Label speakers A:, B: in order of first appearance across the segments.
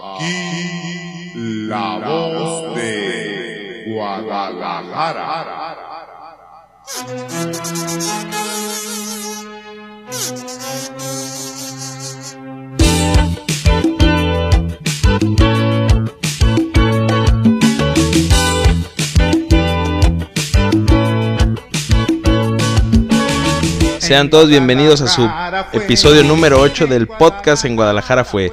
A: Aquí la voz de Guadalajara.
B: Sean todos bienvenidos a su episodio número 8 del podcast en Guadalajara fue.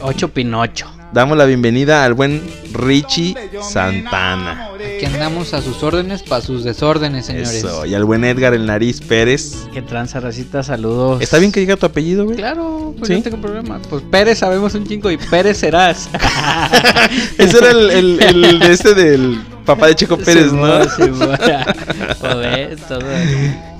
C: 8 Pinocho.
B: Damos la bienvenida al buen Richie Santana.
C: Aquí andamos a sus órdenes para sus desórdenes, señores.
B: Eso, y al buen Edgar el Nariz Pérez.
D: Que tranza, racita, saludos.
B: ¿Está bien que diga tu apellido, güey?
C: Pues, Claro, pues
B: ¿Sí?
C: no tengo problema. Pues Pérez sabemos un chingo y Pérez serás.
B: Ese era el, el, el de este del papá de Checo Pérez, ¿no?
D: Simón, Simón. Joder, todo,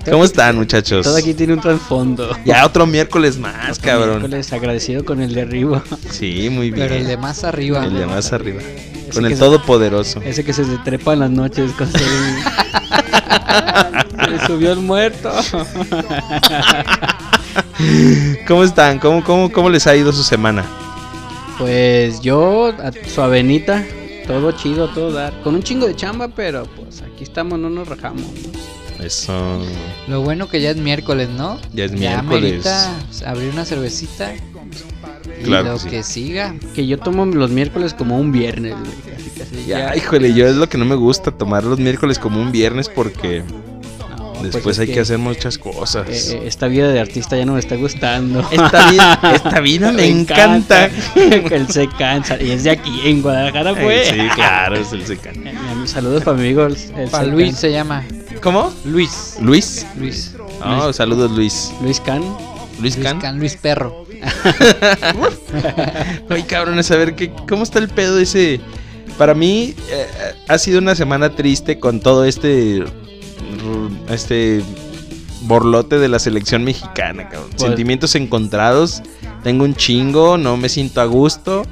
B: ¿Cómo están, muchachos?
D: todo aquí tiene un trasfondo.
B: Ya otro miércoles más, cabrón.
D: Les agradecido con el derribo.
B: Sí, muy bien.
C: Pero el de más arriba.
B: El de más arriba.
D: Ese
B: Con
D: que
B: el
D: se-
B: todopoderoso.
D: Ese que se trepa en las noches con su... Le subió el muerto.
B: ¿Cómo están? ¿Cómo, cómo, ¿Cómo les ha ido su semana?
D: Pues yo, a su avenita, todo chido, todo dar. Con un chingo de chamba, pero pues aquí estamos, no nos rajamos.
B: Eso.
C: Lo bueno que ya es miércoles, ¿no?
B: Ya es miércoles.
C: amerita abrir una cervecita. Y
B: Claro
C: lo
B: que sí.
C: que siga.
D: Que yo tomo los miércoles como un viernes, güey. Casi, casi.
B: Ya, híjole, yo es lo que no me gusta tomar los miércoles como un viernes porque
D: No, pues
B: después
D: es
B: hay que, hacer muchas cosas.
D: eh, eh, esta vida de artista ya no me está gustando.
B: esta, vida, esta vida me encanta.
D: Que Él se cansa. Y es de aquí, en Guadalajara,
B: Eh,
D: pues.
B: Sí, claro, es el secán.
D: Eh, mi- Saludos para mi amigo. el- el
C: Pa'
D: Secan.
C: Luis se llama.
B: ¿Cómo?
C: Luis.
B: ¿Luis?
C: Luis.
B: Ah, saludos, Luis.
D: Luis Can.
B: ¿Luis
C: Luis
B: Can?
C: Can, Luis Perro.
B: Ay, cabrones, a ver, ¿qué, ¿cómo está el pedo ese? Para mí eh, ha sido una semana triste con todo este. Este. Borlote de la selección mexicana, cabrón.
D: Pues-
B: Sentimientos encontrados. Tengo un chingo, no me siento a gusto.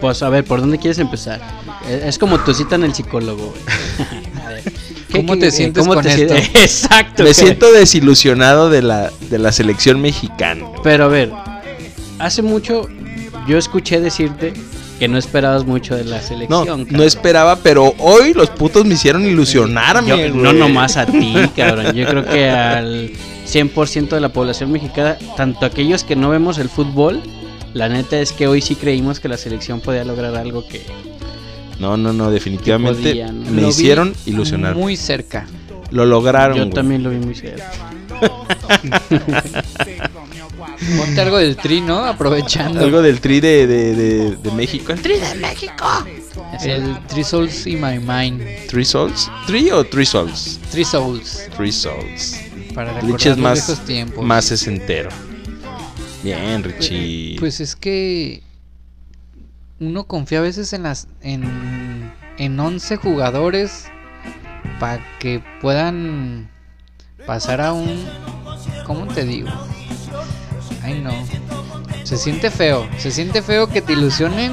D: Pues a ver, ¿por dónde quieres empezar? Eh, Es como tu cita en el psicólogo. güey. A ver, ¿qué-
C: ¿Cómo
D: qué-
C: te
D: eh,
C: sientes con
D: sien-
C: esto?
D: Exacto.
B: Me
D: güey.
B: siento desilusionado de la, de la selección mexicana.
D: Pero a ver, hace mucho yo escuché decirte que no esperabas mucho de la
B: No,
D: selección.
B: no
D: cabrón.
B: esperaba, pero hoy los putos me hicieron ilusionarme.
D: Yo-
B: güey.
D: no nomás a ti, cabrón. Yo creo que al 100% de la población mexicana, tanto aquellos que no vemos el fútbol, la neta es que hoy sí creímos que la selección podía lograr algo que...
B: No, no, no, definitivamente
D: Que podían, ¿no?
B: me
C: Lo vi
B: hicieron ilusionar.
C: Muy cerca.
B: Lo lograron.
D: Yo
B: güey.
D: también lo vi muy cerca.
C: Ponte algo del tri, ¿no? Aprovechando.
B: Algo del tri de, de, de, de México. ¿El tri?
C: El Three Souls in My Mind.
B: ¿Three Souls? ¿Tri o Three Souls?
C: Three Souls.
B: Three Souls.
C: Para
B: Richie
C: recordar
B: es más,
C: los viejos tiempos.
B: más sesentero. Bien, Richie.
C: Pues es que uno confía a veces en las en en 11 jugadores para que puedan pasar a un ¿cómo te digo? Ay no. Se siente feo, se siente feo que te ilusionen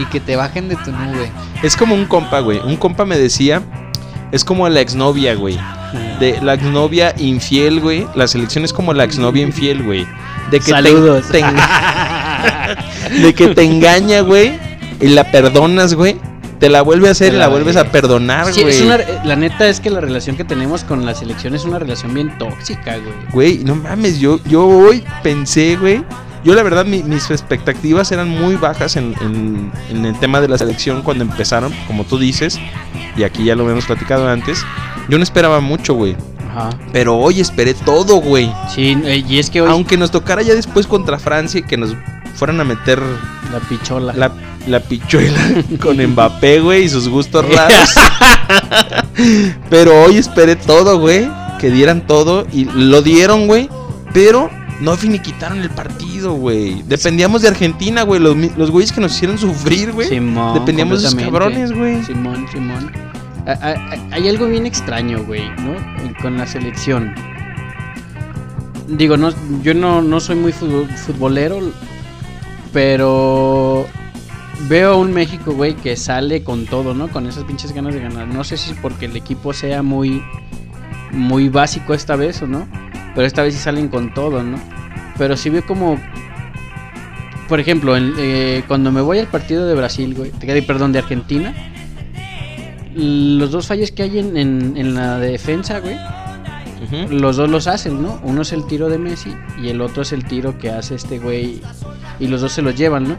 C: y que te bajen de tu nube.
B: Es como un compa, güey. Un compa me decía, es como la exnovia, güey. De la exnovia infiel, güey. La selección es como la exnovia infiel, güey. De que te-
D: Saludos.
B: te enga- de que te engaña, güey. Y la perdonas, güey. Te la vuelve a hacer
D: Te
B: y
D: la
B: la vuelves a
D: vuelve.
B: perdonar,
D: Sí,
B: Ah, güey.
D: es una- eh, la neta es que la relación que tenemos con la selección es una relación bien tóxica, güey.
B: Güey, no mames, yo, yo hoy pensé, güey. Yo la verdad mi- mis expectativas eran muy bajas en, en- en el tema de la selección cuando empezaron, como tú dices, y aquí ya lo habíamos platicado antes. Yo no esperaba mucho, güey.
D: Ajá.
B: Pero hoy esperé todo, güey.
D: Sí, eh, y es que hoy
B: Aunque nos tocara ya después contra Francia y que nos fueran a meter
D: la pichola.
B: la, la pichuela con Mbappé, güey, y sus gustos raros. pero hoy esperé todo, güey. Que dieran todo y lo dieron, güey. Pero no finiquitaron el partido, güey. Dependíamos de Argentina, güey. Los, mi- los güeyes que nos hicieron sufrir, güey.
D: Simón,
B: Dependíamos de esos
D: completamente.
B: cabrones, güey.
D: Simón, Simón. A- a- a- Hay algo bien extraño, güey, ¿no? En- Con la selección. Digo, no, yo no, no soy muy futbo- futbolero, pero veo a un México, güey, que sale con todo, ¿no? Con esas pinches ganas de ganar. No sé si es porque el equipo sea muy, muy básico esta vez o no, pero esta vez sí salen con todo, ¿no? Pero sí veo como por ejemplo, en- eh, cuando me voy al partido de Brasil, güey, de- perdón, de Argentina, los dos fallos que hay en, en- en la defensa, güey,
B: Ujú.
D: los dos los hacen, ¿no? Uno es el tiro de Messi y el otro es el tiro que hace este güey y los dos se los llevan, ¿no?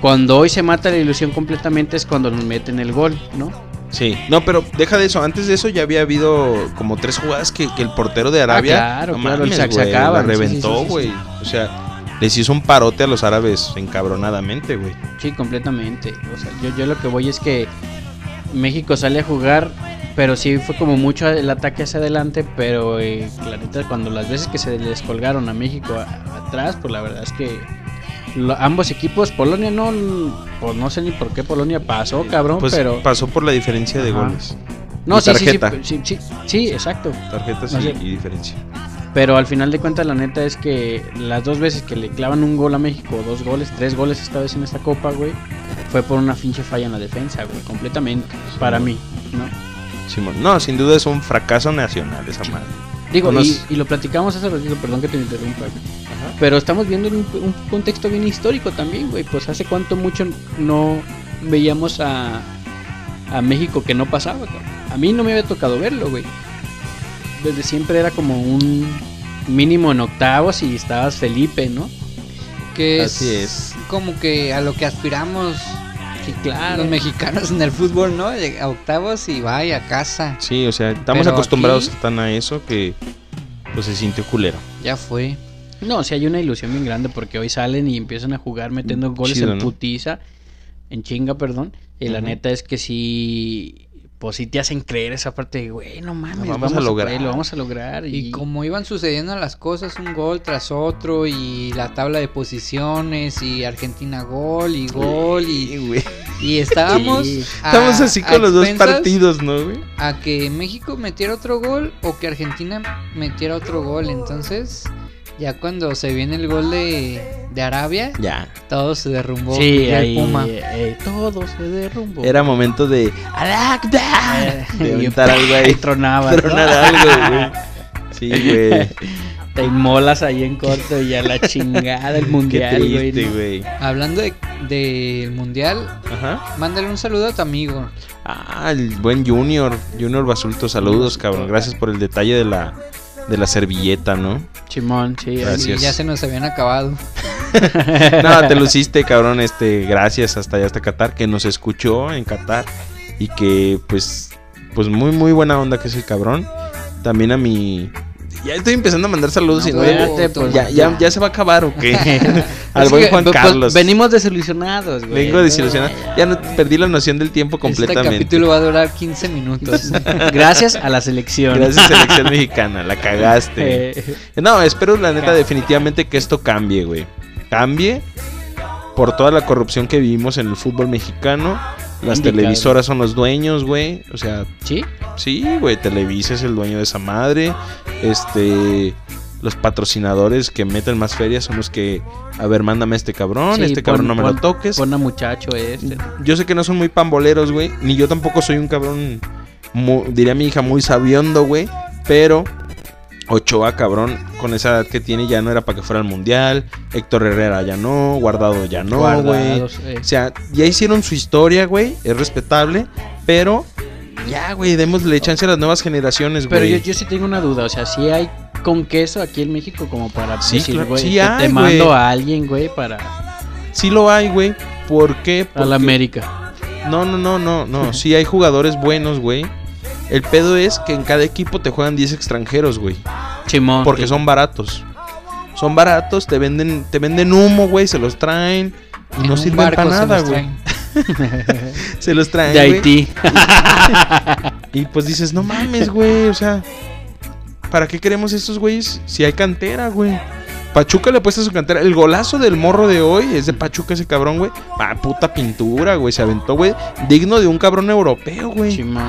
D: Cuando hoy se mata la ilusión completamente es cuando nos meten el gol, ¿no?
B: Sí. No, pero deja de eso. Antes de eso ya había habido como tres jugadas que, que el portero de Arabia.
D: Ah, claro,
B: no
D: claro,
B: mames,
D: se- se
B: güey,
D: acaban,
B: La
D: sí, sí,
B: reventó,
D: sí, sí,
B: güey. O sea, les hizo un parote a los árabes encabronadamente, güey.
D: Sí, completamente. O sea, yo, yo lo que voy es que México sale a jugar, pero sí fue como mucho el ataque hacia adelante, pero eh, la neta, cuando las veces que se les colgaron a México a- atrás, pues la verdad es que lo- ambos equipos, Polonia no, pues no sé ni por qué Polonia pasó, cabrón,
B: Pues
D: pero...
B: pasó por la diferencia de
D: Ajá.
B: goles.
D: no,
B: y
D: sí, sí, sí,
B: tarjeta.
D: sí, sí, sí, exacto.
B: Tarjetas
D: No
B: y,
D: sé.
B: y diferencia.
D: Pero al final de cuentas, la neta es que las dos veces que le clavan un gol a México, dos goles, tres goles esta vez en esta copa, güey, fue por una pinche falla en la defensa, güey, completamente. Para mí, ¿no?
B: Simón. No, sin duda es un fracaso nacional esa madre.
D: Digo,
B: Unos-
D: y, y lo platicamos hace ratito, perdón que te interrumpa. güey. Pero estamos viendo en un, un contexto bien histórico también, güey. Pues hace cuánto mucho no veíamos a, a México que no pasaba, cabrón. A mí no me había tocado verlo, güey. Desde siempre era como un mínimo en octavos y estabas Felipe, ¿no?
C: Que es,
B: Así es.
C: como que a lo que aspiramos
D: Sí,
C: los mexicanos en el fútbol, ¿no? Llega A octavos y vaya a casa.
B: Sí, o sea, estamos
C: Pero
B: acostumbrados
C: aquí-
B: tan a eso que pues se sintió culero.
C: Ya fue.
D: No, sí hay una ilusión bien grande porque hoy salen y empiezan a jugar metiendo goles
B: Chido,
D: en
B: ¿no?
D: putiza, en chinga, perdón. Y la
B: Ujú.
D: neta es que sí, pues sí te hacen creer esa parte de, güey, no mames,
B: vamos a
D: vamos, a
B: lograr".
D: lograr. Lo vamos a lograr. Y,
C: Y como iban sucediendo las cosas, un gol tras otro y la tabla de posiciones y Argentina gol y gol y, y estábamos...
D: Sí.
C: a-
B: Estamos así
C: a
B: con los dos
C: expensas
B: partidos, ¿no, güey?
C: A que México metiera otro gol o que Argentina metiera otro gol. Entonces, ya cuando se viene el gol de, de Arabia,
B: Ya.
C: todo se derrumbó.
D: sí,
C: y el
D: ahí,
C: Puma.
D: eh, todo se derrumbó.
B: Era momento de
D: Eh,
B: de
D: y
B: aventar algo
D: ahí
B: ahí.
D: tronaba. ¿no?
B: Tronar algo, güey. Sí, güey.
D: Te inmolas ahí en corto y a la chingada el
B: Qué
D: mundial, güey.
B: triste,
D: ¿no?
B: güey.
C: Hablando de- del mundial,
B: Ajá.
C: mándale un saludo a tu amigo.
B: Ah, el buen Junior. Junior Basulto, saludos, cabrón. Gracias por el detalle de la de la servilleta, ¿no?
D: Chimón, sí. ahí.
B: Gracias.
C: Y ya se nos habían acabado.
B: No, te luciste, cabrón. Este, gracias hasta allá hasta Qatar, que nos escuchó en Qatar y que pues pues muy muy buena onda que es el cabrón. También a mi ya estoy empezando a mandar saludos
C: No,
B: y no
C: güey,
B: ya,
D: espérate,
C: tú-
D: pues,
B: ya, ya- ya se va a acabar o qué? Al
D: Es
B: buen
D: que,
B: Juan
D: pues,
B: Carlos.
D: Venimos desilusionados, güey.
B: Vengo desilusionado. Ya no perdí la noción del tiempo
C: Este
B: completamente.
C: capítulo va a durar 15 minutos.
D: Gracias a la selección.
B: Gracias selección mexicana, la cagaste.
D: Eh,
B: No, espero la neta definitivamente que esto cambie, güey. Cambie por toda la corrupción que vivimos en el fútbol mexicano. Las
D: Indicado.
B: televisoras son los dueños, güey. O sea,
D: sí,
B: sí, güey, Televisa es el dueño de esa madre. Este, los patrocinadores que meten más ferias son los que, a ver, mándame a este cabrón,
D: Sí,
B: este
D: pon-
B: cabrón no me
D: pon-
B: lo toques.
D: pon a muchacho este.
B: Yo sé que no son muy pamboleros, güey. Ni yo tampoco soy un cabrón, mu- diría mi hija, muy sabiondo, güey. Pero Ochoa, cabrón, con esa edad que tiene ya no era para que fuera al mundial. Héctor Herrera ya no, Guardado ya no, güey.
D: Guardados, eh.
B: O sea, ya hicieron su historia, güey. Es respetable, pero ya, güey, démosle chance a las nuevas generaciones, güey.
D: Pero yo, yo sí tengo una duda, o sea, si hay con queso aquí en México como para
B: Sí,
D: decir,
B: claro,
D: güey,
B: sí
D: te- te,
B: hay,
D: mando
B: güey.
D: a alguien, güey, para
B: Sí lo hay, güey. ¿Por qué?
D: a
B: Porque-
D: la América.
B: No, no, no, no, no. Sí hay jugadores buenos, güey. El pedo es que en cada equipo te juegan 10 extranjeros, güey.
D: Chimón.
B: Porque
D: sí.
B: son baratos. Son baratos, te venden, te venden humo, güey, se los traen. Y
C: En
B: no
C: un
B: sirven
C: barco
B: para
C: se
B: nada,
C: nos
B: güey.
C: traen.
B: Se los traen.
D: de
B: güey.
D: Haití.
B: Y pues dices, no mames, güey. O sea, ¿para qué queremos estos güeyes si hay cantera, güey? Pachuca le puesta su cantera. El golazo del morro de hoy es de Pachuca, ese cabrón, güey. Ah, puta pintura, güey. Se aventó, güey. Digno de un cabrón europeo, güey.
D: Chimón.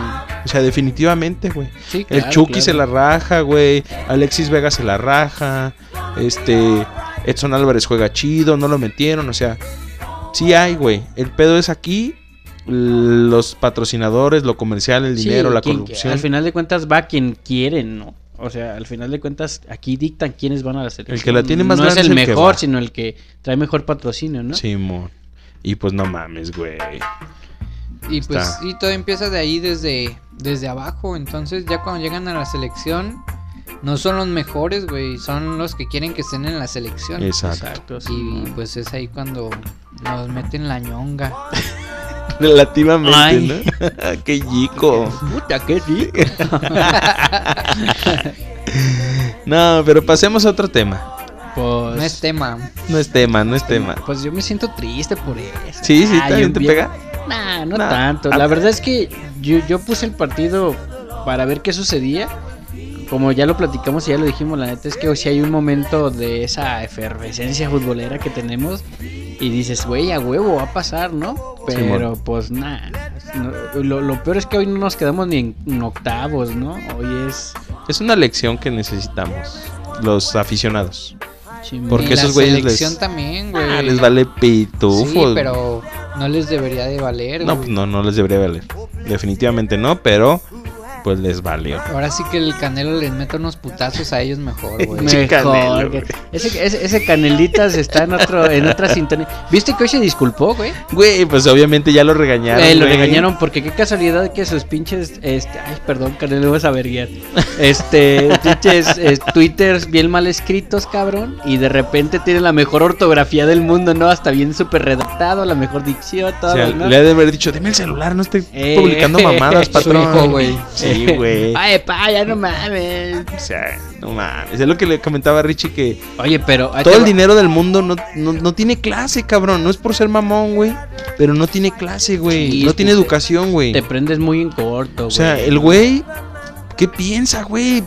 B: O sea, definitivamente, güey.
D: Sí,
B: El
D: claro,
B: Chucky
D: claro.
B: se la raja, güey. Alexis Vega se la raja. Este. Edson Álvarez juega chido, no lo metieron. O sea, sí hay, güey. El pedo es aquí. Los patrocinadores, lo comercial, el
D: Sí,
B: dinero, la
D: quien-
B: corrupción.
D: Al final de cuentas va quien quieren, ¿no? O sea, al final de cuentas, aquí dictan quiénes van a la selección.
B: El que la tiene más
D: no
B: grande
D: es
B: es
D: el
B: el que
D: mejor,
B: va.
D: sino el que trae mejor patrocinio, ¿no?
B: Simón. Y pues no mames, güey.
C: Y pues
B: Está.
C: y todo empieza de ahí desde, desde abajo. Entonces ya cuando llegan a la selección, no son los mejores, güey. Son los que quieren que estén en la selección.
B: Exacto.
C: Y
D: Simón.
C: pues es ahí cuando nos meten la ñonga.
B: Relativamente,
D: Ay.
B: ¿no? Qué chico.
D: Puta, qué rico.
B: No, pero pasemos a otro tema.
D: Pues,
C: No es tema.
B: No es tema, no es tema.
D: pues yo me siento triste por eso.
B: Sí, sí,
D: Ah,
B: también
D: yo
B: te
D: bien-
B: pega.
D: Nah, no
B: Nah.
D: tanto. La verdad es que yo, yo puse el partido para ver qué sucedía. Como ya lo platicamos y ya lo dijimos, la neta es que si hay un momento de esa efervescencia futbolera que tenemos y dices, güey, a huevo va a pasar, ¿no? Pero pues nada. lo, lo peor es que hoy no nos quedamos ni en, en octavos, ¿no? Hoy es...
B: Es una lección que necesitamos los aficionados.
D: chimil.
B: Porque
C: Y la
B: esos güeyes les-
C: selección también, güey.
B: Ah, les vale pitufos.
C: Sí, pero no les debería de valer,
B: No, pues
C: güey.
B: no, no les debería valer. Definitivamente no, pero pues les valió.
C: Ahora sí que el Canelo les mete unos putazos a ellos mejor, güey.
B: Me-
D: Mejor,
B: Canelo,
D: que- ese, ese, ese Canelitas está en, otro, en otra sintonía. ¿Viste que hoy se disculpó, güey?
B: Güey, pues obviamente ya lo regañaron.
D: Eh, lo
B: güey.
D: regañaron porque qué casualidad que sus pinches, este, ay, perdón, Canelo, lo vas a verguiar. Este, pinches eh, twitters bien mal escritos, cabrón, y de repente tiene la mejor ortografía del mundo, ¿no? Hasta bien súper redactado, la mejor dicción,
B: O
D: todo,
B: sea,
D: ¿no?
B: le ha de haber dicho, deme el celular, no esté
D: Eh,
B: publicando mamadas,
D: su
B: patrón. Eh.
C: hijo, güey.
B: Sí, güey.
D: Ay, pa, ya no mames.
B: O sea, no mames. Es lo que le comentaba a Richie que
D: Oye, pero ahí
B: todo
D: te
B: el
D: va-
B: dinero del mundo no, no, no tiene clase, cabrón. No es por ser mamón, güey. Pero no tiene clase, güey.
D: Sí,
B: no tiene
D: te-
B: educación, güey.
D: te prendes muy en corto, güey.
B: O sea, el güey, ¿qué piensa, güey?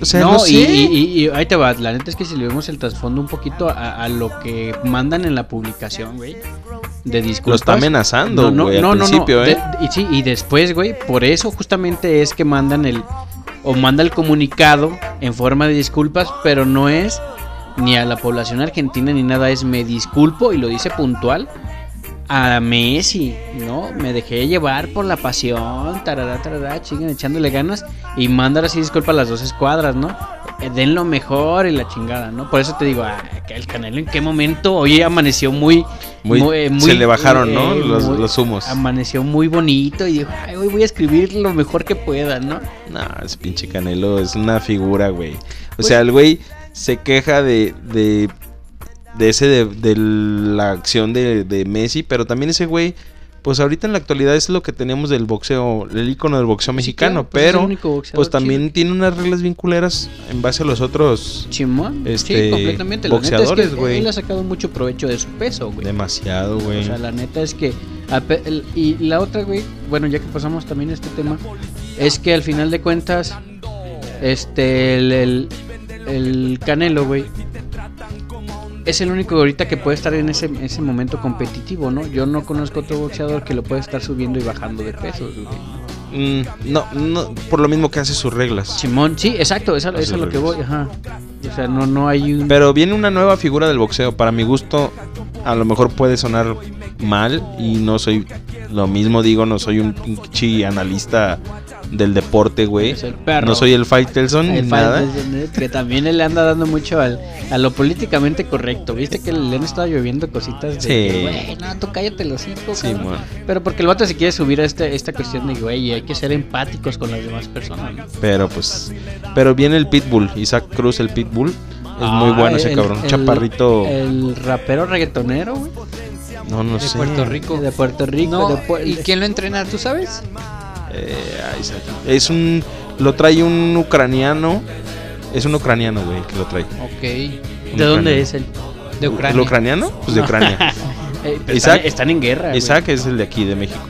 B: O sea, no,
D: no, y-
B: sé.
D: y, y- y ahí te va. La neta es que si le vemos el trasfondo un poquito a, a lo que mandan en la publicación, güey, de
B: lo
D: disculpas.
B: está amenazando,
D: No, no,
B: güey,
D: no,
B: al
D: no, no.
B: principio, ¿eh?
D: De- y sí, y después, güey, por eso justamente es que mandan el o manda el comunicado en forma de disculpas, pero no es ni a la población argentina ni nada, es me disculpo y lo dice puntual a Messi, ¿no? Me dejé llevar por la pasión, tarará, tarará, chingan echándole ganas y mandar así disculpa a las dos escuadras, ¿no? Eh, Den lo mejor y la chingada, ¿no? Por eso te digo, ah, que el Canelo en qué momento hoy amaneció muy...
B: Muy-
D: eh,
B: se le bajaron, ¿no?
D: eh,
B: los,
D: muy-
B: los humos.
D: Amaneció muy bonito y dijo, ay, hoy voy a escribir lo mejor que pueda, ¿no?
B: No, ese pinche Canelo es una figura, güey. O
D: Pues
B: sea, el güey se queja de, de, de ese, de, de la acción de, de Messi, pero también ese güey, pues ahorita en la actualidad es lo que tenemos del boxeo, el ícono del boxeo mexicano,
D: Sí, claro, pues, es el
B: pero
D: único boxeador
B: pues también tiene unas reglas vinculeras en base a los otros
D: chido. Chimón,
B: este,
D: sí, completamente. La neta es
B: boxeadores,
D: que
B: güey.
D: él ha sacado mucho provecho de su peso, güey.
B: demasiado, güey.
D: O sea, la neta es que. a pe- el- Y la otra, güey, bueno, ya que pasamos también a este tema, es que al final de cuentas, este, el, el, el Canelo, güey, es el único ahorita que puede estar en ese, ese momento competitivo, ¿no? Yo no conozco otro boxeador que lo pueda estar subiendo y bajando de peso, güey.
B: Mm, no, no, por lo mismo que hace sus reglas.
D: Simón, sí, exacto, eso,
B: Hace
D: eso es lo que
B: reglas.
D: voy, ajá. O sea, no, no hay un...
B: Pero viene una nueva figura del boxeo. Para mi gusto, a lo mejor puede sonar mal y no soy lo mismo digo, no soy un pinche analista del deporte, güey.
D: Es el perro.
B: No soy el Faitelson ni
D: El
B: nada.
D: fan de- de- que también él le anda dando mucho al, a lo políticamente correcto. Viste que le han estado lloviendo cositas de
B: Sí.
D: que, güey, no, tú cállate los cinco,
B: Sí,
D: cabrón".
B: bueno.
D: Pero porque el vato se quiere subir a este, esta cuestión de güey, hay que ser empáticos con las demás personas. ¿no?
B: Pero pues pero viene el Pitbull, Isaac Cruz el Pitbull. Es muy
D: Ah,
B: bueno ese
D: el-
B: cabrón,
D: el-
B: chaparrito.
D: El rapero reggaetonero, güey.
B: no, no
C: de
B: sé.
C: Puerto Rico.
D: De Puerto Rico.
C: No,
D: de Pu-
C: ¿Y quién lo entrena? ¿Tú sabes?
B: Eh, ay, Isaac. Es un lo trae un ucraniano. Es un ucraniano, güey, que lo trae.
C: Ok.
B: Un
D: ¿De dónde
B: ucraniano.
D: es él?
C: De Ucrania.
B: ¿El ucraniano? Pues de Ucrania.
D: Eh, pero
B: Isaac.
D: Están, están en guerra. güey.
B: Isaac es el de aquí de México.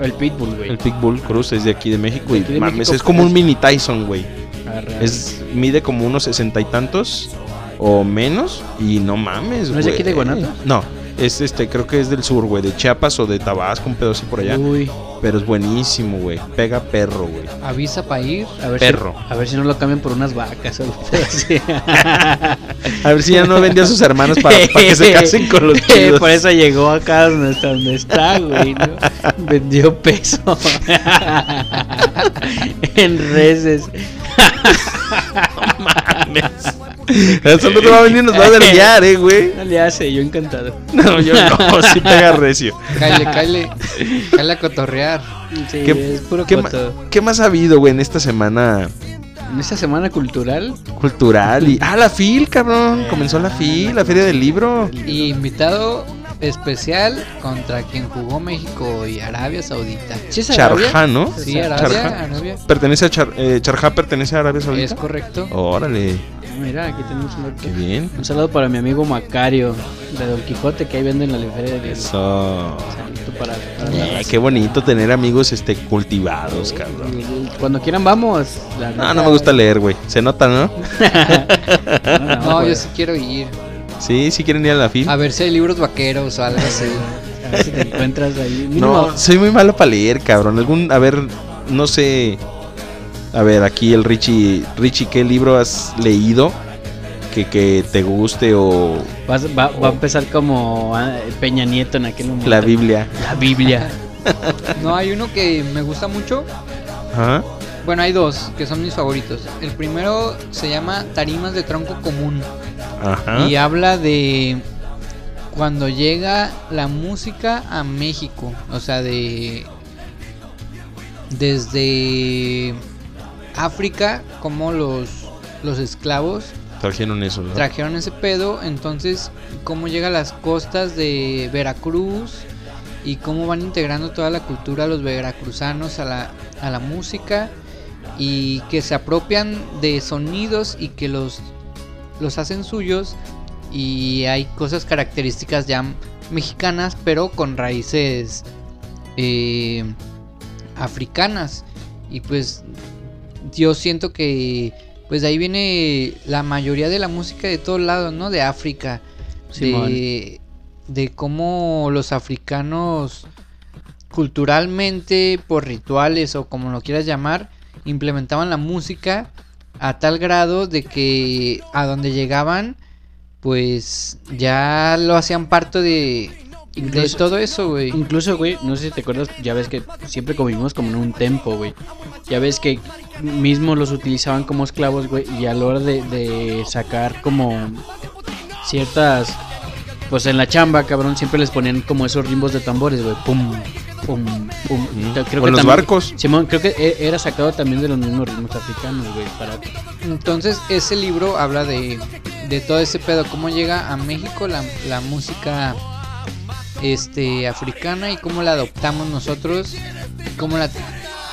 D: El Pitbull, güey.
B: El Pitbull Cruz es de aquí de México
D: De
B: y
D: aquí de
B: mames,
D: México,
B: es como
D: pues.
B: un mini Tyson, güey.
D: Arre, arre.
B: Es mide como unos sesenta y tantos o menos y no mames, güey.
D: ¿No es de aquí de Guanatos?
B: No, es este, creo que es del sur, güey, de Chiapas o de Tabasco, un pedo así por allá.
D: Uy,
B: Pero es buenísimo, güey. Pega perro, güey.
C: Avisa para ir.
D: a ver
B: Perro.
D: Si, a ver si no lo cambian por unas vacas. o algo así.
B: A ver si ya no vendía a sus hermanos para, para que se casen con los chidos.
D: Por eso llegó acá donde está, donde está, güey. ¿no? Vendió peso en reses.
B: El saludo va a venir y nos va a derriar, eh, güey.
D: No le hace, yo encantado.
B: No, yo no, si pega recio.
C: Cállale, cállale. Cállale a cotorrear.
D: Sí,
B: ¿Qué-
D: es puro
B: ¿Qué, ma-
D: coto.
B: ¿Qué más ha habido, güey, en esta semana
D: En esta semana cultural,
B: cultural? Y... Ah, la FIL,
C: Eh,
B: cabrón. Comenzó la FIL, la Feria del Libro.
C: Y invitado especial contra quien jugó México y Arabia Saudita.
D: ¿sí es Arabia?
B: Charjá, ¿no?
C: Sí, Arabia,
B: Charjá.
C: Arabia.
B: Pertenece a Char... eh, Charjá, pertenece a Arabia
C: Es
B: Saudita. Oh,
C: correcto.
B: Órale,
D: Mira, aquí tenemos un
B: qué
D: dato.
B: bien.
D: Un saludo para mi amigo Macario de Don Quijote que ahí venden la liferia de Dios.
B: Eso.
D: Saludito para, para la
B: Eh,
D: raza.
B: qué bonito tener amigos este cultivados, cabrón.
D: Cuando quieran vamos. La
B: No,
D: neta.
B: no me gusta leer, güey. Se nota, ¿no?
D: No, pues.
C: No, yo
D: güey.
C: sí quiero ir.
B: Sí, sí quieren ir a la FIL.
C: A ver si hay libros vaqueros o algo así.
D: A ver si te encuentras ahí. Mínimo,
B: No, soy muy malo para leer, cabrón. Algún, a ver, no sé. A ver, aquí el Richie, Richie, ¿qué libro has leído que, que te guste o
D: vas- va, va a empezar como ah, Peña Nieto en aquel momento.
B: Oh. la Biblia?
D: La Biblia.
C: No, hay uno que me gusta mucho.
B: Ajá.
C: Bueno, hay dos que son mis favoritos. El primero se llama Tarimas de Tronco Común
B: Ajá.
C: y habla de cuando llega la música a México. O sea, de. Desde África, como los, los esclavos
B: Trajeron eso, ¿no?
C: trajeron ese pedo, entonces cómo llega a las costas de Veracruz y cómo van integrando toda la cultura los veracruzanos a la, a la música y que se apropian de sonidos y que los, los hacen suyos y hay cosas características ya mexicanas pero con raíces eh, africanas y pues yo siento que pues de ahí viene la mayoría de la música de todos lados, ¿no? De África.
D: Simón.
C: de, de cómo los africanos culturalmente, por rituales o como lo quieras llamar, implementaban la música a tal grado de que a donde llegaban, pues ya lo hacían parte de, de
D: Incluso-
C: todo eso, güey.
D: Incluso, güey, no sé si te acuerdas, ya ves que siempre comimos como en un tempo, güey. Ya ves que mismo los utilizaban como esclavos, güey, y a la hora de, de sacar como ciertas... Pues en la chamba, cabrón, siempre les ponían como esos rimbos de tambores, güey. Pum, pum, pum.
B: Mm.
D: Creo
B: O en los
D: también-
B: barcos.
D: Simón, creo que e- era sacado también de los mismos ritmos africanos, güey. Para...
C: Entonces ese libro habla de, de todo ese pedo, cómo llega a México la, la música este, africana y cómo la adoptamos nosotros, cómo la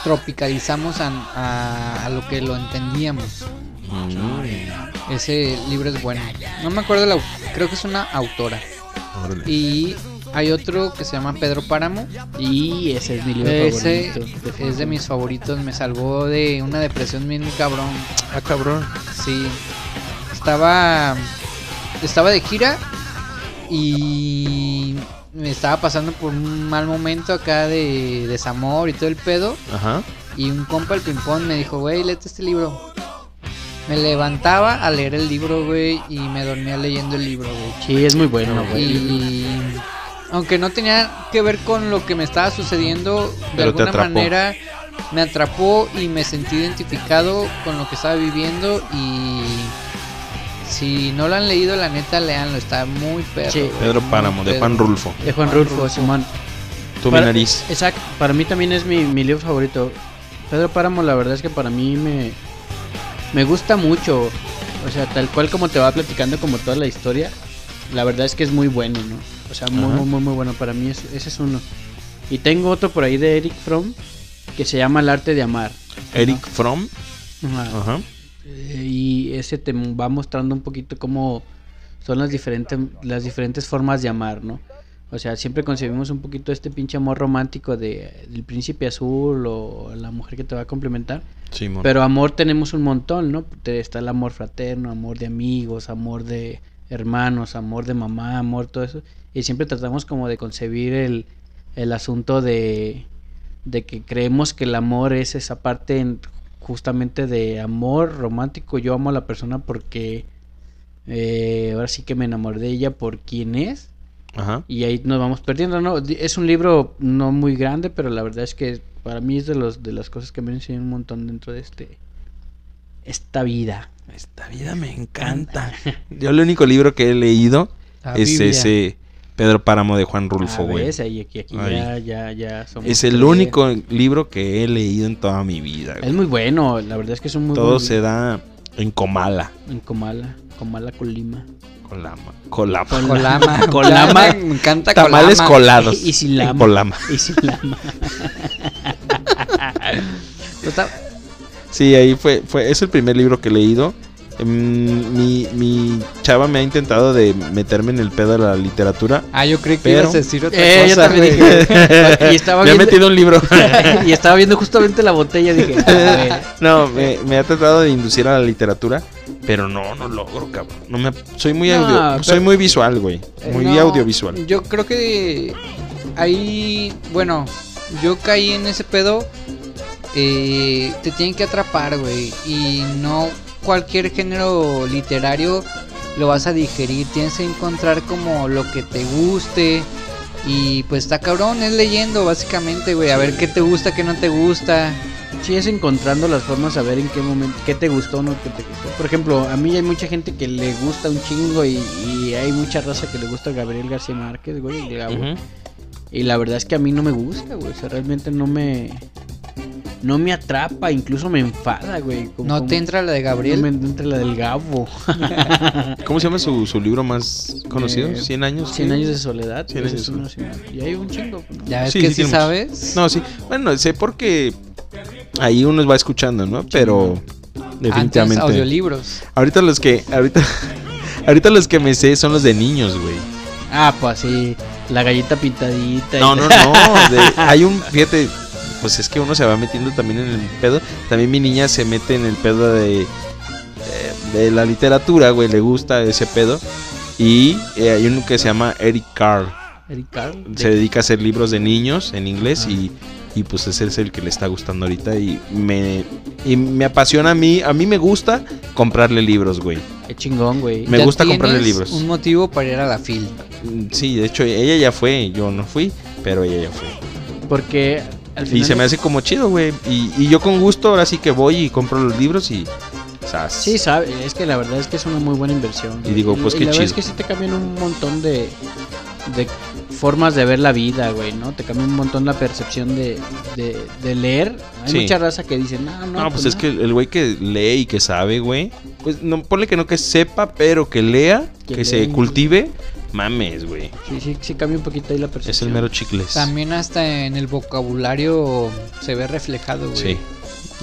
C: tropicalizamos a, a- a lo que lo entendíamos.
B: Mm,
C: Ese libro es bueno. No me acuerdo, la, au- creo que es una autora.
B: órale.
C: Y hay otro que se llama Pedro Páramo.
D: Y ese es mi libro
C: Ese
D: favorito.
C: es de mis favoritos, me salvó de una depresión bien cabrón.
B: Ah, cabrón.
C: Sí. Estaba. Estaba de gira. Y. Me estaba pasando por un mal momento acá de desamor y todo el pedo.
B: Ajá.
C: Y un compa, el ping-pong, me dijo, güey, léete este libro. Me levantaba a leer el libro, güey. Y me dormía leyendo el libro, güey.
D: Sí, es muy Ah, bueno, güey.
C: Y aunque no tenía que ver con lo que me estaba sucediendo, de
B: Pero te
C: alguna
B: atrapó.
C: manera me atrapó y me sentí identificado con lo que estaba viviendo y si no lo han leído, la neta, leanlo, está muy perro.
D: Sí.
C: güey,
B: Pedro
C: muy
B: Páramo, de
C: perro.
B: Juan Rulfo.
D: De Juan Rulfo, Simón.
B: Tú mi
D: Para-
B: nariz.
D: Exacto, para mí también es mi, mi libro favorito. Pedro Páramo, la verdad es que para mí me, me gusta mucho. O sea, tal cual como te va platicando como toda la historia, la verdad es que es muy bueno, ¿no? O sea, muy,
B: Ajá.
D: muy, muy, muy bueno. Para mí es- ese es uno. Y tengo otro por ahí de Eric Fromm que se llama El arte de amar.
B: Eric Fromm.
D: Ajá.
B: Ajá.
D: Eh, y ese te va mostrando un poquito cómo son las diferentes, las diferentes formas de amar, ¿no? O sea, siempre concebimos un poquito este pinche amor romántico de, del príncipe azul o la mujer que te va a complementar.
B: Simón.
D: Pero amor tenemos un montón, ¿no? Te- Está el amor fraterno, amor de amigos, amor de hermanos, amor de mamá, amor, todo eso. Y siempre tratamos como de concebir el, el asunto de, de que creemos que el amor es esa parte en- justamente de amor romántico. Yo amo a la persona porque eh, ahora sí que me enamoré de ella por quién es.
B: Ajá.
D: Y ahí nos vamos perdiendo, ¿no? Di- Es un libro no muy grande, pero la verdad es que para mí es de los de las cosas que me enseñan un montón dentro de este Esta vida.
B: Esta vida me encanta. Yo el único libro que he leído
C: La
B: es
C: Biblia.
B: ese Pedro Páramo de Juan Rulfo,
D: Ah,
B: güey.
D: ves, ahí, aquí, aquí,
B: Ahí.
D: ya, ya, ya somos
B: Es el
D: tres.
B: único libro que he leído en toda mi vida, güey.
D: Es muy bueno, la verdad es que es un muy
B: Todo
D: buen
B: se da en Comala.
D: En Comala, Comala, Colima.
B: Colama. Colama.
C: Colama.
D: Colama.
C: Me encanta
B: Tamales
C: Colama.
B: colados.
D: Y sin
B: Ah, En
D: lama.
B: Colama.
D: Y sin lama.
C: Está-
B: Sí, ahí fue, fue. Es el primer libro que he leído. Em, Mi, mi chava me ha intentado de meterme en el pedo de la literatura.
C: Ah, yo creí que
B: Pero-
C: ibas a decir otra
D: Eh, yo
C: cosa.
D: también
C: güey.
D: dije. Y estaba
B: me ha
D: viendo-
B: metido un libro.
D: y estaba viendo justamente la botella, dije, "Ah, a ver,
B: no, me, me ha tratado de inducir a la literatura, pero no, no logro, cabrón. No me, soy muy
D: No,
B: audio,
D: pero-
B: soy muy visual, güey.
C: Eh,
B: Muy
C: no,
B: audiovisual.
C: Yo creo que ahí, bueno, yo caí en ese pedo. eh, te tienen que atrapar, güey. Y no cualquier género literario lo vas a digerir. Tienes que encontrar como lo que te guste. Y pues está cabrón, es leyendo básicamente, güey. A ver qué te gusta, qué no te gusta.
D: Sí, es encontrando las formas a ver en qué momento, qué te gustó o no qué te gustó. Por ejemplo, a mí hay mucha gente que le gusta un chingo y, y hay mucha raza que le gusta Gabriel García Márquez, güey, el Gabo.
B: Ujú.
D: Y la verdad es que a mí no me gusta, güey. O sea, realmente no me. No me atrapa, incluso me enfada, güey. como-
C: No
D: como-
C: te entra la de
D: No me
C: Gabriel.
D: entra la del Gabo.
B: ¿Cómo se llama su, su libro más conocido?
D: Eh,
B: ¿100 años?
D: 100 años de soledad.
B: Cien
D: pues,
B: años
D: es
B: de
D: uno así, Y hay un chingo. pues, ¿no?
C: Ya ves
B: Sí,
C: que
B: sí
C: sí,
B: tiene
C: sabes.
B: No, sí. Bueno, sé porque ahí uno va escuchando, ¿no? Pero
C: Antes
B: definitivamente.
C: audiolibros.
B: ahorita los que ahorita ahorita los que me sé son los de niños, güey.
D: Ah, pues sí. La galleta pintadita. y-
B: No, no, no. de- hay un fíjate, pues es que uno se va metiendo también en el pedo. También mi niña se mete en el pedo de eh, de la literatura, güey, le gusta ese pedo. Y eh, hay uno que se llama Eric Carl.
D: Eric Carl.
B: se dedica a hacer libros de niños en inglés
D: Ah.
B: y, y, pues ese es el que le está gustando ahorita y me, y me apasiona a mí, a mí me gusta comprarle libros, güey.
D: Qué chingón, güey.
B: Me
C: Ya
B: gusta comprarle
C: tienes
B: libros.
C: Un motivo para ir a la fil.
B: Mm, Sí, de hecho ella ya fue, yo no fui, pero ella ya fue.
D: Porque al final.
B: Y se me hace como chido, güey. Y, y yo con gusto ahora sí que voy y compro los libros y... zas.
D: Sí, sabe, es que la verdad es que es una muy buena inversión.
B: Y digo, pues,
D: y
B: qué
D: la verdad es
B: chido.
D: que sí te cambian un montón de, de formas de ver la vida, güey, ¿no? Te cambia un montón la percepción de, de, de leer. Hay
B: Sí.
D: mucha raza que dice, no, no.
B: No, pues es
D: no".
B: que el el güey que lee y que sabe, güey. Pues no, ponle que no que sepa, pero que lea, que,
D: Que
B: se
D: lea.
B: cultive. Mames, güey.
D: Sí, sí, sí cambia un poquito ahí la percepción.
B: Es el mero chicles.
C: También hasta en el vocabulario se ve reflejado, güey.
B: Sí,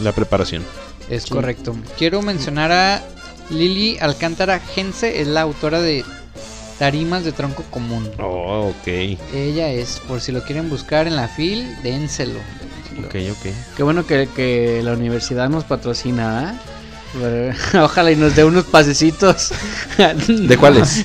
B: la preparación.
C: Es
D: Sí.
C: correcto. Quiero mencionar a Lili Alcántara Gense, es la autora de Tarimas de Tronco Común.
B: Oh, ok.
C: Ella es, por si lo quieren buscar en la fil, dénselo.
B: Ok, ok.
D: Qué bueno que, que la universidad nos patrocina, ¿ah? Pero- Ojalá y nos dé unos pasecitos.
B: ¿De cuáles?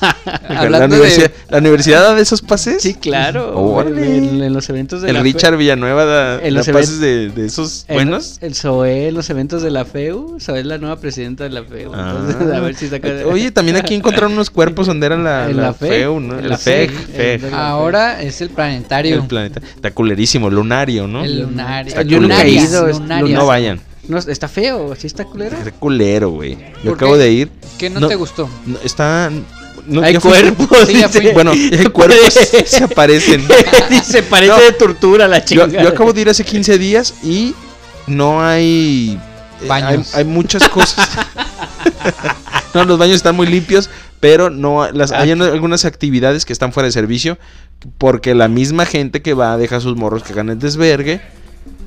B: la,
C: Hablando
B: universidad,
C: de...
B: ¿La universidad da de esos pases?
D: Sí, claro.
B: Órale.
D: En, en los eventos de
B: El
D: la fe-
B: Richard Villanueva da,
D: En
B: da
D: los
B: pases de, de esos
D: El-
B: buenos.
D: El Zoé, los eventos de la FEU. Zoé es la nueva presidenta de la FEU. Entonces,
B: Ah.
D: a ver si saca.
B: Oye, también aquí encontraron unos cuerpos donde era la,
D: En
B: la,
D: la fe-
B: feu, ¿no?
D: en
B: El
D: la
B: fej,
D: fe-
B: fej.
D: en-
C: Ahora es el planetario.
B: El planeta. Está culerísimo, lunario, ¿no?
C: El lunar.
B: Está
D: Yo nunca he
B: culerísimo.
D: ido, es-
C: lunarias.
B: No vayan.
D: No, está feo, sí está culero.
B: Está culero, güey. Yo
C: ¿Por
B: acabo
C: qué?
B: de ir.
C: ¿Qué no,
B: No.
C: te gustó?
B: No, Está... no,
D: Hay
B: ya fui-
D: cuerpos.
C: Sí, ya fui.
D: dice.
B: Bueno, hay cuerpos se aparecen.
D: Dice, parece
B: No.
D: de tortura la
B: Yo,
D: chingada.
B: yo acabo de ir hace 15 días y no hay. eh,
C: Baños.
B: Hay, hay muchas cosas. no, los baños están muy limpios, pero no las
C: Ah.
B: hay en- algunas actividades que están fuera de servicio porque la misma gente que va deja sus morros que hagan el desvergue,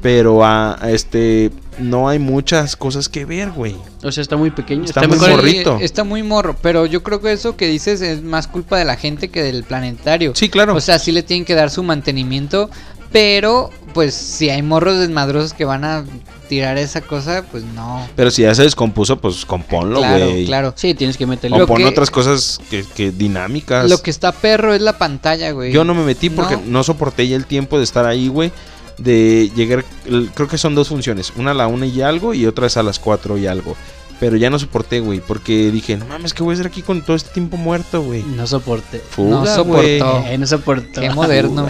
B: pero a, a este no hay muchas cosas que ver, güey.
D: O sea, está muy pequeño.
B: Está
D: Está,
B: muy
D: mejor.
B: morri-
D: el-
B: morrito.
C: Sí, está muy morro, pero yo creo que eso que dices es más culpa de la gente que del planetario.
B: Sí, claro.
C: O sea, Pues sí le tienen que dar su mantenimiento, pero pues si hay morros desmadrosos que van a tirar esa cosa, pues no.
B: pero si ya se descompuso, pues componlo,
C: claro,
B: güey.
C: claro.
D: Sí, tienes que meterle.
B: O
C: Lo
B: pon
C: que-
B: otras cosas que, que dinámicas.
C: Lo que está perro es la pantalla, güey.
B: Yo no me metí porque
C: No.
B: no, soporté ya el tiempo de estar ahí, güey. De llegar, el- creo que son dos funciones. Una a la una y algo y otra es a las cuatro y algo. Pero ya no soporté, güey, porque dije, no mames, ¿qué voy a hacer aquí con todo este tiempo muerto, güey?
D: No soporté.
B: Fuga,
C: No
B: güey.
C: soportó.
D: Eh, no soportó.
C: Qué moderno.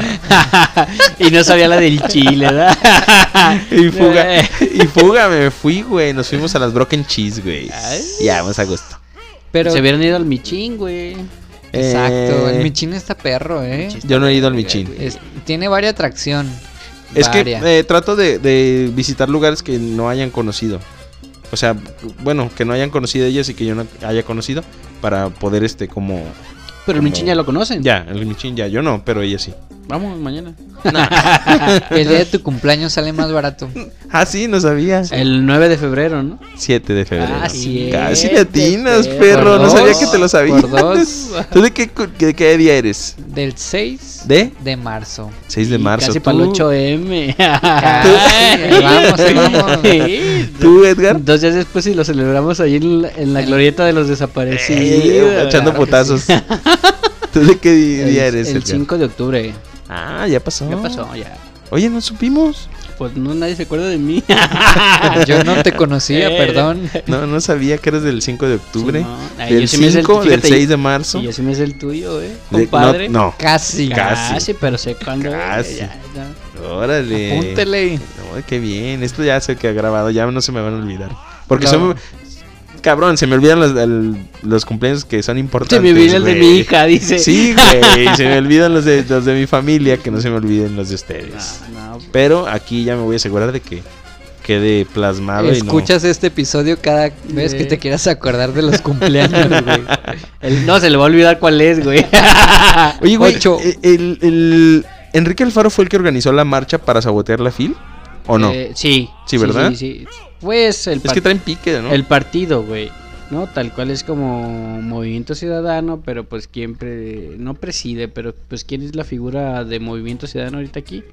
D: y no sabía la del chile, ¿verdad?
B: Y fuga,
D: Eh.
B: y fuga, me fui, güey. Nos fuimos a las Broken Cheese, güey.
D: Ay.
B: Ya, más a gusto.
C: Pero
D: Se hubieran ido al michín, güey.
C: exacto,
B: Eh,
C: el Michin está perro, eh.
D: Michín.
B: Yo no he ido al Michin.
C: Es- tiene varia atracción.
B: Es que
C: Varia.
B: eh, trato de, de visitar lugares que no hayan conocido. O sea, bueno, que no hayan conocido ellas y que yo no haya conocido para poder, este, como...
D: Pero el michín ya lo conocen.
B: Ya, el Michin ya, yo no, pero ella sí.
D: Vamos mañana.
C: el día de tu cumpleaños sale más barato.
B: Ah, sí, no sabía.
D: El 9 de febrero, ¿no?
B: 7 de febrero.
D: Ah, sí.
B: Casi le atinas,
D: Por
B: perro. No
C: dos,
B: sabía que te lo sabías.
C: por dos.
B: ¿Tú de qué, cu- de qué día eres?
C: Del 6
B: ¿De?
C: de marzo.
B: 6 de marzo.
D: Casi
B: ¿Tú?
D: para el 8M.
C: Casi, ahí vamos, ahí vamos.
D: Sí.
B: ¿Tú, Edgar?
D: Dos días después y lo celebramos ahí en la, en la glorieta de los
B: Eh,
D: desaparecidos.
B: echando
C: claro que
B: putazos. ¿Tú de qué di-
D: El-
B: día eres?
D: El
B: Edgar?
D: 5 de octubre.
B: Ah, ya pasó.
D: ¿Qué pasó? Ya.
B: Oye, no supimos.
D: Pues no, nadie se acuerda de mí.
C: Yo no te conocía,
D: Eh.
C: perdón.
B: No, no sabía que eres del 5 de octubre.
D: Sí, no. Ay, yo
B: Del
D: sí me sé el-
B: 5, del
D: fíjate,
B: 6 de marzo.
D: Y yo sí me es el tuyo, ¿eh?
B: De-
D: Compadre.
B: no,
C: Casi.
B: Casi.
D: Casi. pero sé cuándo. güey,
B: Casi.
D: ya, ya.
B: no. Órale.
C: Apúntele.
B: No, qué bien. Esto ya se queda grabado. Ya no se me van a olvidar. Porque
C: No.
B: son. Cabrón, se me olvidan los, el- los cumpleaños que son
D: Se
B: importantes.
D: me vino el de
B: güey.
D: mi hija, dice.
B: Sí, güey. se me olvidan los de, los de mi familia. Que no se me olviden los de ustedes.
D: No, no.
B: Pero aquí ya me voy a asegurar de que quede plasmado.
C: Escuchas este episodio cada vez que
D: Eh.
C: te quieras acordar de los cumpleaños, güey.
D: El- no, se le va a olvidar cuál es, güey.
B: Y no... Oye, güey.
C: Ocho.
B: eh, El, el- ¿Enrique Alfaro fue el que organizó la marcha para sabotear la FIL? ¿O no?
D: Eh, sí.
B: Sí, ¿verdad?
D: Sí, sí. Pues el,
B: es
D: par-
B: que traen pique, ¿no?
D: el partido, güey. No, tal cual es como Movimiento Ciudadano, pero pues quién pre- no preside, pero pues quién es la figura de Movimiento Ciudadano ahorita aquí?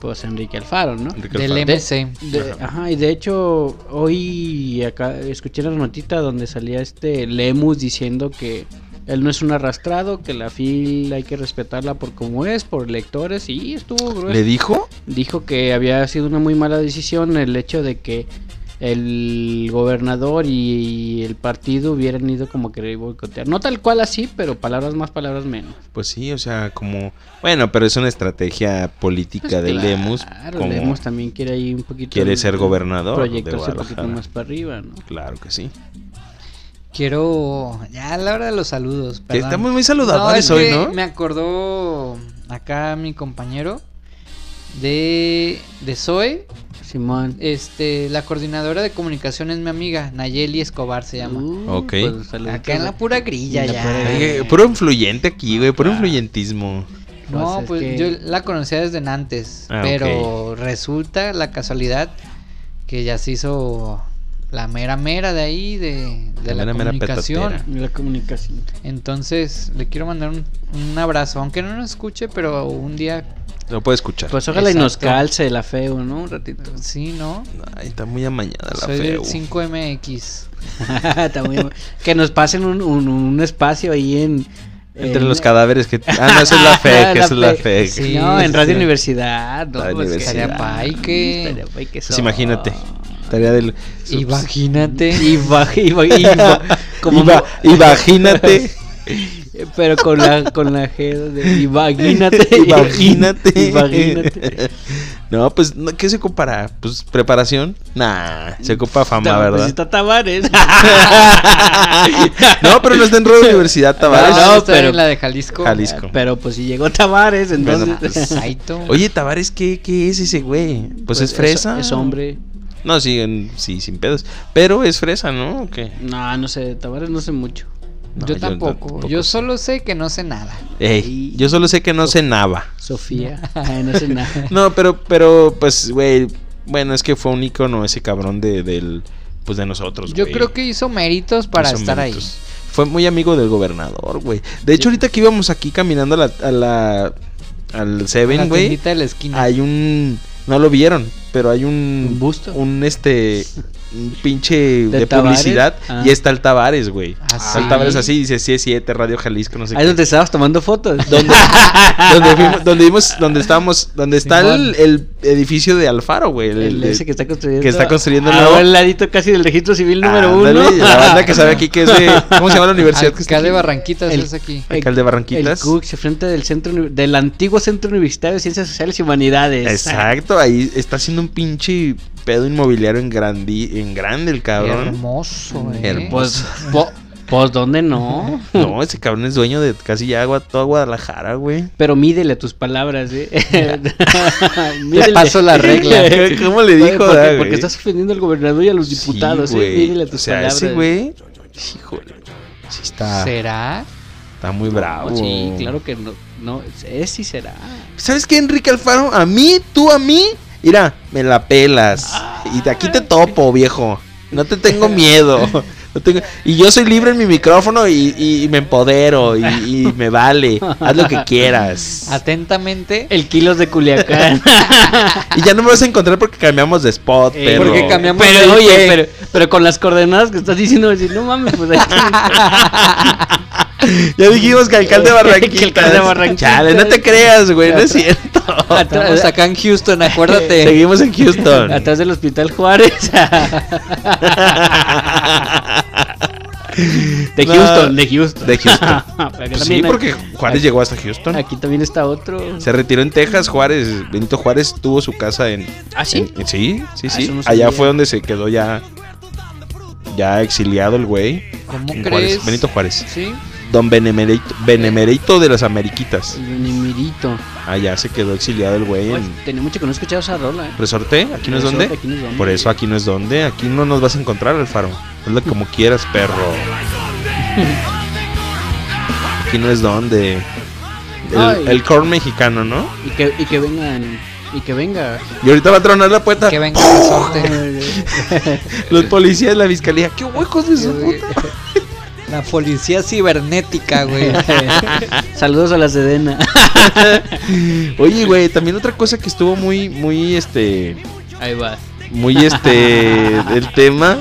D: Pues Enrique Alfaro, ¿no?
B: Enrique
C: Del
B: Alfaro.
C: MC.
D: De- ajá. y de hecho, hoy acá escuché la notita donde salía este Lemus diciendo que él no es un arrastrado, que la FIL hay que respetarla por como es, por lectores, y estuvo grueso.
B: ¿Le dijo?
D: Dijo que había sido una muy mala decisión el hecho de que el gobernador y el partido hubieran ido como a querer boicotear. No tal cual así, pero palabras más, palabras menos.
B: Pues sí, o sea, como. Bueno, pero es una estrategia política
D: Pues
B: de
D: claro,
B: Lemus. Como
D: Lemus también quiere ahí un poquito...
B: quiere ser gobernador. de
D: Proyectarse un poquito
B: Guadalajara.
D: más para arriba, ¿no?
B: Claro que sí.
C: Quiero. Ya a la hora de los saludos.
B: Que
C: Perdón.
B: estamos muy
C: No,
B: saludables
C: es
B: hoy,
C: que
B: ¿no?
C: Me acordó acá mi compañero de, de Zoe.
D: Simón. eh,
C: Este, la coordinadora de comunicación es mi amiga, Nayeli Escobar se llama.
D: Uh,
B: Ok.
D: pues, saludos.
C: acá en la pura grilla
D: en la
C: ya.
D: pura grilla.
B: Oye, Puro influyente aquí, güey. Puro influyentismo.
C: No,
D: Pues,
C: pues
D: es que-
C: yo la conocía desde antes,
B: Ah,
C: pero resulta la casualidad que ya se hizo la mera mera de ahí, de, de
B: La
C: la,
B: mera mera
C: comunicación.
B: petatera.
D: La comunicación.
C: Entonces, le quiero mandar un, un abrazo, aunque no nos escuche, pero un día
B: Lo puede escuchar.
D: Pues ojalá y nos
C: Exacto.
D: calce la feo, ¿no? Un ratito.
C: sí, ¿no?
B: Ay, está muy amañada la
C: Soy del
B: feo.
C: 5MX.
D: Está muy bueno. que nos pasen un, un- un espacio ahí en...
B: Entre
D: en-
B: los cadáveres que. Ah, no, esa es la fe, que esa es la fe.
C: sí.
D: no, en Radio
B: sí.
D: Universidad. No,
B: Radio
D: pues, que-
B: Universidad.
D: Estaría pay que- estaría pay que
B: Pues
D: so-
B: imagínate. Tarea del.
C: Imagínate.
D: Y va- y va- y va- como-
B: Iba- imagínate.
D: Pero con la, con la G de imagínate.
B: Imagínate.
D: Imagínate.
B: No, pues, no, ¿qué se ocupará? Pues, preparación. Nah, se ocupa fama,
D: Pues,
B: ¿verdad?
D: está Tavares.
B: no, pero no está en Radio Universidad, Tavares.
D: No,
C: No, pero
D: pero-
C: en la de Jalisco.
B: Ah,
C: pues,
B: Jalisco.
D: Pero pues si llegó Tavares, entonces.
B: Bueno, pues,
C: Saito.
B: Oye, Tavares, ¿qué, qué es ese güey? Pues, es fresa.
D: Es, hombre.
B: No, sí, en- sí, sin pedos. Pero es fresa, ¿no? ¿O qué?
D: No, no sé, Tavares no sé mucho.
B: No,
C: yo tampoco. Yo,
B: sé.
C: solo sé que no sé nada.
B: Ey, yo solo sé que no cenaba.
D: Sofía, ay, no sé nada.
B: No, pero, pero, pues, güey. Bueno, es que fue un icono ese cabrón de, del. Pues de nosotros,
C: Yo
B: güey.
C: creo que hizo méritos para
B: Hizo
C: estar
B: méritos. Fue muy amigo del gobernador, güey. De hecho, ahorita que íbamos aquí caminando a la, a la- al
C: ahí. En la
B: Seven, güey,
C: tiendita de la esquina.
B: hay un... No lo vieron, pero hay un.
D: ¿Un busto?
B: Un este. Un pinche de,
D: ¿De Tabárez?
B: publicidad.
D: Ah.
B: Y está el Tavares, güey.
C: Ah,
B: Está el
C: sí.
B: Tavares así, dice 7 Radio Jalisco, no sé
D: Ahí
B: qué.
D: donde estabas tomando fotos.
B: donde, donde, fuimos- donde vimos, donde estábamos, donde está el,
C: Simón.
B: el edificio de Alfaro, güey. El,
D: El
B: de-
D: ese que está construyendo.
B: que está construyendo
D: Ah,
B: nuevo.
D: al ladito casi del registro civil número
B: Ándale,
D: uno.
B: La banda que sabe aquí que es de. ¿Cómo se llama la universidad que está
C: Acá de
B: aquí?
C: Barranquitas
D: El-
C: es aquí.
B: Acá el de Barranquitas.
D: El CUCS, frente del centro uni- del antiguo Centro Universitario de Ciencias Sociales y Humanidades.
B: Exacto, ahí está haciendo un pinche pedo inmobiliario en, grandi, en grande el cabrón.
C: Hermoso, eh.
B: Hermoso.
D: Pues, po- pues ¿dónde no?
B: No, ese cabrón es dueño de casi ya agua, toda Guadalajara, güey.
D: Pero mídele tus palabras, ¿eh?
C: Te paso la regla.
B: ¿Cómo le dijo?
D: Porque,
B: da,
D: porque
B: güey?
D: estás ofendiendo al gobernador y a los
B: Sí,
D: diputados, ¿eh?
B: güey.
D: Mídele tus
B: O sea,
D: palabras.
B: ese güey. Híjole. Sí, está,
C: ¿Será?
B: está muy bravo.
D: No, sí, claro que no. No, es y será.
B: ¿Sabes qué, Enrique Alfaro? A mí, tú a mí, mira, me la pelas. Y de aquí te
D: Ah,
B: topo, viejo. No te tengo miedo. No tengo- Y yo soy libre en mi micrófono y, y me empodero y, y me vale. Haz lo que quieras.
C: Atentamente.
D: El kilos de Culiacán.
B: Y ya no me vas a encontrar porque cambiamos de spot,
D: Eh,
B: pero...
C: porque cambiamos-
D: pero,
C: de
D: oye,
C: IP.
D: pero, pero con las coordenadas que estás diciendo, decir, no mames, pues
B: Ya dijimos que alcalde de Barranquitas.
D: Que alcalde de Barranquitas.
B: Chale, no te creas, güey, no es cierto.
D: atrás,
C: Estamos acá en Houston, acuérdate.
B: Seguimos en Houston.
D: atrás del Hospital Juárez. de
B: No,
D: Houston, de Houston.
B: de Houston.
D: Pero que
B: Pues sí,
D: también hay-
B: porque Juárez llegó hasta Houston.
D: Aquí también está otro.
B: Se retiró en Texas, Juárez, Benito Juárez tuvo su casa en...
D: ¿Ah, sí?
B: en- en- sí, sí,
D: Ah,
B: sí.
D: eso no
B: Allá
D: sabía.
B: fue donde se quedó ya ya exiliado el güey.
C: ¿Cómo
B: en
C: crees?
B: Juárez, Benito Juárez.
C: Sí.
B: Don Benemerito, Benemerito de las Ameriquitas.
D: El Unimirito.
B: Allá se quedó exiliado el güey
D: Oye,
B: en
D: Tenía mucho que no escuchaba esa rola, eh.
B: Resorte, aquí no es
D: Resorte,
B: donde.
D: aquí no es donde.
B: Por eso aquí no es donde, aquí no nos vas a encontrar, Alfaro. Hazlo como quieras, perro. Aquí no es donde.
D: Ay.
B: El, el corn mexicano, ¿no?
D: Y que, y que vengan. Y que venga.
B: Y ahorita va a tronar la puerta.
C: Que venga el resorte.
B: Los policías de la fiscalía. ¡Qué huecos de su puta!
C: La policía cibernética, güey.
D: Saludos a las de Dena.
B: Oye, güey, también otra cosa que estuvo muy, muy, este.
D: Ahí va.
B: Muy, este. El tema.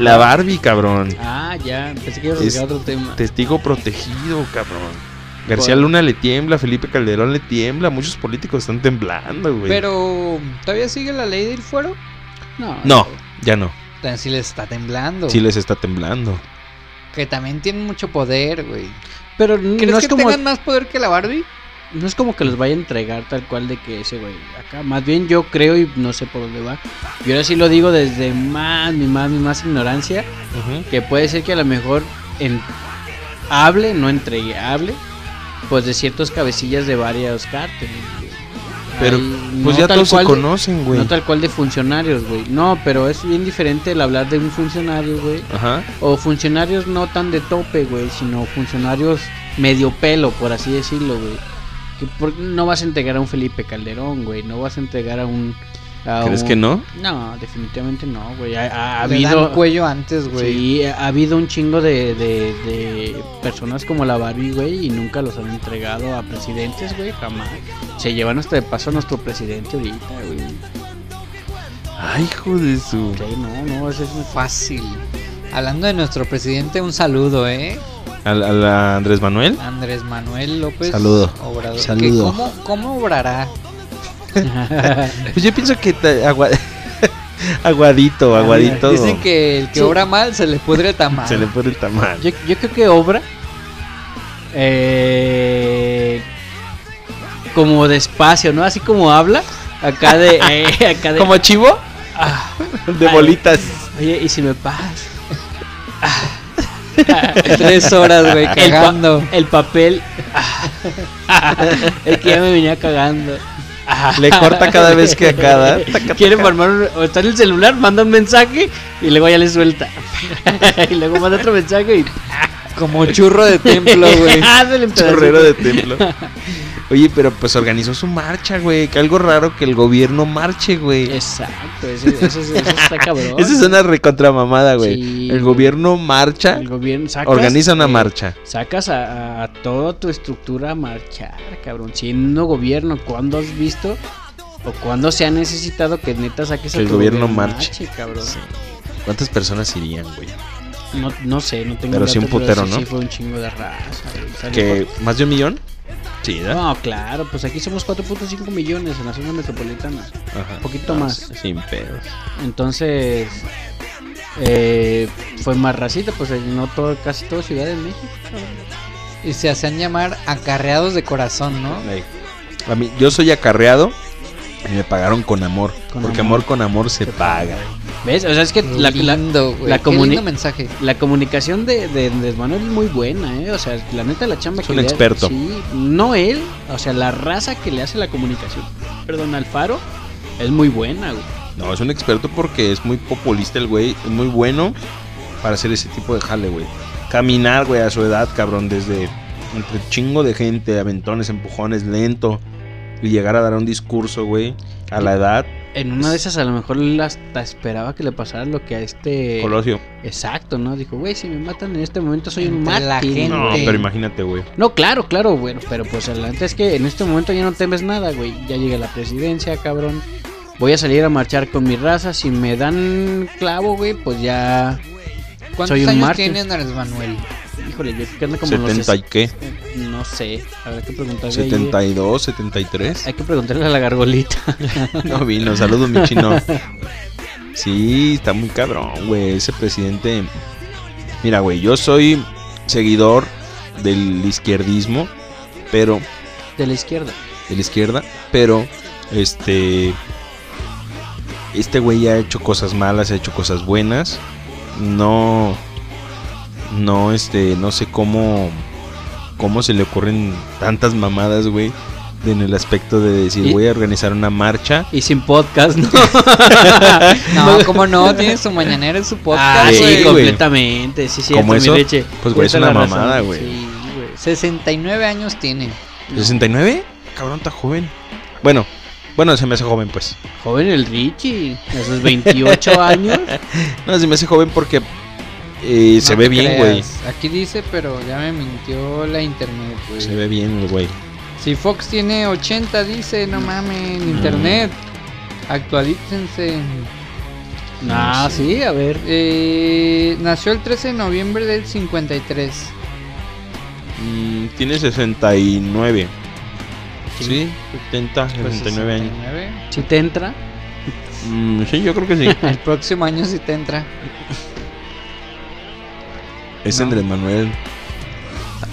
B: La Barbie, cabrón.
D: Ah, ya. Pensé que ibas a
B: Es-
D: sacar otro tema.
B: Testigo protegido, cabrón. García Luna le tiembla, Felipe Calderón le tiembla, muchos políticos están temblando, güey.
C: Pero, ¿todavía sigue la ley del fuero?
D: No.
B: No, ya no.
C: Tan sí les está temblando.
B: Sí les está temblando.
C: Que también tienen mucho poder, güey.
D: Pero n-
C: ¿Crees
D: no es
C: que
D: como
C: tengan más poder que la Barbie?
D: no es como que los vaya a entregar tal cual de que ese güey acá. Más bien yo creo y no sé por dónde va. Y ahora sí lo digo desde más, mi más, mi más ignorancia. Que puede ser que a lo mejor en- hable, no entregue, hable, pues de ciertos cabecillas de varios cárteles. güey.
B: Pero
D: Ahí,
B: pues
D: no
B: ya
D: tal
B: todos se
D: cual de-
B: conocen, güey.
D: No tal cual de funcionarios, güey. No, pero es bien diferente el hablar de un funcionario, güey.
B: Ajá.
D: O funcionarios no tan de tope, güey, sino funcionarios medio pelo, por así decirlo, güey. Que por- no vas a entregar a un Felipe Calderón, güey. No vas a entregar a un... a
B: ¿Crees
D: un-
B: que no?
D: No, definitivamente no, güey. Ha, ha- ha
C: Le
D: habido...
C: dan cuello antes, güey.
D: Sí, ha habido un chingo de, de- de personas como la Barbie, güey, y nunca los han entregado a presidentes, güey, jamás. Se llevan hasta de paso a nuestro presidente ahorita, güey.
B: Ay, hijo de su.
D: Sí, no, no, ese es una-
C: Fácil. Hablando de nuestro presidente, un saludo, ¿eh?
B: ¿Al, al Andrés Manuel?
C: Andrés Manuel López
B: Saludo.
C: Obrador. Que
B: Saludo.
C: ¿Cómo, ¿Cómo obrará?
B: Pues yo pienso que ta- agua- aguadito, aguadito.
C: Dicen que el que
D: Sí.
C: obra mal se le pudre el tamal.
B: Se le pone el tamal.
D: Yo, yo creo que obra eh, como despacio, ¿no? Así como habla, acá de... eh, acá de
B: ¿Como chivo?
D: Ah,
B: De
D: Ay.
B: bolitas.
D: oye, ¿y si me pasa?
C: Tres horas, güey,
D: El, pa-
C: cagando.
D: el papel... es que ya me venía cagando.
B: Le corta cada vez que acaba.
D: Quiere formar un- o está en el celular, manda un mensaje y luego ya le suelta. y luego manda otro mensaje y Ah,
C: Como churro de templo, güey.
D: Ándale, un pedacito.
B: Chorrero de templo. Oye, pero pues organizó su marcha, güey. Que algo raro que el gobierno marche, güey.
D: Exacto, eso, eso- eso está cabrón.
B: Esa es una recontramamada, güey.
D: Sí.
B: el gobierno marcha,
D: El gobierno sacas,
B: organiza una
D: eh,
B: marcha.
D: Sacas a, a toda tu estructura a marchar, cabrón. Siendo gobierno, ¿cuándo has visto ¿O cuándo se ha necesitado que neta saques
B: Que el
D: tu
B: gobierno marche.
D: cabrón?
B: Sí. ¿Cuántas personas irían, güey?
D: No, no sé, no tengo
B: Pero sí un
D: datos,
B: putero,
D: sí-
B: ¿no?
D: Sí, fue un chingo de raza. güey. Salió
B: ¿Que más de un millón? Sí,
D: por-
B: ¿verdad?
D: No, claro, pues aquí somos 4.5 millones en la zona metropolitana.
B: Ajá.
D: Un poquito
B: No,
D: más.
B: Sin pedos.
D: Entonces, eh, fue más racita, pues en no todo, casi toda Ciudad de México.
C: Y se hacían llamar acarreados de corazón, ¿no?
B: Ey. A mí, yo soy acarreado y me pagaron con amor.
D: Con
B: porque
D: amor.
B: amor con amor se paga.
D: ¿Ves? O sea, es que la, la-
C: lindo, güey.
D: la
C: Qué
D: comuni-
C: lindo mensaje.
D: la comunicación de, de Andrés Manuel es muy buena, ¿eh? O sea, la neta, la chamba
B: Es
D: que
B: un
D: le hace-
B: experto.
D: sí, no él, o sea, la raza que le hace la comunicación. Perdón, Alfaro, es muy buena, güey.
B: No, es un experto porque es muy populista el güey. Es muy bueno para hacer ese tipo de jale, güey. Caminar, güey, a su edad, cabrón, desde entre chingo de gente, aventones, empujones, lento. Y llegar a dar un discurso, güey, a la edad.
D: En una de esas, a lo mejor él hasta esperaba que le pasara lo que a este.
B: Colosio.
D: Exacto, ¿no? Dijo, güey, si me matan en este momento soy un
C: Entre la
D: mártir.
C: gente.
B: No,
C: gente.
B: pero imagínate, güey.
D: No, claro, claro, bueno, pero pues adelante es que en este momento ya no temes nada, güey. Ya llegué a la presidencia, cabrón. Voy a salir a marchar con mi raza. Si me dan clavo, güey, pues ya.
C: ¿Cuántos
D: Soy un
C: años
D: mártir.
C: tiene Andrés Manuel?
D: Híjole, yo creo que anda como en
B: 70 y
D: los.
B: qué?
D: ses- No sé, habrá que preguntarle. ahí.
B: 72, 73.
D: Hay que preguntarle a la gargolita.
B: No vino, saludos mi chino. Sí, está muy cabrón, güey, ese presidente. Mira, güey, yo soy seguidor del izquierdismo, pero
D: De la izquierda.
B: de la izquierda, pero este este güey ya ha hecho cosas malas, ha hecho cosas buenas. No no este no sé cómo cómo se le ocurren tantas mamadas, güey, en el aspecto de decir,
D: Y-
B: voy a organizar una marcha
D: Y sin podcast, ¿no?
C: No, ¿cómo no? Tiene su mañanera en su podcast,
D: ah, sí,
B: güey.
D: completamente. Sí, sí,
B: Como eso,
D: leche.
B: pues, güey, es
D: Tienes
B: una
D: la razón,
B: mamada, güey.
D: Sí, güey.
C: 69 años tiene.
B: ¿69? Cabrón, está joven. Bueno, bueno, se me hace joven, pues.
D: Joven el Richie, a sus 28 años.
B: No, se me hace joven porque eh, se
C: No
B: ve
C: te
B: bien, güey.
C: creas. Aquí dice, pero ya me mintió la internet, güey.
B: Se ve bien, güey.
C: Si Fox tiene 80, dice, no mames, internet. Actualícense.
D: Ah, sí, a ver.
C: Eh, nació el 13 de noviembre del 53.
B: Mm, tiene 69.
D: Sí.
B: Sí, 70,
C: Pues,
B: 69 años.
C: 69.
D: Si te entra,
B: Mm, sí, yo creo que sí.
C: El próximo año si te entra.
B: es
C: No.
B: Andrés Manuel.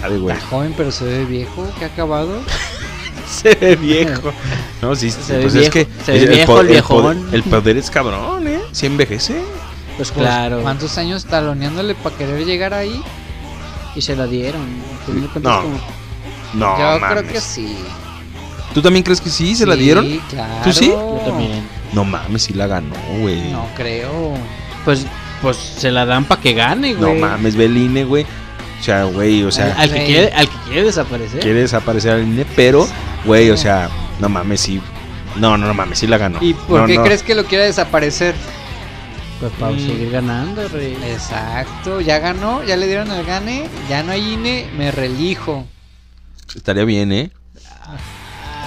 B: Sabe, güey.
C: Está joven, pero se ve viejo, que ha acabado. Pues,
B: se ve viejo. No, sí, sí,
D: Se ve
B: pues es
D: viejo,
B: que
D: se ve
B: el-
D: viejo
B: po-
D: el
B: poder-
D: viejón.
B: el poder es cabrón, ¿eh? Si envejece.
D: pues
C: Pues,
D: claro.
C: ¿Cuántos años taloneándole para querer llegar ahí?
D: Y se la dieron. Al final de cuentas,
B: No.
D: como-
B: No,
C: Yo
B: mames.
C: creo que sí.
B: ¿Tú también crees que sí? ¿Se la
C: Sí,
B: dieron?
C: Claro.
B: ¿Tú sí?
D: Yo también.
B: No mames, sí la ganó, güey.
C: No creo.
D: Pues, pues se la dan para que gane,
B: No
D: güey.
B: mames, ve el INE, güey. O sea, güey, o
D: Al,
B: sea,
D: al que
C: Sí.
D: quiere, al que quiere desaparecer.
B: quiere desaparecer al INE, pero, güey, o sea, no mames, sí. No, no, no mames, sí la ganó.
C: ¿Y por
B: No,
C: qué
B: no.
C: crees que lo quiera desaparecer?
D: Pues para
B: Mm.
D: seguir ganando, rey.
C: Exacto, ya ganó, ya le dieron el gane, ya no hay INE, me relijo.
B: Estaría bien, ¿eh?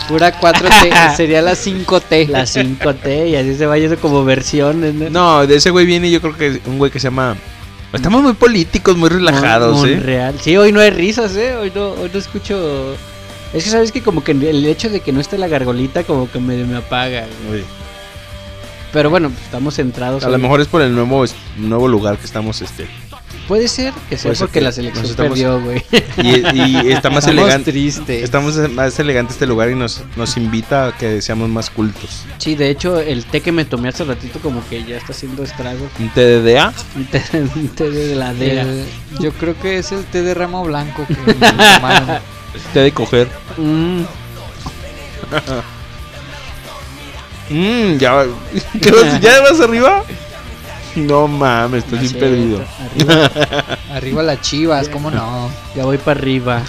C: Pura 4T, sería la 5T.
D: La 5T y así se va yendo como versiones, ¿no?
B: No, de ese güey viene, yo creo que es un güey que se llama. Estamos muy políticos, muy relajados,
D: Mon-
B: ¿eh?
D: Monreal. Sí, hoy no hay risas, ¿eh? Hoy no, hoy no escucho... Es que sabes que como que el hecho de que no esté la gargolita como que me, me apaga. güey.
B: Güey,
D: Pero bueno, pues, estamos centrados.
B: A lo
D: en-
B: mejor es por el nuevo, es- nuevo lugar que estamos, este.
D: Puede ser que sea
B: Puede ser
D: porque
B: que
D: la selección
B: nos estamos-
D: perdió, güey.
B: Y, y está más
C: Estamos
B: elegante.
C: tristes.
B: Estamos más elegante este lugar y nos, nos invita a que seamos más cultos.
D: Sí, de hecho, el té que me tomé hace ratito como que ya está haciendo estragos.
B: ¿Un TDDA?
D: Un té, un té de heladera.
C: El- yo creo que es el té de ramo blanco que me tomaron.
B: Té de coger.
D: Mm,
B: Mmm, ya, ¿Qué vas- ¿ya vas arriba? No mames, estoy
D: no
B: bien
D: sé,
B: perdido.
D: arriba.
C: Arriba las chivas, ¿cómo no?
D: ya voy para arriba.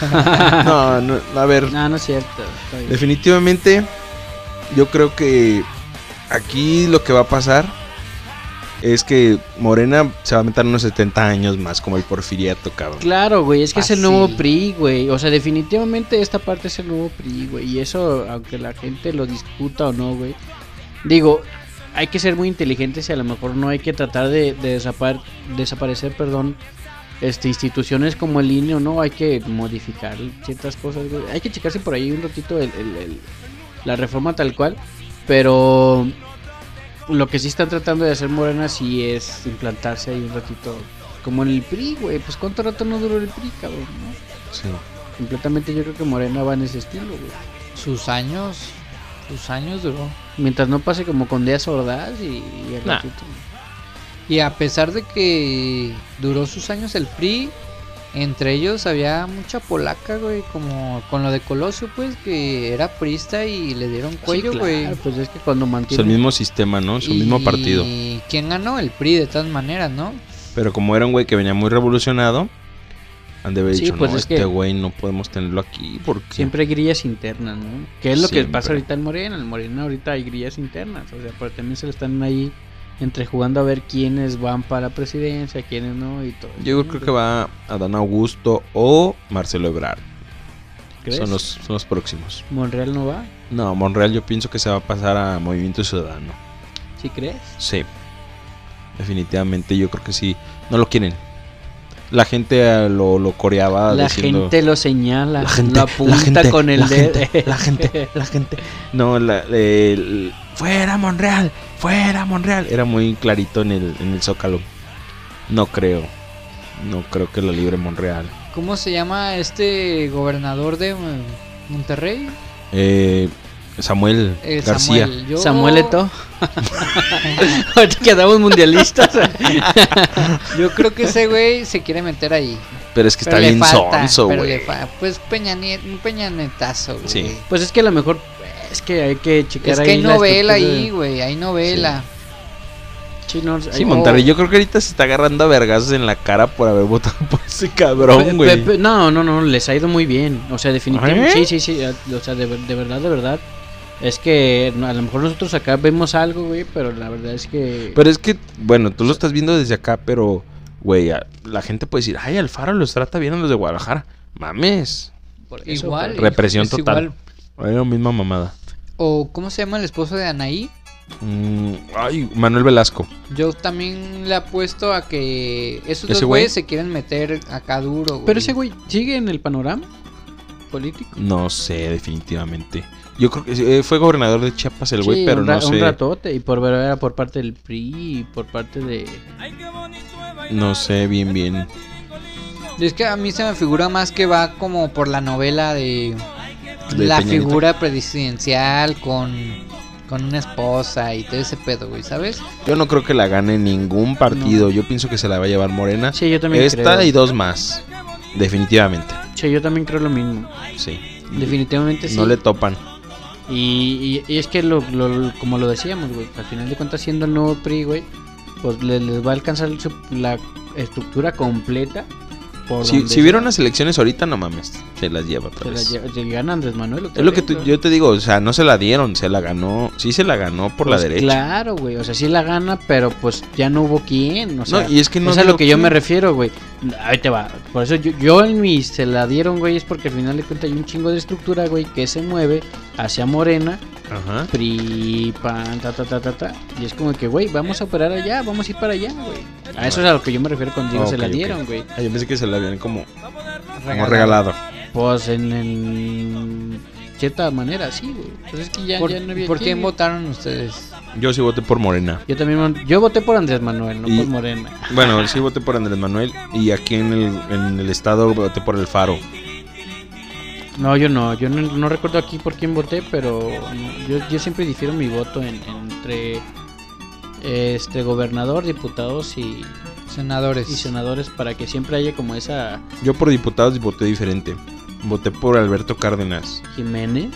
B: No, no, a ver,
D: no, no es cierto. estoy-
B: definitivamente yo creo que aquí lo que va a pasar es que Morena se va a meter unos 70 años más como el porfiriato, cabrón.
D: Claro, güey, es que es el
C: Fácil.
D: nuevo PRI, güey. O sea, definitivamente esta parte es el nuevo PRI, güey. Y eso, aunque la gente lo discuta o no, güey. Digo, hay que ser muy inteligentes y a lo mejor no hay que tratar de, de desapar- desaparecer, perdón, este, instituciones como el INE o no. Hay que modificar ciertas cosas, güey. Hay que checarse por ahí un ratito el- el- el- la reforma tal cual. Pero lo que sí están tratando de hacer Morena sí es implantarse ahí un ratito como en el PRI, güey. Pues cuánto rato no duró el PRI, cabrón, ¿no?
B: Sí.
D: Completamente yo creo que Morena va en ese estilo, güey.
C: Sus años, sus años duró.
D: Mientras no pase como con Díaz Ordaz y, y el
B: Nah.
D: ratito.
C: Y a pesar de que duró sus años el PRI, entre ellos había mucha polaca, güey, como con lo de Colosio, pues, que era prista y le dieron cuello,
D: Sí, claro,
C: güey.
D: Pues es que cuando
B: Es el
D: mantiene.
B: mismo sistema, ¿no? Es el mismo
C: Y-
B: partido.
C: ¿Quién ganó? El PRI, de todas maneras, ¿no?
B: Pero como era un güey que venía muy revolucionado, han de haber
D: Sí,
B: dicho,
D: pues
B: no,
D: es que-
B: este güey no podemos tenerlo aquí porque...
D: Siempre hay grillas internas, ¿no? Que es lo que
B: Siempre.
D: pasa ahorita en Morena. En Morena ahorita hay grillas internas. O sea, pero también se le están ahí entrejugando a ver quiénes van para la presidencia, quiénes no y todo.
B: Yo creo que va Adán Augusto o Marcelo Ebrard.
D: ¿Crees?
B: Son los, son los próximos.
D: Monreal no va,
B: No, Monreal yo pienso que se va a pasar a Movimiento Ciudadano.
D: ¿sí crees?
B: Sí. Definitivamente yo creo que sí. No lo quieren. La gente eh, lo, lo coreaba
D: La
B: Ah, diciendo...
D: gente lo señala,
B: La gente,
D: lo apunta
B: la gente,
D: con el
B: la
D: dedo.
B: gente, la gente, la gente. No, la- el- fuera Monreal, fuera Monreal. Era muy clarito en el, en el zócalo. No creo, no creo que lo libre Monreal.
C: ¿Cómo se llama este gobernador de eh, Monterrey?
B: Eh, Samuel
C: El
B: García.
C: Samuel. Yo-
D: Samuel Eto. Ahorita quedamos mundialistas.
C: Yo creo que ese güey se quiere meter ahí.
B: Pero es que está
C: Pero le
B: bien
C: falta,
B: sonso,
C: pero le
B: güey.
C: fa- Pues Peña Nieto, un peñanetazo, güey.
B: Sí.
D: pues es que a lo mejor es que hay que checar
C: Es
D: ahí
C: que hay
D: la
C: novela
D: estructura
C: ahí, güey. Hay novela.
D: de- Sí, no,
B: Sí,
D: hay-
B: Monterrey, yo creo que ahorita se está agarrando a vergazos en la cara por haber votado por ese cabrón,
D: Pe-
B: güey.
D: pe- no, no, no, les ha ido muy bien. O sea, definitivamente.
B: ¿Eh?
D: Sí, sí, sí. a- O sea, de, ver- de verdad, de verdad. Es que no, a lo mejor nosotros acá vemos algo, güey, pero la verdad es que.
B: Pero es que, bueno, tú lo estás viendo desde acá, pero, güey, a- la gente puede decir, ay, Alfaro los trata bien a los de Guadalajara. Mames.
D: por eso,
C: Igual.
D: pero-
B: Represión
C: es
B: total.
C: igual.
B: Era la misma mamada.
C: O, ¿cómo se llama el esposo de Anaí?
B: Mm, ay, Manuel Velasco.
C: Yo también le apuesto a que esos
B: ¿Ese
C: dos
B: güey?
C: güeyes se quieren meter acá duro, güey.
D: Pero ese güey sigue en el panorama político.
B: No sé, definitivamente. Yo creo que eh, fue gobernador de Chiapas el güey,
D: Sí,
B: pero
D: un, ra-
B: no sé.
D: un ratote. Y por ver era por parte del PRI y por parte de.
B: No sé bien, bien.
C: Es que a mí se me figura más que va como por la novela de,
B: De
C: la
B: Peña Nieto.
C: figura presidencial con, con una esposa y todo ese pedo, güey, ¿sabes?
B: Yo no creo que la gane ningún partido. Yo pienso que se la va a llevar Morena.
D: Sí, yo también
B: Esta
D: creo.
B: y dos más. Definitivamente.
D: Sí, yo también creo lo mismo.
B: Sí.
D: Definitivamente sí.
B: No le topan.
D: Y, y- y es que, lo, lo- como lo decíamos, güey, al final de cuentas, siendo el nuevo PRI, güey, pues le- les va a alcanzar su- la estructura completa. Por
B: Si,
D: donde
B: si
D: sea.
B: vieron las elecciones ahorita, no mames. Se las lleva otra
D: Se la
B: vez.
D: lle- se gana Andrés Manuel. otra
B: Es lo que
D: vez,
B: tú-
D: güey.
B: yo te digo, o sea, no se la dieron, se la ganó. Sí se la ganó por la
D: Pues
B: derecha.
D: Claro, güey. O sea, sí la gana, pero pues ya no hubo quien. O sea,
B: no, y es que no
D: Eso es a
B: digo
D: lo que yo
B: quién.
D: me refiero, güey. Ahí te va. Por eso yo, yo en mi se la dieron, güey, es porque al final de cuentas hay un chingo de estructura, güey, que se mueve hacia Morena,
B: Ajá.
D: PRI, PAN, ta, ta, ta, ta, ta. Y es como que, güey, vamos a operar allá, vamos a ir para allá, güey. A eso es a lo que yo me refiero cuando digo
B: Ah,
D: se la
B: ok, ok.
D: dieron, güey.
B: Ah, yo pensé que se la habían como, como regalado.
D: Pues en, en cierta manera, sí, güey. Pues es que ya,
C: ¿Por,
D: ya no había
C: por
D: quién,
C: quién
D: güey.
C: votaron ustedes?
B: Yo sí voté por Morena.
D: Yo también, mon- yo voté por Andrés Manuel, no
B: Y-
D: por Morena.
B: Bueno, sí voté por Andrés Manuel y aquí en el, en el estado voté por el Faro.
D: No, yo no, yo no, no recuerdo aquí por quién voté, pero no, yo, yo siempre difiero mi voto en- entre este gobernador, diputados y,
B: Pues
C: Senadores.
D: y senadores para que siempre haya como esa
B: Yo por diputados voté diferente. Voté por Alberto Cárdenas
D: Jiménez,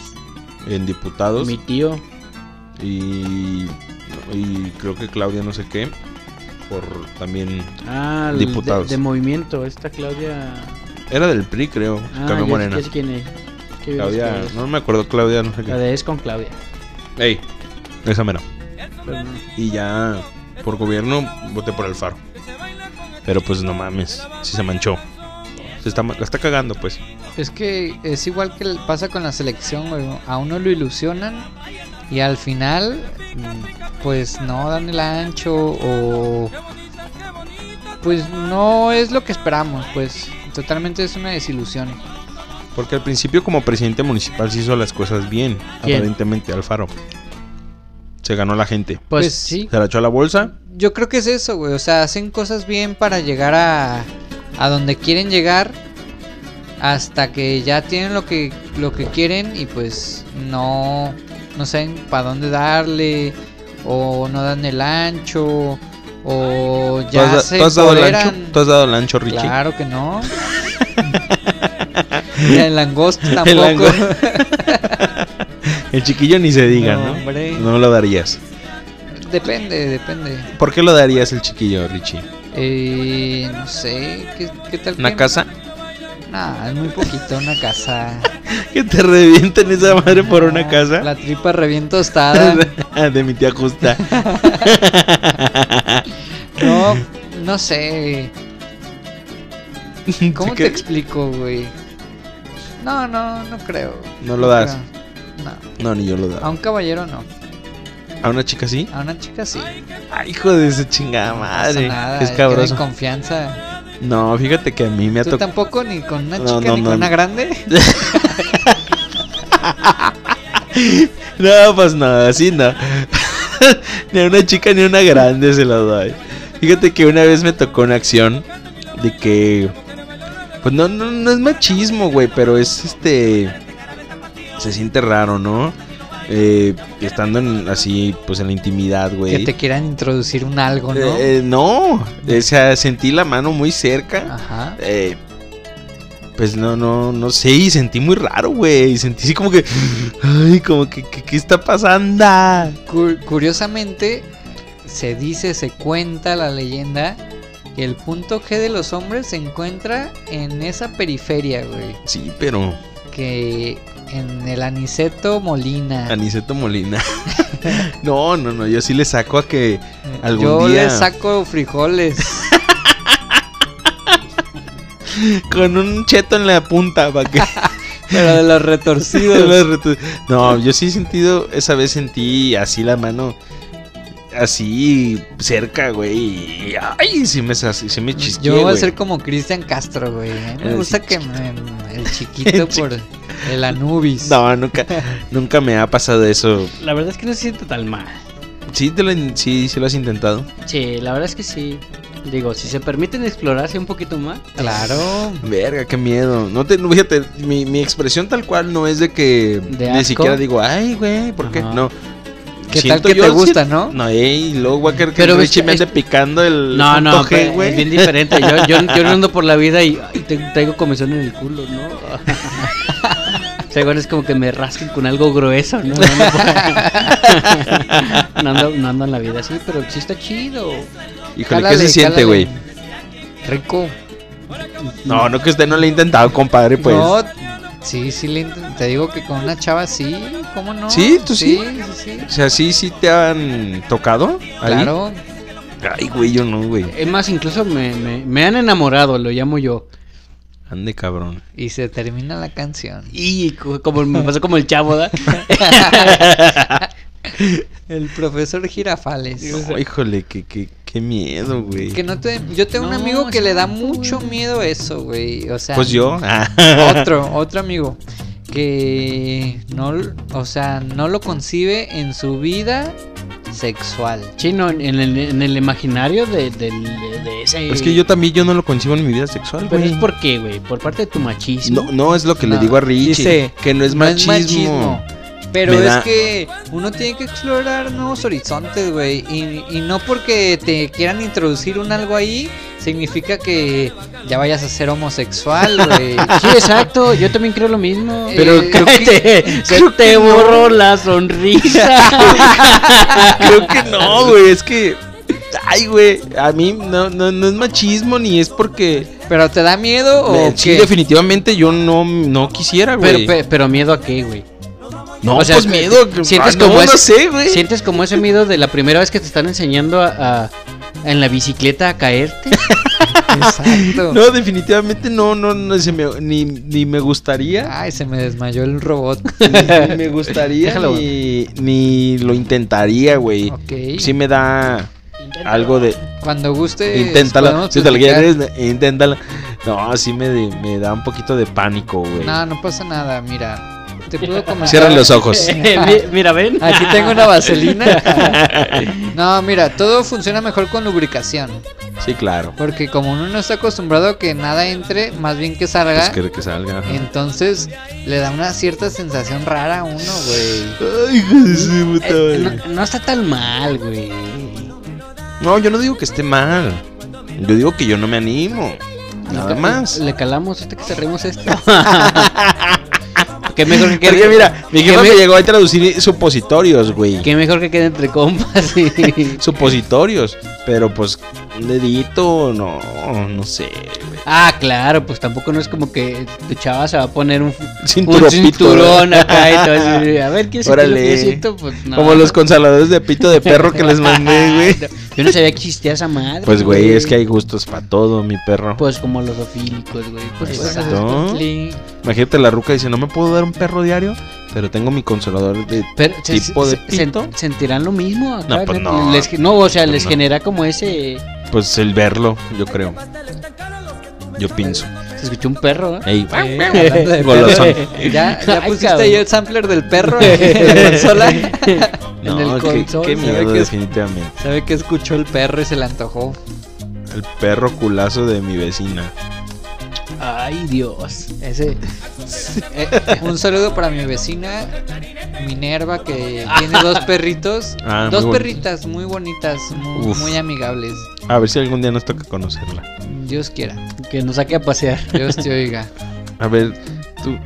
B: en diputados
D: mi tío,
B: y, y creo que Claudia no sé qué por también
D: ah, el de-
B: Diputados.
D: De, movimiento, esta Claudia.
B: era del PRI creo,
D: Ah,
B: cambió
D: ya sé-
B: Morena.
D: ya sé quién es. Qué bien
B: Claudia,
D: es que es.
B: no me acuerdo Claudia no sé
D: La
B: qué.
D: de es con Claudia. Pues,
B: Ey, esa mera.
D: pero no.
B: Y ya por gobierno voté por Alfaro. Pero pues no mames, si se manchó. Se está, ma- la está cagando, pues.
C: Es que es igual que el- pasa con la selección, güey. A uno lo ilusionan y al final, mm, pues no dan el ancho o. Pues no es lo que esperamos, pues. Totalmente es una desilusión.
B: Porque al principio como presidente municipal se hizo las cosas bien,
D: ¿Quién?
B: aparentemente Alfaro. Se ganó la gente.
C: Pues,
D: Pues,
C: sí.
B: Se la echó a la bolsa.
C: Yo creo que es eso, güey. O sea, hacen cosas bien para llegar a, a donde quieren llegar. Hasta que ya tienen lo que, lo que quieren y pues no, no saben para dónde darle. O no dan el ancho. O
B: ¿Tú
C: ya
B: has, da-
C: se
B: tú has dado el ancho?
C: empoderan.
B: ¿Tú has dado el ancho, Richie?
C: Claro que no. Y el langosto tampoco.
B: langosto. El chiquillo ni se diga,
C: No,
B: ¿no?
C: hombre.
B: No lo darías.
C: depende, depende.
B: ¿Por qué lo darías el chiquillo, Richie?
C: Eh, no sé, ¿qué, qué tal?
B: ¿Una
C: que-
B: casa?
C: Nah, es muy poquito una casa.
B: Que te revienten esa madre por una
C: Ah,
B: casa.
C: La tripa re bien tostada.
B: de mi tía Justa.
C: No, no sé.
B: Sí
C: ¿Cómo te
B: que-
C: explico, güey? No, no, no creo.
B: No lo das.
C: creo. No.
B: No, ni yo lo
C: A
B: daba.
C: un caballero no.
B: ¿A una chica sí?
C: A una chica sí.
B: Ay, hijo de esa chingada
C: No pasa
B: Ah, madre.
C: nada,
B: es
C: que
B: cabroso.
C: den confianza.
B: No, fíjate que a mí me ha
C: ¿Tú
B: tocado.
C: tampoco ni con una
B: No,
C: chica
B: no,
C: ni
B: no,
C: con una
B: no.
C: grande?
B: No, pues no, así no. ni a una chica ni a una grande se la doy. Fíjate que una vez me tocó una acción de que. Pues no, no, no es machismo, güey, pero es este. Se siente raro, ¿no? Eh, estando en- así, pues en la intimidad, güey.
C: Que te quieran introducir un algo, ¿no?
B: Eh, eh, no, o sea, sentí la mano muy cerca.
C: Ajá.
B: Eh, pues no, no, no sé, y sentí muy raro, güey. y Sentí así como que, ay, como que, que- ¿qué está pasando?
C: Cu- curiosamente, se dice, se cuenta la leyenda que el punto G de los hombres se encuentra en esa periferia, güey.
B: Sí, pero
C: Que en el Aniceto Molina.
B: Aniceto Molina. no, no, no, yo sí le saco a que algún
C: Yo
B: día-
C: le saco frijoles.
B: con un cheto en la punta para que
C: pero de los retorcidos.
B: Los retu- No, yo sí he sentido, esa vez sentí así la mano, así cerca, güey. y, Ay, sí me, sa- sí me chisqué,
C: Yo voy a
B: güey.
C: ser como Cristian Castro, güey. A mí Me
B: El
C: gusta que me, el chiquito por el Anubis.
B: No, nunca, nunca me ha pasado eso.
D: La verdad es que no se siente tan mal.
B: Sí, te lo, in- sí, sí lo has intentado.
D: Sí, la verdad es que sí. Digo, si se permiten explorarse un poquito más.
C: Claro.
B: Verga, qué miedo. No te, no, fíjate, mi, mi expresión tal cual no es de que
D: ¿De
B: ni
D: asco?
B: siquiera digo, ay, güey, ¿por qué?
D: Ajá.
B: No.
C: ¿Qué tal
B: Siento
C: que
B: yo-
C: te gusta,
B: si-
C: no?
B: No, ey, luego voy a querer que
D: Pero
B: el
D: ves
B: Richie
D: que
B: me
D: es-
B: ande picando el
D: No, no,
B: punto G,
D: pero
B: güey.
D: es bien diferente. Yo, yo, yo no ando por la vida y, ay, te- traigo comezón en el culo, ¿no? O sea, igual es como que me rasquen con algo grueso, ¿no? No, no puedo. No ando, no ando en la vida así, pero sí está chido.
B: Híjole, ¿qué
C: Cálale,
B: se siente,
C: cálale.
B: güey?
C: Rico.
B: No, no que usted no le ha intentado, compadre, pues.
C: No, sí, sí, le int- te digo que con una chava sí, ¿cómo no?
B: Sí, tú sí.
C: sí,
B: O sea, sí, sí te han tocado. ahí?
C: Claro,
B: Ay, güey, yo no, güey.
D: Es más, incluso me, me, me han enamorado, lo llamo yo.
B: Ande cabrón.
C: y se termina la canción.
D: Y co- como me pasó como el chavo, ¿da?
C: El profesor Girafales.
B: No, híjole, qué, qué, qué miedo, güey.
C: Que no te, yo tengo un
D: No,
C: amigo que
D: es
C: le da
D: que-
C: mucho miedo eso, güey. O sea,
B: Pues yo.
C: Otro, otro amigo que no, l- o sea, no lo concibe en su vida sexual.
D: Chino, en el, en el imaginario de, del- de- de ese.
B: Es que yo también yo no lo concibo en mi vida sexual,
D: Pero
B: güey.
D: es por qué, güey, por parte de tu machismo.
B: No, no es lo que
C: No,
B: le digo a Richie.
C: dice,
B: que no es machismo.
C: Pero
B: Me
C: es
B: da-
C: que uno tiene que explorar nuevos horizontes, güey. Y, y no porque te quieran introducir un algo ahí, significa que ya vayas a ser homosexual, güey.
D: Sí, exacto, yo también creo lo mismo.
C: Pero
D: Eh,
C: creo que-
D: cállate, se
B: creo que
D: te
B: no.
D: borró la sonrisa.
B: Creo que no, güey. Es que. Ay, güey. A mí no, no, no es machismo ni es porque.
C: Pero te da miedo o
B: Me- sí,
C: qué?
B: definitivamente yo no, no quisiera,
D: pero,
B: güey.
D: pe- pero miedo a qué, güey.
B: No,
C: O sea,
B: pues miedo. que-
D: sientes
B: ah, no,
D: como
B: no
D: es-
B: sé, güey.
D: ¿Sientes como ese miedo de la primera vez que te están enseñando a, a- en la bicicleta a caerte?
C: Exacto.
B: No, definitivamente no, no, no se me- ni, ni me gustaría.
C: Ay, se me desmayó el robot.
B: Ni,
C: Ah.
B: ni me gustaría,
D: Déjalo.
B: ni, ni lo intentaría, güey.
C: Ok.
B: Sí me da algo de,
C: Cuando guste.
B: Inténtala. Si te la quieres, inténtala. No, sí me, de- me da un poquito de pánico, güey.
C: No, no pasa nada, mira. Te puedo comentar.
B: Cierra los ojos.
D: Mi- Mira, ven.
C: Aquí tengo una vaselina. No, mira, todo funciona mejor con lubricación.
B: Sí, claro.
C: Porque como uno no está acostumbrado a que nada entre, más bien que
B: Pues
C: salga,
B: que, que salga. ajá.
C: entonces le da una cierta sensación rara a uno, güey.
B: Ay, hijo de su puta
D: Eh,
B: madre.
D: no, no está tan mal, güey.
B: No, yo no digo que esté mal. Yo digo que yo no me animo. Nada
D: Ca-
B: más.
D: Le calamos este que cerremos este. qué mejor que
B: Porque
D: quede.
B: mira, mi
D: que
B: jefa
D: me-
B: me llegó a traducir supositorios, güey.
D: qué mejor que quede entre compas. y-
B: Supositorios. Pero pues, un dedito, no, no sé. güey.
D: ah, claro, pues tampoco no es como que tu chava se va a poner un, un
B: Cinturopito,
D: cinturón
B: ¿verdad?
D: acá y todo así. A ver, ¿qué es
B: Órale.
D: Pues, no.
B: Como los consoladores de pito de perro que les mandé, güey.
D: Yo no sabía que existía esa madre.
B: Pues, güey, es que hay gustos para todo, mi perro.
D: Pues como los ofílicos, güey. Pues,
C: Pues,
B: Exacto.
C: ah, li-
B: Imagínate la ruca dice, no me puedo dar un perro diario, pero tengo mi consolador de...
D: Pero, se-
B: tipo
D: se-
B: de
D: se-
B: pito.
D: ¿Sentirán lo mismo? acá?
B: No, pues, no.
D: Les, no, o sea, les
B: No.
D: genera como ese...
B: Pues el verlo, yo creo. Yo pienso.
D: Se escuchó un perro, ¿eh?
B: Ey,
C: hablando de
B: golosón.
C: ¿Ya, ya
D: Ay,
C: pusiste
D: cabrón.
C: ahí el sampler del perro en la consola?
B: No,
C: en el
B: qué,
C: console,
B: qué
C: ¿sabe
B: miedo,
C: qué es?
B: definitivamente.
C: ¿Sabe que escuchó el perro y se le antojó?
B: El perro culazo de mi vecina.
D: Ay, Dios.
C: Ese. Eh, un saludo para mi vecina Minerva que tiene dos perritos,
B: Ah,
C: dos
B: muy bonitos.
C: perritas muy bonitas, muy,
B: Uf.
C: muy amigables.
B: A ver si algún día nos toca conocerla.
C: Dios quiera,
D: Que nos saque a pasear.
C: Dios te oiga.
B: A ver, tú...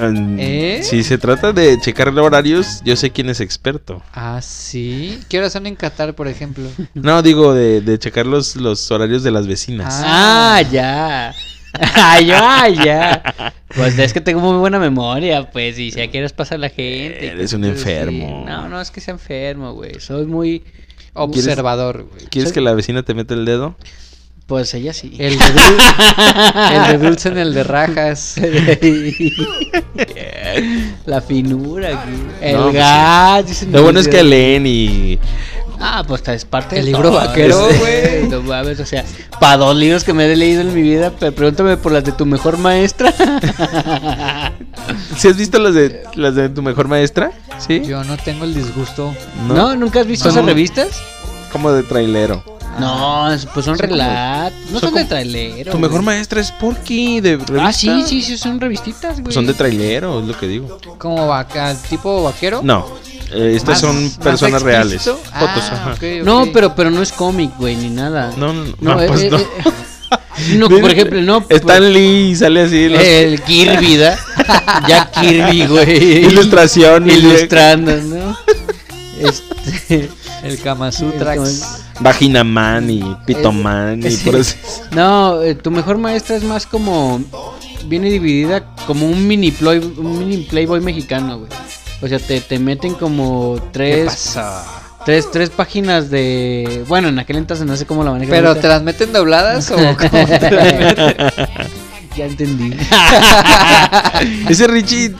B: um,
C: ¿Eh?
B: Si se trata de checar horarios, yo sé quién es experto.
C: Ah, sí. ¿Qué horas son en Qatar, por ejemplo?
B: No, digo, de, de checar los, los horarios de las vecinas.
D: Ah, ya. Ay, ay, ya. Pues es que tengo muy buena memoria, pues. Y si ya quieres pasar a la gente.
B: Eres un
D: cosas así.
B: enfermo.
D: No, no, es que sea enfermo, güey. Soy muy...
B: ¿Quieres-
C: Observador, güey.
B: ¿Quieres que la vecina te meta el dedo?
D: Pues ella sí.
B: Eh.
C: El de, dul- el de dulce en el de rajas.
D: la finura, güey. El
B: No, pues sí.
D: gas. dicen
B: Lo bueno es que
D: el...
B: leen y.
D: Ah, pues es parte
C: El
D: de
C: libro
D: todo,
C: vaquero,
D: ¿no?
C: güey.
D: No mames, o sea, para dos libros que me he leído en mi vida, pero pregúntame por las de tu mejor maestra.
B: ¿Si has visto las de las de tu mejor maestra? ¿Sí?
C: Yo no tengo el disgusto.
D: ¿No? ¿Nunca has visto
B: No.
D: esas revistas?
B: Como de trailero.
D: No, es- pues son
B: Son como-
D: relatos. No
B: son
D: son de
B: como-
D: trailero.
B: Tu mejor
D: güey.
B: maestra es Porky de revista.
D: Ah, sí, sí, sí, son revistitas, güey.
B: Pues son de trailero, es lo que digo.
C: ¿Como vaca, tipo vaquero?
B: No, eh, estas
C: Más-
B: son
C: más
B: personas reales.
C: explícito.
B: Fotos,
C: Ah,
B: ajá.
C: ok, ok.
D: No, pero, pero no es cómic, güey, ni nada.
B: No, no, no.
D: No,
B: Ah,
D: eh,
B: pues
D: eh,
B: no.
D: eh, no, por ejemplo, no. pues, Eh,
B: Stan Lee sale así. los-
D: El Kirby, ¿da? Jack Kirby, güey.
B: Ilustración. y-
D: Ilustrando, ¿no? Este,
C: El Kama Sutra.
D: Entonces-
B: Vaginaman y Pitoman y
D: Sí.
B: por eso.
D: no, eh, tu mejor maestra es más como. Viene dividida como un mini, ploy, un mini playboy mexicano, güey. O sea, te, te meten como
C: ¿Qué
D: tres,
C: pasa?
D: tres, tres páginas de. Bueno, en aquel entonces no sé cómo la manejan.
C: ¿Pero
D: ahorita.
C: te las meten dobladas o cómo te las meten?
D: Ya entendí.
B: Ese Richie,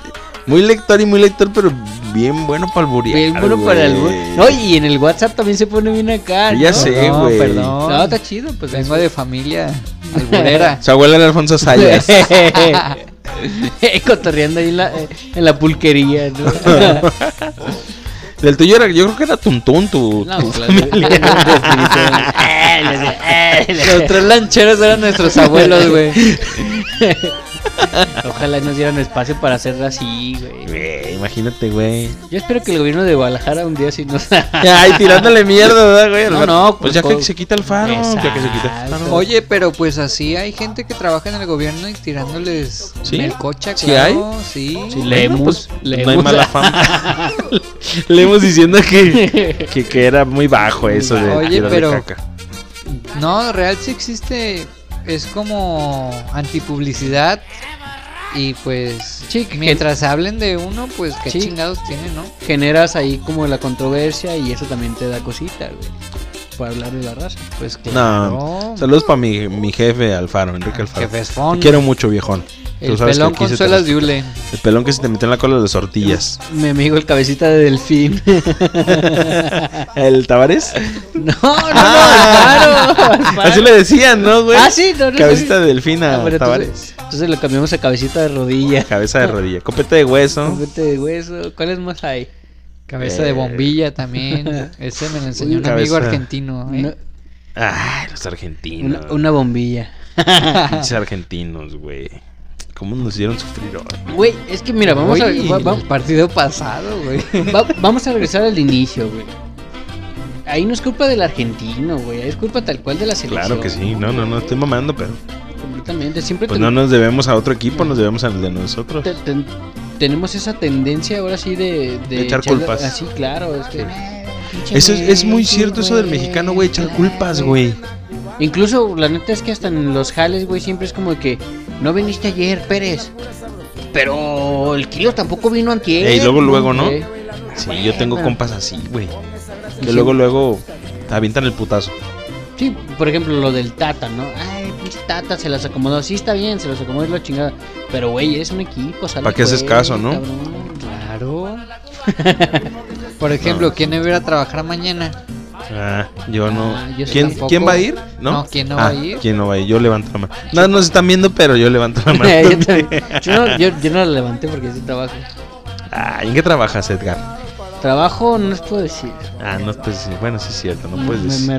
B: muy lector y muy lector, pero bien bueno para alburear.
D: Bien bueno para el.
B: güey.
D: No, y en el WhatsApp también se pone bien acá.
B: Ya
D: ¿no?
B: sé,
C: No,
B: güey.
C: perdón.
D: No, está chido, pues.
C: Vengo de familia alburera.
B: Su abuela era Alfonso Sayas.
D: Cotorreando ahí en la, eh, en la pulquería, ¿no?
B: Del tuyo era, yo creo que era Tuntún, tu.
D: No,
B: tu
D: claro.
B: familia.
C: Los tres lancheros eran nuestros abuelos, güey.
D: Ojalá nos dieran espacio para hacerlo así, güey.
B: Güey, imagínate, güey.
D: Yo espero que el gobierno de Guadalajara un día sí nos.
B: Ay, tirándole mierda, ¿verdad, güey?
D: No, no,
B: pues ya
D: pues,
B: que se quita el faro. Ya que se quita el faro.
D: Exacto.
C: Oye, pero pues así hay gente que trabaja en el gobierno y tirándoles
B: ¿Sí?
C: el coche,
B: ¿Sí
C: claro. Sí,
D: Sí,
B: Bueno,
D: Lemus,
B: pues,
D: Lemus.
B: No hay mala fama. Leemos diciendo que, que, que era muy bajo eso de
C: Oye,
B: tirar de
C: pero-
B: caca.
C: No, real sí existe. Es como antipublicidad Y pues,
D: Sí, que-
C: mientras hablen de uno, pues qué
D: Sí.
C: chingados tiene, ¿no?
D: generas ahí como la controversia y eso también te da cosita, güey. Para hablar de la raza.
C: Pues
B: No,
C: claro.
B: saludos para mi, mi Ah, jefe Alfaro, Enrique Alfaro.
C: Jefe es
B: Te quiero mucho, viejón. Tú
C: El
B: sabes que
C: pelón
B: aquí se te
C: con suelas
B: res-
C: de hule.
B: El pelón que se te metió en la cola de las tortillas.
D: Mi amigo el cabecita de delfín.
B: ¿El Tavares?
D: no, no, no,
B: Ah.
D: Alfaro, Alfaro.
B: Así le decían, ¿no, güey?
D: Ah, sí, no, no.
B: Cabecita
D: sabía.
B: de delfín
D: Ah,
B: a
D: bueno,
B: Tavares.
D: entonces, entonces lo cambiamos a cabecita de rodilla.
B: Cabeza de rodilla. Copete de hueso.
D: Juguete de hueso. ¿Cuáles más hay?
C: Cabeza de
B: Eh.
C: bombilla también. Ese me lo enseñó un
B: Cabeza.
C: amigo argentino. ¿eh?
D: Una,
B: Ay, los argentinos.
D: una- una bombilla.
B: Pinches argentinos, güey. ¿Cómo nos hicieron sufrir hoy?
D: Güey, es que mira, vamos a,
C: Uy,
D: va- va-
C: el partido pasado, güey.
D: Va- vamos a regresar al inicio, güey. Ahí no es culpa del argentino, güey. ahí Es culpa tal cual de la selección.
B: Claro que sí. No, no, no. Estoy mamando, pero.
D: Completamente. Siempre
B: Pues
D: ten-
B: no nos debemos a otro equipo, nos debemos al de nosotros.
D: te- ten- tenemos esa tendencia ahora sí de... De,
B: De echar
D: echarle-
B: culpas.
D: Así, claro. Es que,
B: Sí.
D: "Ah, pinche
B: Eso es, es muy
D: Messi,
B: cierto, eso del mexicano, güey. Echar culpas, güey.
D: Incluso, la neta es que hasta en los jales, güey, siempre es como que... No viniste ayer, Pérez. Pero el kilo tampoco vino antier.
B: Ey, luego, luego, ¿no?
D: Güey.
B: Sí, yo tengo
D: Bueno.
B: compas así, güey. Que
D: Ah. Sí.
B: luego, luego te avientan el putazo.
D: Sí, por ejemplo, lo del Tata, ¿no? Ay, pinche Tata, se las acomodó. Sí, está bien, se las acomodó es la chingada. Pero, güey, eres un equipo, sale.
B: ¿Pa' qué haces
D: fuera,
B: caso, no?
D: cabrón.
C: Claro. Por ejemplo, ¿quién debe ir a trabajar mañana?
B: Ah, yo no.
D: Ah, yo sí
B: ¿Quién,
C: tampoco.
B: ¿Quién va a ir? No,
C: No, ¿quién no
B: Ah,
C: va a ir?
B: ¿Quién no va a ir? Yo levanto la mano. No, no se están viendo, pero yo levanto la mano.
D: yo, también- yo no, yo, yo no la levanté porque sí trabajo.
B: Ah, ¿En qué trabajas, Edgar?
D: Trabajo no les puedo decir.
B: Ah, no puedes decir. Bueno, sí es cierto, no puedes
D: Mm, me,
B: decir.
D: me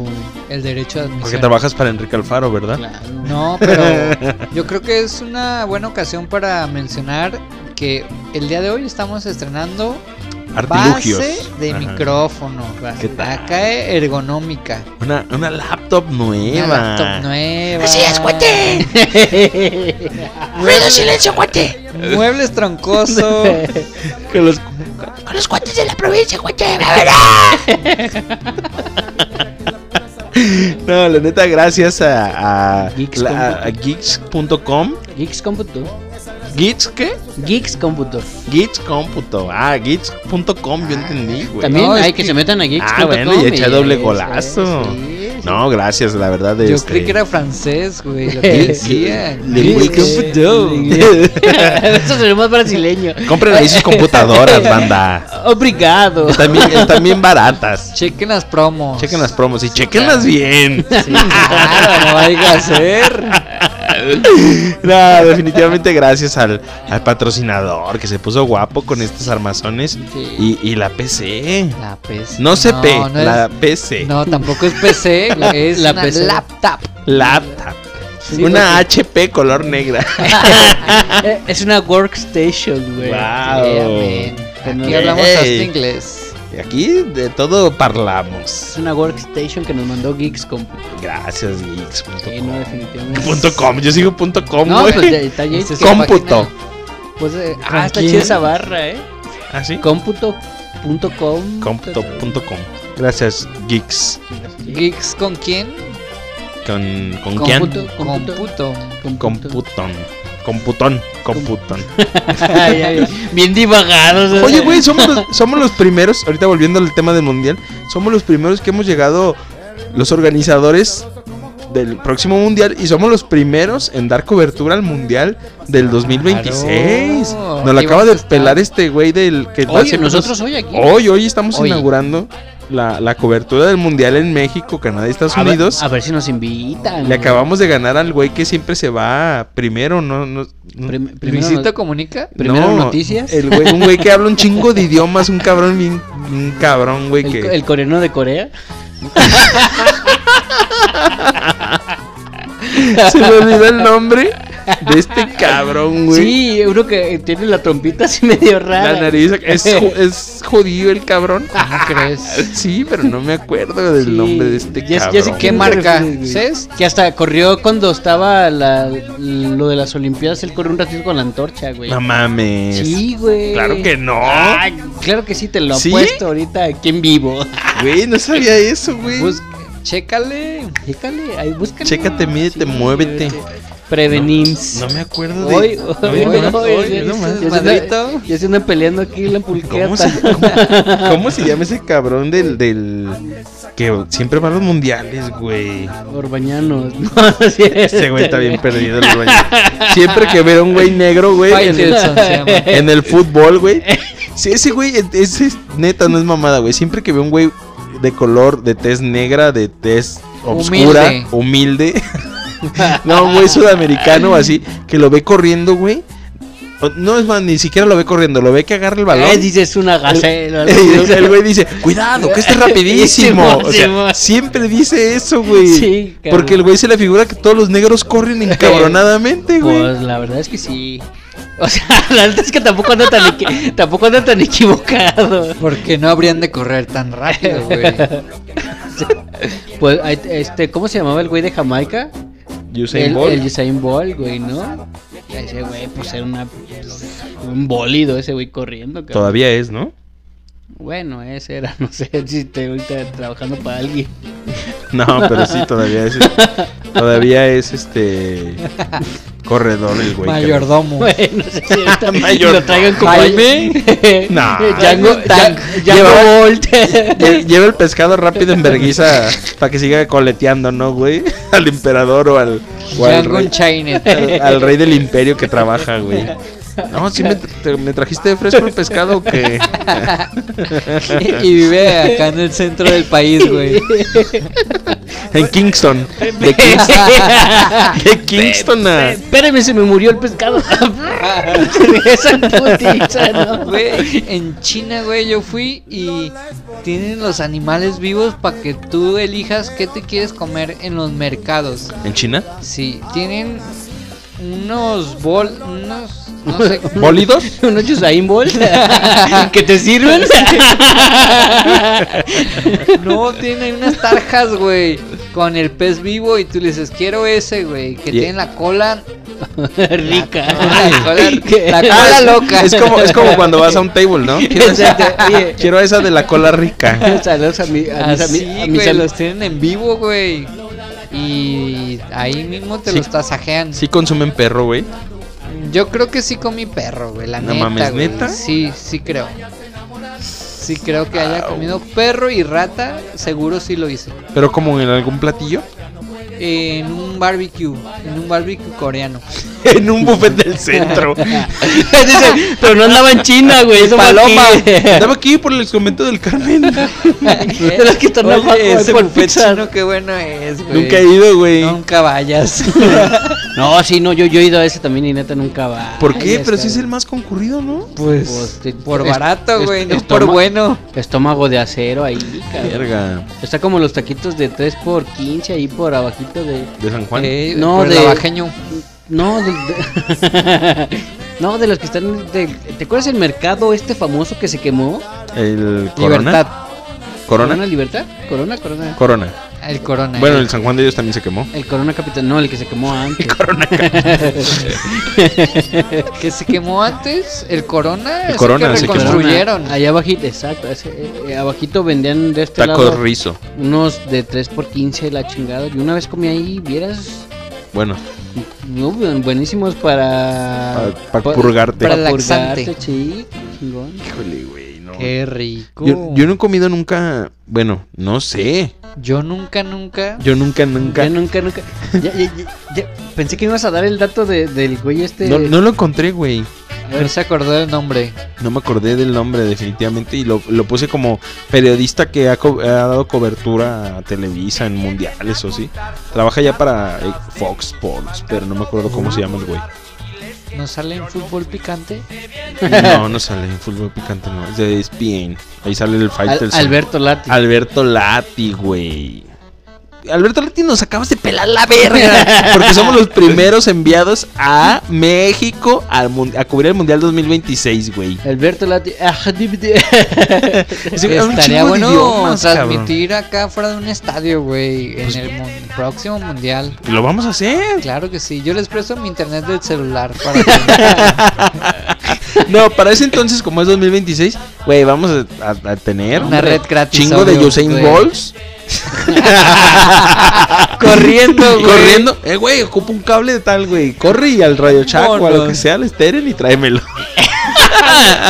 D: güey.
C: El derecho de admisión.
B: Porque trabajas para Enrique Alfaro, ¿verdad?
D: Claro.
C: No, pero yo creo que es una buena ocasión para mencionar que el día de hoy estamos estrenando
B: Artilugios.
C: base de
B: Ajá.
C: micrófono.
B: ¿Qué tal?
C: Acá ergonómica.
B: Una, una laptop nueva.
C: Una laptop nueva.
E: Así es, cuate. Ruido, silencio, cuate.
C: Muebles troncosos.
B: Que los-
E: Con los cuates de la provincia, cuate.
B: No, la neta, gracias a, a
D: Geeks
B: la-
D: Computer.
B: a geeks.com.
D: Geeks Computo.
B: ¿Geeks qué?
D: Geeks Computo.
B: Geeks Computo. Ah, geeks.com,
C: Ah,
B: yo entendí, güey.
D: También
C: No, es
D: hay que...
C: que-
D: se metan a Geeks
B: Ah, bueno, y echa doble golazo.
D: ¿eh? sí, sí.
B: No, gracias, la verdad.
C: Yo
B: este,
C: creí que era eh. francés, güey. Lo que
B: Geeks-
C: decía.
B: de Geeks Computo.
D: Eso suena más brasileño.
B: Compren ahí sus computadoras, banda.
D: Obrigado.
B: Están bien, están bien baratas.
C: Chequen las promos.
B: Chequen las promos y chequenlas bien.
D: Sí, claro, no hay que hacer.
B: No, definitivamente gracias al, al patrocinador que se puso guapo con estos armazones y, y la PC.
C: La PC.
B: No CP,
C: no es-
B: la PC.
C: No, tampoco es PC, güey, es
D: La
C: la
D: PC.
C: laptop.
B: Laptop.
D: Sí,
B: una HP color negra.
D: Eh, Es una workstation, güey.
B: Wow.
C: Yeah, man. Aquí
D: Ey.
C: hablamos hasta inglés.
B: Y aquí de todo
D: Es
B: parlamos.
D: una workstation que nos mandó Geeks Compu.
B: Gracias,
D: Sí, no,
B: geeks.com.
D: definitivamente.
B: Punto com, yo sigo punto com,
D: No,
B: güey.
D: pues ya está ahí.
C: Ese es-
B: Cómputo.
D: Pues, eh, ah, está
B: ¿Quién?
D: chida esa barra, eh.
B: ¿Ah, sí?
D: Computo.com.
B: Computo.com. Gracias, geeks.
C: ¿Geeks con quién?
B: Con, con
D: Con
B: quién?
D: puto.
C: Con
D: Computo.
C: puto.
B: Computón. Computón. Computón.
D: Ay, ay, Bien divagados. eh.
B: Oye, güey, somos los, somos los primeros, ahorita volviendo al tema del mundial, somos los primeros que hemos llegado, los organizadores del próximo mundial, y somos los primeros en dar cobertura al mundial del 2026.
C: Claro.
B: Nos la
C: Aquí
B: acaba
C: vamos a
B: de
C: estar.
B: pelar este güey del que va a
D: Oye,
B: ser-
D: nosotros hoy aquí.
B: Hoy, hoy estamos
C: Hoy.
B: inaugurando la, la cobertura del mundial en México, Canadá y Estados
D: A ver-
B: Unidos.
D: A ver si nos invitan.
B: Le acabamos de ganar al güey que siempre se va primero, ¿no? no, no-
D: Prim- primero
C: ¿Luisito
D: nos-
C: comunica?
D: Primero noticias.
B: El güey, un güey que habla un chingo de idiomas, un cabrón bien, un cabrón, güey,
D: el,
B: que...
D: el coreano de Corea.
B: Se me olvidó el nombre de este cabrón, güey.
D: Sí, uno que tiene la trompita así medio rara.
B: La nariz es, ju- es judío el cabrón.
C: ¿Cómo crees?
B: Sí, pero no me acuerdo del
D: Sí.
B: nombre de este
D: Ya-
B: cabrón.
D: ya sé
C: ¿Qué
D: ¿Quién
C: marca?
D: refieres, güey?
C: ¿Ces?
D: Que hasta corrió cuando estaba la- lo de las Olimpiadas, él corrió un ratito con la antorcha, güey.
B: No mames.
D: Sí, güey.
B: Claro que no.
D: Ay, claro que sí, te lo
B: ¿Sí?
D: apuesto ahorita aquí en vivo.
B: Güey, no sabía eso, güey.
D: Pues,
C: Bus- Chécale.
D: Chécale, ahí búscale.
B: Chécate, mídete,
D: Sí,
B: muévete.
D: güey. Prevenims.
B: No me acuerdo de.
D: Hoy,
B: no
D: hoy,
B: me acuerdo-
D: hoy,
B: hoy,
D: hoy,
B: no
D: hoy,
B: más.
D: ya se
C: Cuadrito.
D: anda- ya se andan peleando aquí la pulqueta.
B: ¿Cómo se, cómo, cómo se llama ese cabrón del, del que siempre va a los mundiales, güey?
D: Orbañanos. No, sí es.
B: Ese Este güey está bien perdido el güey. Siempre que ver a un güey negro, güey, en,
C: Faitelson se llama.
B: en el fútbol, güey. Sí, ese güey, e-, ese es- neta no es mamada, güey. Siempre que veo un güey de color, de tez negra, de tez obscura, humilde.
C: Humilde.
B: no, un güey sudamericano o así, que lo ve corriendo, güey. O- No es más, ni siquiera lo ve corriendo, lo ve que agarra el balón.
D: Eh, dices una gacela.
B: Y El güey dice, cuidado, que este es rapidísimo.
D: Rapidísimo,
B: O sea,
D: Simón.
B: siempre dice eso, güey.
D: Sí, cabrón.
B: Porque el güey se le figura que todos los negros corren encabronadamente, güey.
D: Pues la verdad es que sí. O sea, la verdad es que tampoco anda tan, equi- tampoco anda tan equivocado.
C: Porque no habrían de correr tan rápido, güey.
D: Pues, ahí- este, ¿cómo se llamaba el güey de Jamaica? el, el Pues, Usain Bolt, güey, ¿no? Ese güey, pues era una, un bólido ese güey corriendo. cabrón.
B: Todavía es, ¿no?
D: Bueno, ese era, no sé si estoy ahorita trabajando para alguien.
B: No, pero sí, todavía es. este, Todavía es este. Corredor el güey.
C: Mayordomo.
D: Bueno, no sé si ahorita
B: Mayor-
D: lo traigan como
C: Jaime.
B: Nah.
D: Django,
C: Tan-
D: Django- Django
B: Lleva-
D: Bolt.
B: Lle- Lleva el pescado rápido en verguiza para que siga coleteando, ¿no, güey? Al emperador o al, o al
C: Django
B: rey.
C: Unchained.
B: al, al rey del imperio que trabaja, güey. No, sí me, te- me trajiste de fresco el pescado que
C: y vive acá en el centro del país, güey.
B: en Kingston, de, Kings- de Kingston a
D: Espérame, Eh, se me murió el pescado. Esa putiza, ¿no?
C: Güey, en China, güey, yo fui y tienen los animales vivos para que tú elijas qué te quieres comer en los mercados.
B: en China.
C: Sí, tienen unos bol, unos, no sé,
B: ¿Bólidos?
D: ¿Unos Usain Bolt? ¿Que te sirven?
B: Ah,
C: no, tienen unas tarjas, güey, con el pez vivo y tú le dices, quiero ese, güey, que
B: Y-
C: tiene la cola,
D: Rica.
C: la cola,
D: ¿Qué?
C: la cola loca.
B: Es como, es como cuando vas a un table, ¿no? Quiero esa,
D: Oye,
B: quiero esa de la cola rica.
D: Saludos a, mi, a mis, ami-
C: Así,
D: a mis
C: güey,
D: ami-
C: los tienen en vivo, güey. Y ahí mismo te
B: Sí.
C: los tasajean.
B: Sí consumen perro, güey.
C: Yo creo que sí comí perro, güey, la
B: No
C: neta,
B: mames,
C: güey.
B: ¿neta?
C: Sí, sí creo. Sí creo que haya comido perro y rata, seguro sí lo hice.
B: Pero como en algún platillo.
C: En un barbecue, en un barbecue coreano.
B: En un buffet del centro.
D: Dice, Pero no andaba en China, güey. Eso
B: Paloma.
D: Paloma.
B: Estaba aquí por el convento del Carmen.
D: De los que están
C: Oye,
D: abajo de
C: ese
D: por
C: buffet
D: pizza.
C: chino, qué bueno es, güey.
B: Nunca he ido, güey.
C: Nunca vayas.
D: No, sí, no, yo, yo he ido a ese también y neta nunca va.
B: ¿Por qué?
D: Ay,
B: Pero sí
D: está-
B: es el más concurrido, ¿no?
D: Pues,
C: pues,
D: te-
C: por
D: es-
C: barato,
D: es-
C: güey, no por
D: estómago-
C: bueno.
D: Estómago de acero ahí, cabrón.
B: Verga.
D: Está como los taquitos de 3 por 15 ahí por abajito de...
B: De San Juan.
C: Eh,
D: No,
C: por
D: de-
C: navajeño.
D: No, de... de- no, de los que están... de- ¿Te acuerdas el mercado este famoso que se quemó?
B: El
C: Libertad.
B: Corona. Corona.
D: Libertad? Corona, Corona.
B: Corona.
C: El corona.
B: Bueno,
C: eh.
B: el San Juan de Dios también se quemó.
D: El Corona Capital, no, el que se quemó antes.
C: que se quemó antes, el corona,
B: El
C: es
B: Corona
C: que
B: se quemó.
C: reconstruyeron.
D: Allá abajito, exacto. ese, eh, abajito vendían de este
B: Taco
D: lado
B: rizo.
D: unos de 3 por 15 la chingada. Yo una vez comí ahí, vieras...
B: Bueno,
D: No, buen- buenísimos para...
B: Pa- pa' purgarte.
D: Para
C: Para laxante.
D: purgarte, sí, chingón.
B: híjole, güey, no.
C: Qué rico.
B: Yo, yo no he comido nunca. Bueno, no sé.
C: Yo nunca, nunca.
B: Yo nunca, nunca.
D: Yo nunca, nunca. Ya, ya, ya- ya- Pensé que me ibas a dar el dato de- del güey este.
B: No, no lo encontré, güey.
C: No se acordó del nombre.
B: No me acordé del nombre, definitivamente. Y lo, lo puse como periodista que ha, co- ha dado cobertura a Televisa en mundiales o sí. Trabaja ya para eh, Fox Sports, pero no me acuerdo cómo se llama el güey.
C: ¿No sale en fútbol picante?
B: No, no sale en fútbol picante, no. Es de E ESPN. Ahí sale el Ah,
D: Al-
B: Faitelson.
D: Alberto Lati.
B: Alberto Lati, güey. Alberto Lati, nos acabas de pelar la verga. Porque somos los primeros enviados a México al mun- a cubrir el Mundial 2026, güey.
D: Alberto Lati. Ah, di- di-
B: Es un
C: Estaría
B: chingo de
C: bueno
B: idiomas, cabrón. Pues
C: transmitir acá fuera de un estadio, güey. En el mun- próximo mundial.
B: Lo vamos a hacer.
C: Claro que sí. Yo les presto mi internet del celular para que
B: No, para ese entonces, como es 2026, güey, vamos a, a- a tener
C: Una red gratis,
B: chingo de
C: obvio,
B: Usain
C: güey.
B: Bolts.
C: Corriendo, güey.
B: Corriendo. Eh, güey, ocupa un cable de tal, güey. Corre y al Radio Shack o a lo
D: Vámonos.
B: que sea, al Steren y tráemelo.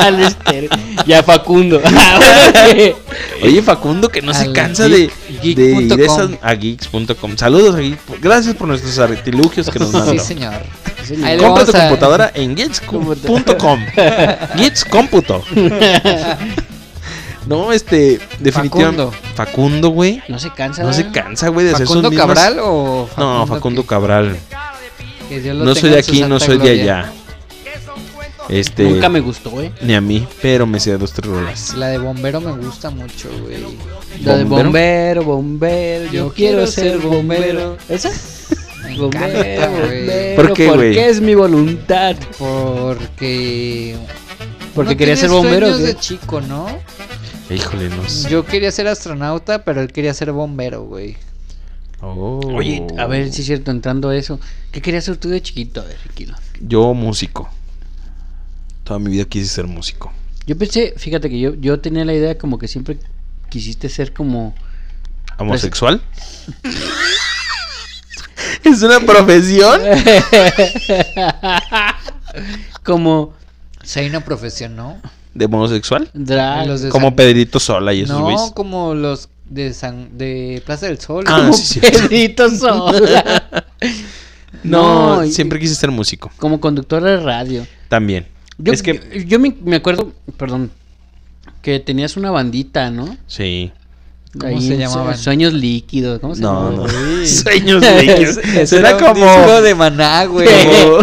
D: Al Esther. Y a Facundo.
B: Este, Oye, Facundo, que no se
C: Al
B: cansa
C: geek-
B: de,
C: geek
B: de ir
C: punto
B: a
C: com.
B: esas- a geeks.com. Saludos a geeks. Gracias por nuestros artilugios que nos mandan.
C: Sí, señor.
D: señor.
C: Ahí le
B: Compra tu
C: vamos a-
B: computadora en getscom.com. Gets cómputo. No, este, definitivamente.
C: Facundo.
B: Facundo, güey.
D: no se cansa.
B: No se cansa, güey, de hacer sus
C: ¿eh? ¿Facundo
B: mismas-
C: Cabral o.?
B: No, Facundo Cabral.
C: Cabral. Que Dios lo
B: No
C: tenga
B: soy de
C: en su
B: aquí, no
C: santa
B: soy de
C: gloria.
B: allá. Este,
D: Nunca me gustó, eh.
B: ni a mí, pero me sé dos, tres rolas.
C: Pues La de bombero me gusta mucho, güey.
D: La de
B: ¿Bombero?
D: bombero, bombero, yo quiero ser bombero. ¿Esa?
C: Me
D: Bombero,
C: encanta, güey.
D: bombero,
B: ¿Por qué, güey?
D: Porque es mi voluntad.
C: Porque.
D: Porque
C: ¿No
D: quería ser
C: tienes
D: bombero.
C: sueños
D: ¿qué?
C: de chico, ¿no?
B: Híjole, no sé.
C: Yo quería ser astronauta, pero él quería ser bombero, güey.
B: Oh.
D: Oye, a ver si es cierto, entrando a eso. ¿Qué querías ser tú de chiquito? A ver, tranquilo.
B: Yo músico. Toda mi vida quise ser músico.
D: Yo pensé, fíjate que yo, yo tenía la idea como que siempre quisiste ser como.
B: ¿Homosexual? ¿Es
C: Pues-
B: una profesión?
D: como
C: Seino profesionó.
B: ¿De homosexual?
D: drag.
C: Los de
B: Como
C: San-
B: Pedrito Sola y esos
C: No,
B: güeyes.
C: como los de San de Plaza del Sol.
B: Ah,
D: como
B: sí, sí.
D: Pedrito Sola.
B: No,
D: y-
B: siempre quise ser músico.
D: Como conductor de radio.
B: También.
D: Yo,
B: es que.
D: yo, yo me, me acuerdo, perdón, que tenías una bandita, ¿no?
B: Sí.
C: ¿Cómo se
D: en
C: llamaban?
D: Sueños líquidos, ¿cómo se
B: No,
D: llamaban?
B: no.
D: Güey.
B: Sueños líquidos. Será
C: un
B: como.
C: disco de maná, güey.
B: como-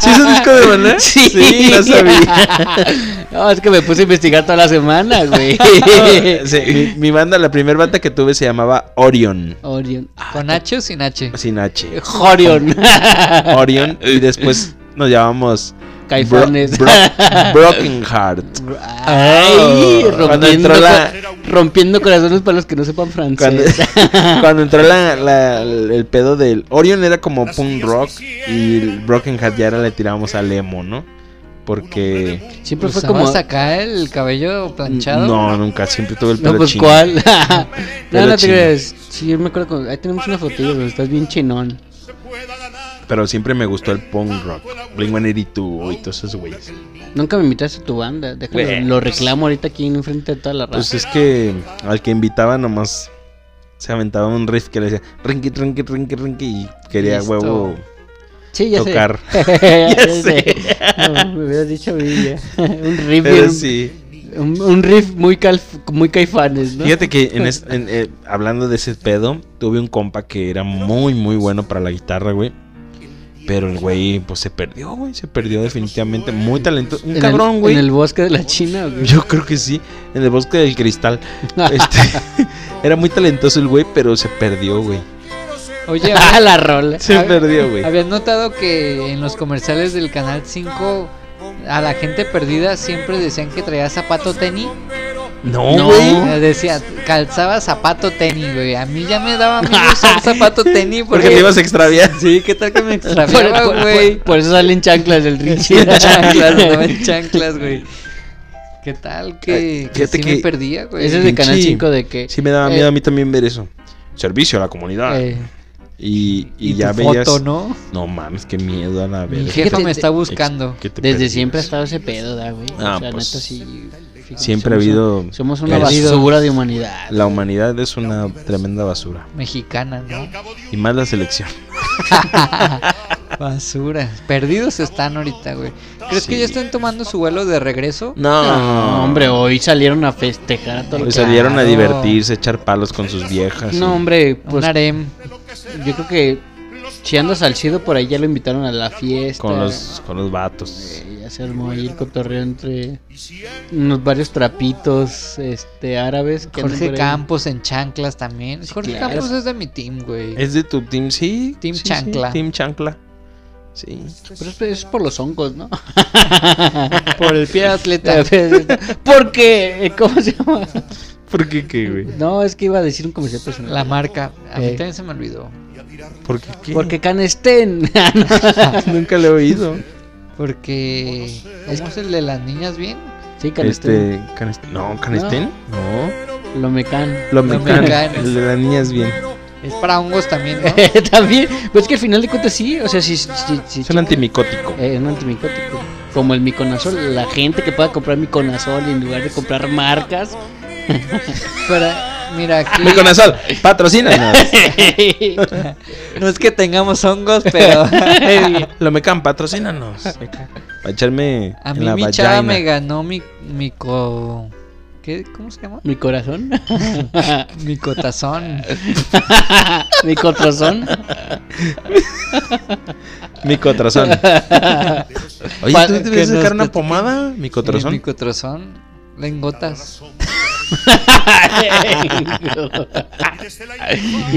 B: ¿Sí es un disco de maná?
D: Sí.
B: no sabía.
D: No, es que me puse a investigar toda la semana, güey.
B: Sí, mi, mi banda, la primera banda que tuve se llamaba Orion.
D: Orion.
C: ¿Con H o sin H?
B: Sin H.
D: Orion.
B: Orion. Y después nos llamamos
D: Caifanes.
B: Broken Heart.
D: Ay,
B: Oh, Cuando
D: rompiendo,
B: entró la-
D: rompiendo corazones para los que no sepan
B: Cuando,
D: francés.
B: cuando entró la- la- el pedo del Orion era como punk rock y el Broken Heart ya era le tirábamos al emo, ¿no? Porque
D: Siempre fue como.
C: ¿Usabas acá el cabello planchado?
B: Pues no, nunca siempre tuve el pelo
D: No, pues
B: chino.
D: cuál. no,
B: Pelo
D: no te
B: chino.
D: creas. Sí, yo me acuerdo. con- Ahí tenemos una fotilla donde estás bien chinón.
B: Pero siempre me gustó el punk rock, Blink-182 y todos esos güeyes.
D: Nunca me invitaste a tu banda. Déjalo,
B: Güey.
D: lo reclamo ahorita aquí en frente de toda la raza.
B: Pues es que al que invitaba nomás se aventaba un riff que le decía rinqui, rinqui, rinqui, rinqui y quería
C: Listo.
B: huevo
D: sí, ya
B: tocar.
D: sé. ya
B: sé.
D: No, me hubieras dicho a mí ya. un riff.
B: Pero
D: bien-
B: sí.
D: un, un riff muy, calf- muy caifanes, ¿no?
B: Fíjate que en es- en, eh, hablando de ese pedo, tuve un compa que era muy, muy bueno para la guitarra, güey. Pero el güey, pues se perdió, güey. Se perdió definitivamente. Muy talentoso. Un
D: En el-
B: cabrón, güey.
D: En el bosque de la China, güey.
B: Yo creo que sí. En el bosque del cristal. Este, era muy talentoso el güey, pero se perdió, güey.
C: Oye,
D: Ah, la rola.
B: Se
C: Ay,
B: perdió, güey.
C: ¿Habías notado que en los comerciales del Canal 5 a la gente perdida siempre decían que traía zapato tenis?
B: No,
D: No.
B: güey.
C: Eh, Decía, calzaba zapato tenis, güey. A mí ya me daba miedo usar zapato tenis porque,
B: Porque te ibas a extraviar.
C: Sí, ¿qué tal que me
D: Por,
C: extraviaba,
D: por-
C: güey?
D: por- por eso salen chanclas del Richie.
C: En chanclas, no en chanclas, güey. ¿Qué tal
B: Ay,
C: que, que
B: fíjate
C: sí
B: que-
C: me perdía, güey?
D: Ese es de Canal
B: Pinche.
D: 5 de que.
B: Sí, me daba
D: Eh.
B: miedo a mí también ver eso. Servicio a la comunidad.
D: eh,
B: y, y
C: Ah, Y,
B: ya
C: tu
B: veías.
C: foto, ¿no?
B: No mames, qué miedo a la
C: Mi
B: verga.
C: jefa
D: Fíjate,
C: me
D: de-
C: está buscando.
B: Ex- que te
D: desde
B: perdías.
D: siempre ha estado ese pedo, ¿da, güey.
B: Ah,
D: o sea,
B: pues,
D: neta, sí. fíjate,
B: Siempre ha
D: somos
B: habido.
D: un- somos una
B: perdidos.
D: basura de humanidad.
B: La humanidad es una tremenda basura.
C: Mexicana, ¿no?
B: Y más la selección.
C: Basura. Perdidos están ahorita, güey. ¿Crees que ya están tomando su vuelo de regreso?
D: No, hombre, hoy salieron a festejar a todo lo
B: Pues
D: que-
B: salieron a
C: claro.
B: divertirse, echar palos con sus viejas. y-
D: No, hombre,
C: Un
D: pues
C: harem.
D: yo creo que si anda Salcido por ahí ya lo invitaron a la fiesta.
B: Con los, con los vatos.
D: Eh, ya se armó ahí el cotorreo entre unos varios trapitos este árabes. que andan
C: Jorge
D: por ahí.
C: Campos en chanclas también. Jorge
D: claro.
C: Campos es de mi team, güey.
B: ¿Es de tu team? Sí.
C: Team
B: sí, sí,
C: Chancla.
B: team Chancla. Sí.
D: Pero es, es por los hongos, ¿no?
C: Por el pie atleta.
D: Porque, eh, ¿cómo se llama?
B: ¿Por qué qué, güey?
D: No, es que iba a decir un comercial personal.
C: La marca. A mí
D: Eh.
C: también se me olvidó.
B: ¿Por qué qué?
D: Porque Canestén.
B: nunca lo he oído.
C: Porque ¿cómo es el de las niñas bien?
D: Sí, Canestén.
B: Este, Canest- no, Canestén, no.
D: Lomecan.
B: Lo mecánico,
C: Mecán.
B: el de las niñas bien.
C: Es para hongos también, ¿no?
D: También, pues es que al final de cuentas sí, o sea, sí, sí, sí,
B: Es un antimicótico.
D: Eh, es un antimicótico. Como el miconazol, la gente que pueda comprar miconazol en lugar de comprar marcas.
C: Pero
B: Ah,
C: mira aquí
B: Miconazol, patrocínanos.
C: no es que tengamos hongos, pero
B: Lo mecan, patrocínanos. Para echarme
C: a
B: en
C: mí
B: la
C: mi chava
B: vagina.
C: me ganó mi mico ¿Qué cómo se llama?
D: Mi corazón,
B: Ah.
C: Micotazón.
D: mi cotrozón.
B: Micotrazón. Oye,
C: Pa-
B: ¿tú
C: que
B: debes
C: nos
B: sacar una
C: platiquen.
B: pomada?
C: Micotrazón.
B: Micotrazón.
C: Micotrazón. En gotas.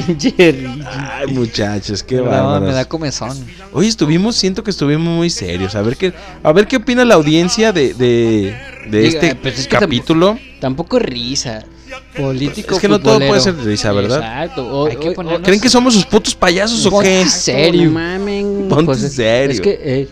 D: Pinche ri-
B: Ay, muchachos, qué
C: No, me da
B: bárbaro.
C: comezón.
B: Hoy estuvimos, siento que estuvimos muy serios. A ver qué, a ver qué opina la audiencia de, de, de
D: Diga,
C: eh,
B: este
D: pues es que tampoco-
B: capítulo.
D: Tampoco risa.
C: Político.
B: Es que no todo
C: futbolero.
B: puede ser risa, ¿verdad?
D: Exacto. o-
C: Hay que
D: o-
C: ponernos-
B: ¿Creen que somos sus putos payasos o
D: Ponte
B: qué?
D: serio.
C: No
D: mamen. pues,
B: Ponte serio.
D: Es que. eh,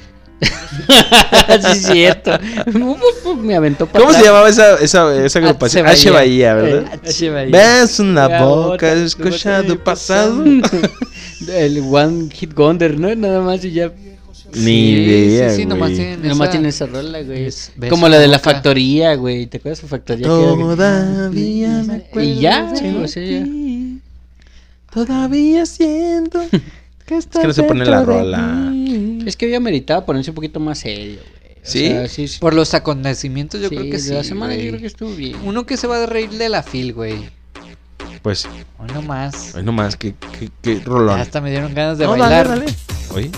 D: sí, es cierto. Uf, uf, uf, Me aventó para
B: ¿Cómo se
D: atrás.
B: llamaba esa, esa,
C: Ah,
B: esa agrupación?
D: H.
B: H. Bahía,
D: Eh,
B: ¿verdad?
D: H. Bahía.
B: Ves una
D: La
B: boca,
D: bota,
B: escucha
D: la bota
B: do
D: de
B: pasado.
D: El One Hit Wonder, ¿no? Nada más y ya.
B: Ni idea,
C: Sí, sí, nomás
B: güey.
C: tienen
D: Nomás
C: esa-
D: tiene esa rola, güey.
C: Es- ves
D: Como la de la
C: boca.
D: factoría, güey. ¿Te acuerdas de su factoría? Que era-
B: Todavía me acuerdo.
D: Y ya,
B: de
D: sí, o sea, ya.
B: ti. Todavía siento que estás no se pone la
E: dentro de
B: rola.
C: Pues,
D: Es que había meritado ponerse un poquito más serio, güey. O
B: ¿Sí?
D: sea, sí, sí.
C: Por los acontecimientos yo creo que
D: de
C: sí.
D: La semana
C: güey.
D: yo creo que estuvo bien.
C: Uno que se va a reír de la fil, güey. Eh.
B: Pues,
C: Hoy nomás.
B: hoy nomás, qué, qué, qué rolón.
C: Ya hasta me dieron ganas de
B: No, dale,
C: bailar.
B: dale. Oye,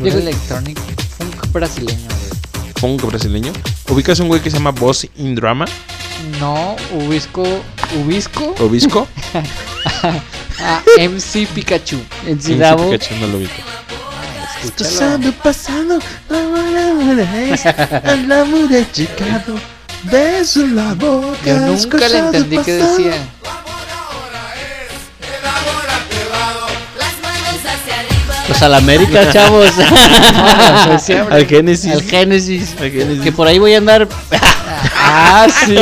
C: Un electronic funk brasileño, güey.
B: funk brasileño. Ubicas un güey que se llama Boss in Drama,
C: No, ubisco, ubisco
B: obisco.
C: a MC Pikachu.
D: En
B: Sí, sí,
D: Cidabo,
B: Pikachu, no lo ubico.
C: Escúchalo.
B: pasado, al amor de Chicago. Beso la boca.
C: Yo nunca le entendí qué decía.
D: pues al América, chavos.
C: No, o sea, sí habla.
B: Al Génesis.
D: al Génesis.
B: Al Génesis.
D: pues Que por ahí voy a andar.
C: Ah, sí.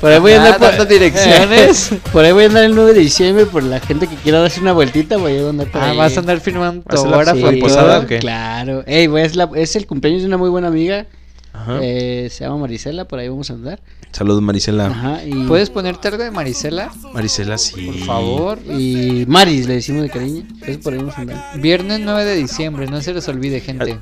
D: Por ahí voy a
C: Ya,
D: andar por
C: dando direcciones.
D: Por ahí voy a andar el 9 de diciembre. Por la gente que quiera darse una vueltita, voy a andar por
C: Ah,
D: ahí.
C: vas a andar firmando tu
B: ¿Vas a la-
C: hora
B: sí,
C: por
B: la posada
C: posada.
B: o qué?
D: Claro. Ey, güey, es, la- es el cumpleaños de una muy buena amiga.
B: Ajá.
D: eh, se llama Marisela. Por ahí vamos a andar.
B: Saludos,
C: Ah.
B: Marisela.
D: Ajá. Y,
C: ¿Puedes ponerte algo de Marisela?
B: Marisela, sí.
C: Por favor.
D: Y Maris, le decimos de cariño. Entonces por ahí vamos a andar.
C: Viernes 9 de diciembre, no se les olvide, gente.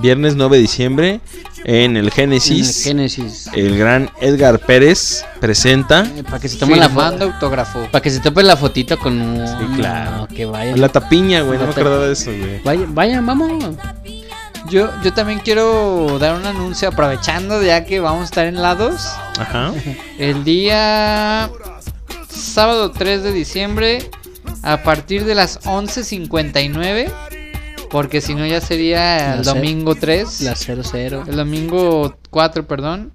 B: Viernes 9 de diciembre en el Génesis.
D: En el Génesis.
B: El gran Edgar Pérez presenta
D: Eh, Para que se tomen
C: Firmando
D: la foto.
C: autógrafo.
D: Para que se topen la fotito con un.
B: Sí, claro.
D: No, que vaya.
B: la tapiña, güey. No me
D: La
B: acordaba de eso, güey.
D: Vaya, vaya, vamos.
C: Yo, yo también quiero dar un anuncio aprovechando ya que vamos a estar en lados.
B: Ajá.
C: El día sábado 3 de diciembre a partir de las 11.59. Porque si no ya sería el
D: La se-
C: domingo 3.
D: La 00.
C: El domingo 4, perdón.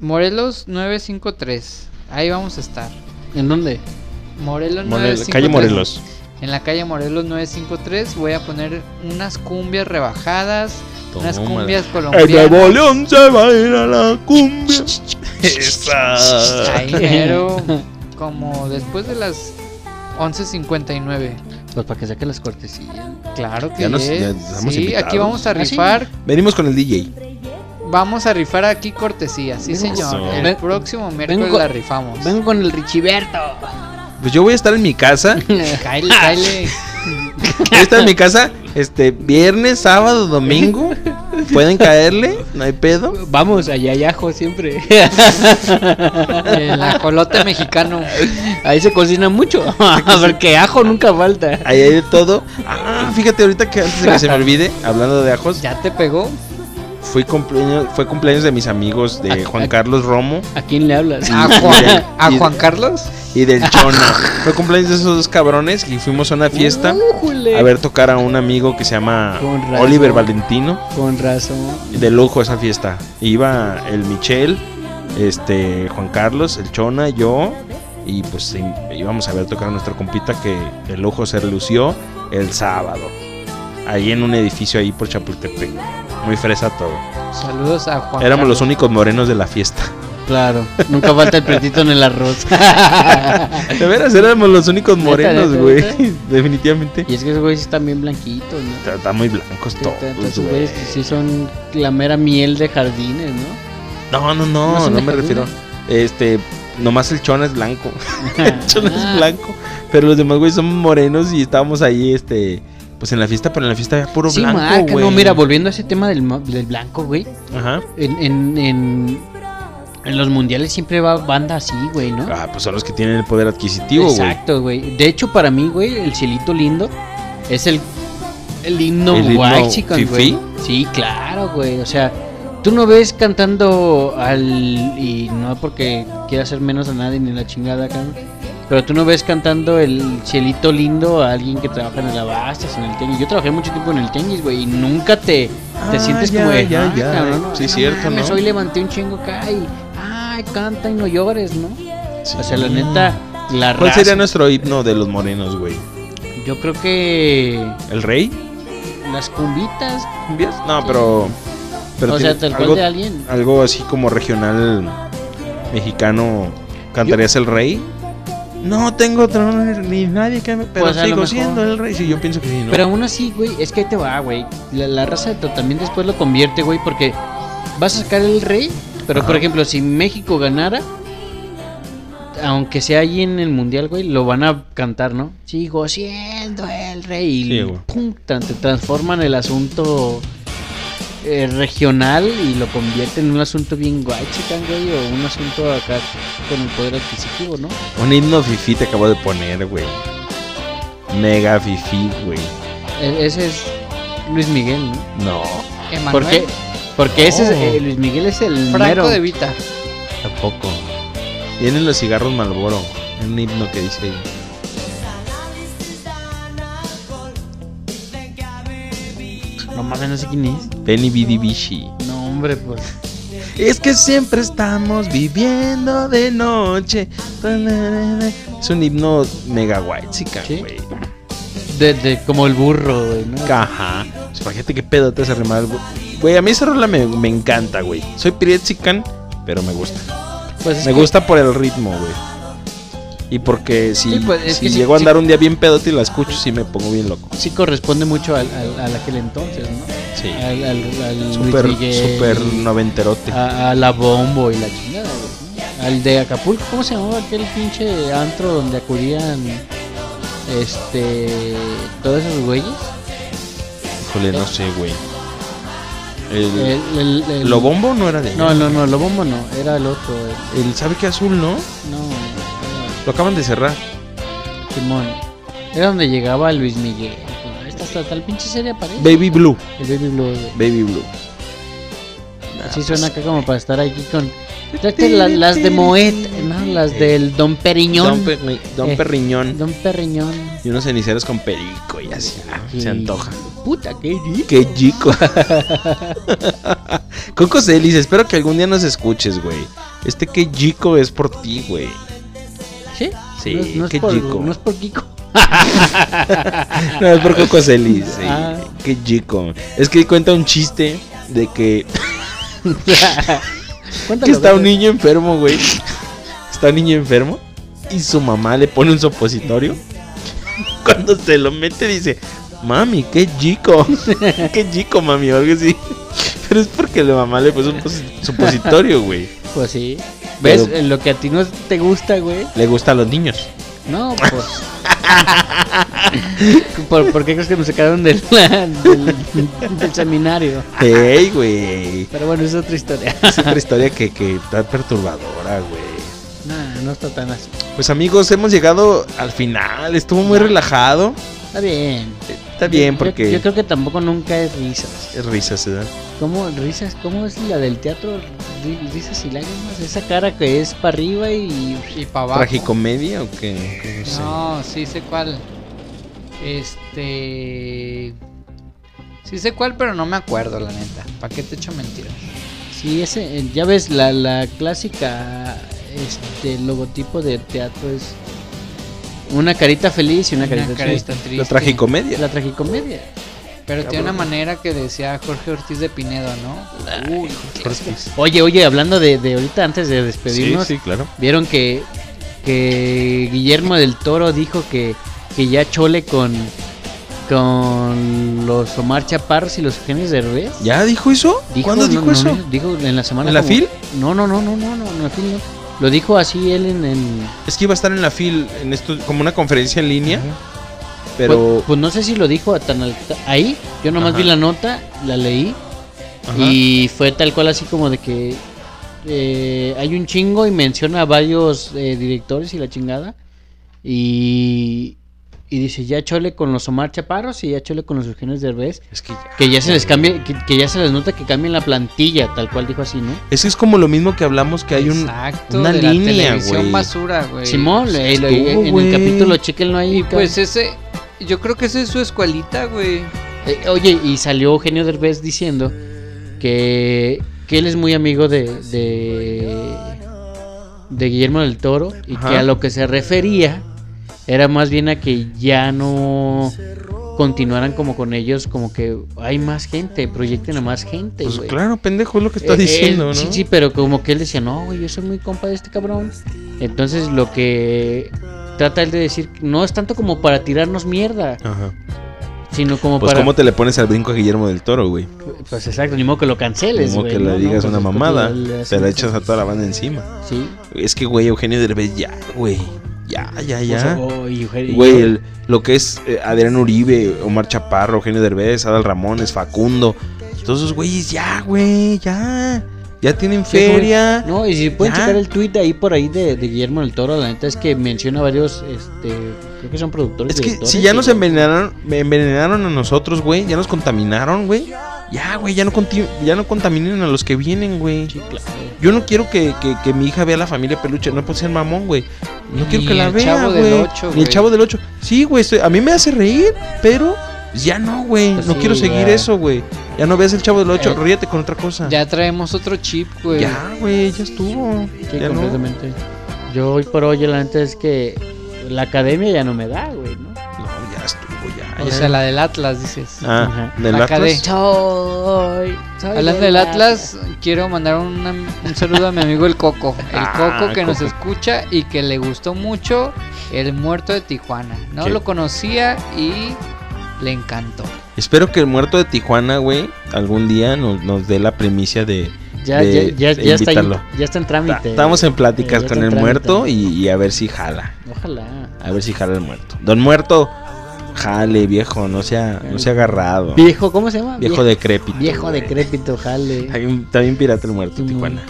C: Morelos 953. Ahí vamos a estar.
D: ¿En dónde?
C: Morelos
B: Morelos-
C: 953.
B: calle Morelos.
C: En la calle Morelos 953 voy a poner unas cumbias rebajadas, unas
B: Tómala.
C: cumbias
B: El Nuevo
C: colombianas.
B: León se va a ir a la cumbia. Esa.
C: Ahí mero, como después de las 11:59.
D: Pues para que saquen las cortesías.
C: Claro que
B: Ya nos-
C: sí.
B: ya estamos
C: Sí,
B: invitados.
C: aquí vamos a
D: ¿Ah, sí?
C: rifar,
B: Venimos con el DJ.
C: vamos a rifar aquí cortesías, sí
D: Eso.
C: señor. El
D: Ven-
C: próximo miércoles
D: con-
C: la rifamos.
D: Vengo con el Richiberto.
B: Pues yo voy a estar en mi casa.
C: Cáele, cáele.
B: Voy a estar en mi casa este viernes, sábado, domingo. Pueden caerle, no hay pedo.
D: Vamos, allá ayajo siempre.
C: El ajolote mexicano.
D: Ahí se cocina mucho. Porque ajo nunca falta.
B: Ahí hay de todo. Ah, fíjate ahorita que antes de que se me olvide, hablando de ajos,
C: ¿Ya te pegó?
B: fui cumpleaños, fue cumpleaños de mis amigos de Juan Carlos Romo
D: ¿A quién le hablas?
C: ¿A Juan, a Juan Carlos?
B: y del Chona. Fue cumpleaños de esos dos cabrones y fuimos a una fiesta
D: Újule.
B: a ver tocar a un amigo que se llama
D: Con razón.
B: Oliver Valentino.
D: Con razón.
B: De lujo esa fiesta. Iba el Michel, este Juan Carlos, el Chona, yo. Y pues sí, íbamos a ver tocar a nuestro compita que el lujo se relució el sábado. Ahí en un edificio ahí por Chapultepec. Muy fresa todo.
C: Saludos a Juan.
B: Éramos los
C: Carlos.
B: únicos morenos de la fiesta.
D: Claro, nunca falta el pretito en el arroz.
B: De veras, éramos los únicos
D: Neta,
B: morenos,
D: neta,
B: güey.
D: neta.
B: Definitivamente.
D: y es que esos güeyes están bien blanquitos, ¿no?
B: Está- Están muy blancos todos,
D: Entonces,
B: güey.
D: güeyes pues, sí son la mera miel de jardines, ¿no?
B: No, no,
D: ¿No
B: no,
D: son
B: no
D: de
B: me
D: Cancún?
B: refiero. Este, nomás el chon es blanco. el chon
D: Ah,
B: es blanco. Pero los demás, güey, son morenos y estábamos ahí, este, pues en la fiesta, pero en la fiesta había puro
D: sí,
B: blanco,
D: marca,
B: güey.
D: no, mira, volviendo a ese tema del, ma- del blanco, güey.
B: Ajá.
D: En, en, en, en los mundiales siempre va banda así, güey, ¿no?
B: Ah, pues son los que tienen el poder adquisitivo, güey.
D: Exacto, güey. De hecho, para mí, güey, el cielito lindo es el, el himno
B: ¿El himno
D: huaxican, güey.
B: fifí?
D: Sí, claro, güey. O sea, tú no ves cantando al. Y no porque quiera hacer menos a nadie ni la chingada acá. ¿no? Pero tú no ves cantando el cielito lindo a alguien que trabaja en el abastas, en el tianguis. Yo trabajé mucho tiempo en el tianguis, güey, y nunca te, te
B: Ah,
D: sientes
B: ya,
D: como de,
B: ya,
D: "Ah,
B: ya".
D: cabrón, no,
B: Sí,
D: no
B: cierto,
D: mames,
B: ¿no?
D: Hoy levanté un chingo acá y, ay, canta y no llores, ¿no?
B: Sí.
D: O sea, la neta, la
B: ¿Cuál
D: raza.
B: sería nuestro himno de los morenos, güey?
D: Yo creo que
B: ¿El rey?
D: las cumbitas,
B: ¿Cumbias? No, pero. pero
D: o sea,
B: tiene
D: tal
B: algo,
D: cual de alguien.
B: algo así como regional mexicano. ¿Cantarías el rey? No tengo otro nombre, ni nadie que me. Pero
D: Pues a lo
B: sigo
D: mejor.
B: siendo el rey. Sí, yo pienso que sí, ¿no?
D: Pero aún así, güey, es que ahí te va, güey. La, la raza de- también después lo convierte, güey, porque vas a sacar el rey, pero por
B: Ajá.
D: ejemplo, si México ganara, aunque sea ahí en el mundial, güey, lo van a cantar, ¿no? Sigo siendo el rey.
B: Sí,
D: Y
B: güey.
D: pum, tra- te transforman el asunto eh, regional y lo convierten en un asunto bien guay, güey, o un asunto acá con el poder adquisitivo, ¿no?
B: Un himno fifi te acabo de poner, güey. Mega fifi, güey.
D: E- ese es Luis Miguel, ¿no?
B: No,
C: Emanuel
D: ¿Por qué? Porque ese es,
B: No.
D: eh, Luis Miguel es el mero.
C: Oh. Franco de Vita.
B: tampoco. Vienen los cigarros Malboro. Un himno que dice ahí.
D: No mames, no sé quién es.
B: Benny Bidi Bishi.
D: No, hombre, pues.
B: Es que siempre estamos viviendo de noche. Es un himno mega white,
D: Sí.
B: güey.
D: De, de- como el burro, güey, ¿no?
B: Ajá. Pues Imagínate qué pedo te hace remar, güey. Güey, a mí esa rola me, me encanta, güey. Soy pirietsican, pero me gusta.
D: Pues es
B: me
D: que-
B: gusta por el ritmo, güey. Y porque si,
D: Sí, pues, es
B: si
D: que sí,
B: llego a
D: sí.
B: andar un día bien pedote y la escucho, sí me pongo bien loco.
D: Sí corresponde mucho al, al, al aquel entonces, ¿no?
B: Sí.
D: Al, al, al
B: Súper,
D: Ah, Luis Miguel, Ah.
B: súper noventerote.
D: A, a la bombo y la chingada, güey. Al de Acapulco, ¿cómo se llamaba aquel pinche antro donde acudían este todos esos güeyes?
B: Híjole, no sé, güey. El,
D: El, el- el-
B: ¿Lo bombo no era de
D: No, no, no, lo bombo no, era el otro, el-
B: El sabe que azul, ¿no?
D: no, era-
B: Lo acaban de cerrar.
D: Simón. Era donde llegaba Luis Miguel. Esta está tal pinche seria parece.
B: Baby Blue.
D: El Baby Blue. güey.
B: Baby Blue. Ah,
D: Así suena acá como para estar aquí con. Tráete la- las de Moet, ¿no? Las del Don Periñón.
B: Eh, Don, Perri- Don
D: Eh.
B: Perriñón.
D: Don Perriñón.
B: Y unos ceniceros con perico y así. ah, Se antoja.
D: Puta, qué rico.
B: Qué chico. Coco Celis, espero que algún día nos escuches, güey. Este que chico es por ti, güey.
D: ¿Sí?
B: Sí,
D: no, es- no es
B: qué
D: por,
B: rico.
D: No es por Kiko.
B: No, es por Coco Celis. Sí.
D: Ah.
B: Qué chico. Es que cuenta un chiste de que
D: Cuéntalo,
B: que está
D: güey.
B: un niño enfermo, güey. Está un niño enfermo y su mamá le pone un supositorio. Cuando se lo mete dice, mami, qué chico, qué chico, mami, o algo así. Pero es porque la mamá le puso un posi- supositorio, güey.
D: Pues sí. ¿Ves?
B: Pero-
D: Eh, Lo que a ti no te gusta, güey.
B: Le gusta a los niños.
D: No, pues. ¿Por, por qué crees que me sacaron del, del, del seminario?
B: Ey, güey.
D: Pero bueno, es otra historia.
B: Es otra historia que, que está perturbadora, güey.
D: No, no está tan así.
B: Pues amigos, hemos llegado al final. Estuvo muy relajado.
D: Está bien.
B: Está bien
D: Yo-
B: porque
D: Yo, creo que tampoco nunca es risas.
B: es risa, se da.
D: ¿Cómo, risas? ¿Cómo es la del teatro? Ri- Risas y lágrimas. Esa cara que es para arriba y.
C: Y para abajo.
B: ¿Tragicomedia o qué? ¿Qué? No sé.
C: No, sí sé cuál. Este. Sí sé cuál, pero no me acuerdo, la neta. ¿Para qué te echo mentiras?
D: Sí, ese. eh, Ya ves, la, la clásica. Este logotipo de teatro es. Una carita feliz y una carita
C: Una
D: triste.
C: carita triste.
B: La tragicomedia.
D: La tragicomedia.
C: Pero tiene una manera que decía Jorge Ortiz de Pinedo, ¿no? Uy, Ortiz.
D: Oye, oye, hablando de, de ahorita, antes de despedirnos,
B: Sí, sí, claro.
D: vieron que, que Guillermo del Toro dijo que, que ya chole con, con los Omar Chaparros y los Eugenio Derbez.
B: ¿Ya dijo eso? ¿Cuándo
D: no,
B: dijo
D: no,
B: eso?
D: no, dijo en la semana.
B: ¿En la
D: como-
B: FIL?
D: No, no, no, no, no, no, en la FIL no. Lo dijo así él en... en-
B: Es que iba a estar en la FIL, en esto, como una conferencia en línea,
D: Pues,
B: pero...
D: pues no sé si lo dijo tan al- ahí. Yo nomás
B: Ajá.
D: vi la nota, la leí.
B: Ajá.
D: pues, Y fue tal cual así como de que eh, hay un chingo y menciona a varios eh, directores y la chingada. Y, y dice, ya chole con los Omar Chaparros y ya chole con los Eugenio Derbez.
B: Es que ya-
D: Que ya se les cambie, que, que ya se les nota que cambien la plantilla, tal cual dijo así, ¿no?
B: Es que es como lo mismo que hablamos que hay un...
C: Exacto,
B: una
C: de
B: línea,
C: la televisión
B: güey.
C: basura, güey. pues
D: Simón, eh, lo- eh,
B: estuvo,
D: en
B: güey.
D: el capítulo chequenlo ahí.
C: Y pues ese, yo creo que esa es su escuelita, güey.
D: Eh, oye, y salió Eugenio Derbez diciendo que, que él es muy amigo de, de, de Guillermo del Toro y
B: Ajá.
D: que a lo que se refería era más bien a que ya no continuaran como con ellos, como que hay más gente, proyecten a más gente.
B: Pues
D: güey".
B: claro, pendejo, es lo que está
D: Eh, él-
B: diciendo, ¿no?
D: Sí, sí, pero como que él decía, no, güey, yo soy muy compa de este cabrón. Entonces lo que trata él de decir no es tanto como para tirarnos mierda,
B: Ajá.
D: sino como
B: Pues
D: para...
B: cómo te le pones al brinco a Guillermo del Toro, güey.
D: Pues exacto, ni modo que lo canceles,
B: Como
D: güey,
B: que
D: ¿no?
B: le
D: No,
B: digas
D: pues
B: una
D: es que
B: mamada,
D: le- le
B: te la
D: hacen-
B: echas a toda la banda encima.
D: Sí.
B: Es que, güey, Eugenio Derbez, ya, güey. Ya, ya, ya.
D: O sea, oh, y Eugenio-
B: Güey, el- lo que es eh, Adrián Uribe, Omar Chaparro, Eugenio Derbez, Adal Ramones, Facundo. Todos esos güeyes, ya, güey, ya. Ya tienen
D: Sí, güey.
B: feria.
D: No, y si pueden
B: Ya.
D: checar el tweet ahí por ahí de, de Guillermo del Toro, la neta es que menciona varios, este, creo que son productores.
B: es que
D: directores,
B: si ya
D: y-
B: nos envenenaron, me envenenaron a nosotros, güey. Ya nos contaminaron, güey. Ya, güey, ya no, conti- ya no contaminen a los que vienen, güey.
D: Sí, claro.
B: Yo no quiero que, que- que mi hija vea la familia peluche, no puedo ser mamón, güey. No
C: Ni
B: quiero que la
C: el
B: vea,
C: Chavo
B: güey.
C: del Ocho,
B: Ni el
C: güey.
B: chavo del 8. Sí, güey, estoy- a mí me hace reír, pero ya no, güey.
D: Pues
B: no
D: sí,
B: quiero seguir
D: ya.
B: eso, güey. Ya no veas el chavo del 8,
D: Eh,
B: ríete con otra cosa.
C: Ya traemos otro chip, güey.
B: Ah. Ya, güey, ya estuvo.
D: Sí,
B: ya no.
D: completamente. Yo hoy por hoy, la neta es que la academia ya no me da, güey, ¿no?
B: No, ya estuvo, ya.
C: O
B: ya.
C: sea, la del Atlas, dices.
B: Ah,
D: Ajá.
B: del
C: La
B: Atlas.
C: KD. Hablando del Atlas, quiero mandar una- un saludo a mi amigo el Coco. El
B: Ah,
C: Coco que nos
B: Coco.
C: escucha y que le gustó mucho El Muerto de Tijuana. No
B: Sí.
C: lo conocía y le encantó.
B: Espero que el muerto de Tijuana, güey, algún día nos, nos dé la primicia de.
D: Ya,
B: de-
D: ya, ya,
B: de
D: ya está, en,
B: invitarlo.
D: ya está en
B: Ta-
D: trámite.
B: Estamos en pláticas
D: Eh, ya
B: con
D: está
B: el
D: en trámite.
B: muerto y, y a ver si jala.
D: Ojalá.
B: A ver si jala el muerto. Don muerto, jale, viejo, no sea, no sea agarrado.
D: Viejo, ¿cómo se llama?
B: Viejo decrépito.
D: Viejo
B: güey.
D: decrépito, jale.
B: Hay un- Está bien pirata el muerto,
D: Mm.
B: Tijuana.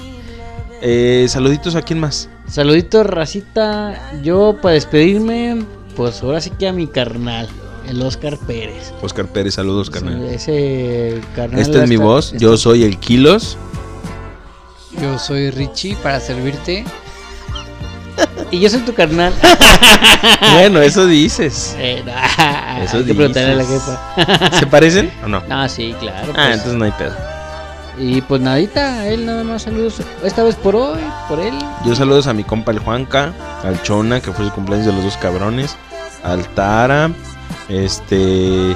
B: Eh, saluditos a quién más.
D: Saluditos, racita. Yo, para despedirme, pues ahora sí que a mi carnal, el Oscar Pérez.
B: Oscar Pérez, saludos,
D: eh,
B: carnal.
D: Ese carnal.
B: Esta es mi
D: hasta-
B: voz, yo soy el Kilos.
C: Yo soy Richie para servirte.
D: Y yo soy tu carnal.
B: Bueno, eso dices.
D: Eh, nah,
B: Eso
D: hay que preguntarle a la
B: dices.
D: jefa.
B: ¿Se parecen o no?
D: No, sí, claro.
B: Ah,
D: pues.
B: entonces no hay pedo.
D: Y pues nadita, a él nada más saludos. Esta vez por hoy, por él.
B: Yo saludos a mi compa el Juanca, al Chona, que fue su cumpleaños de los dos cabrones, al Tara, este,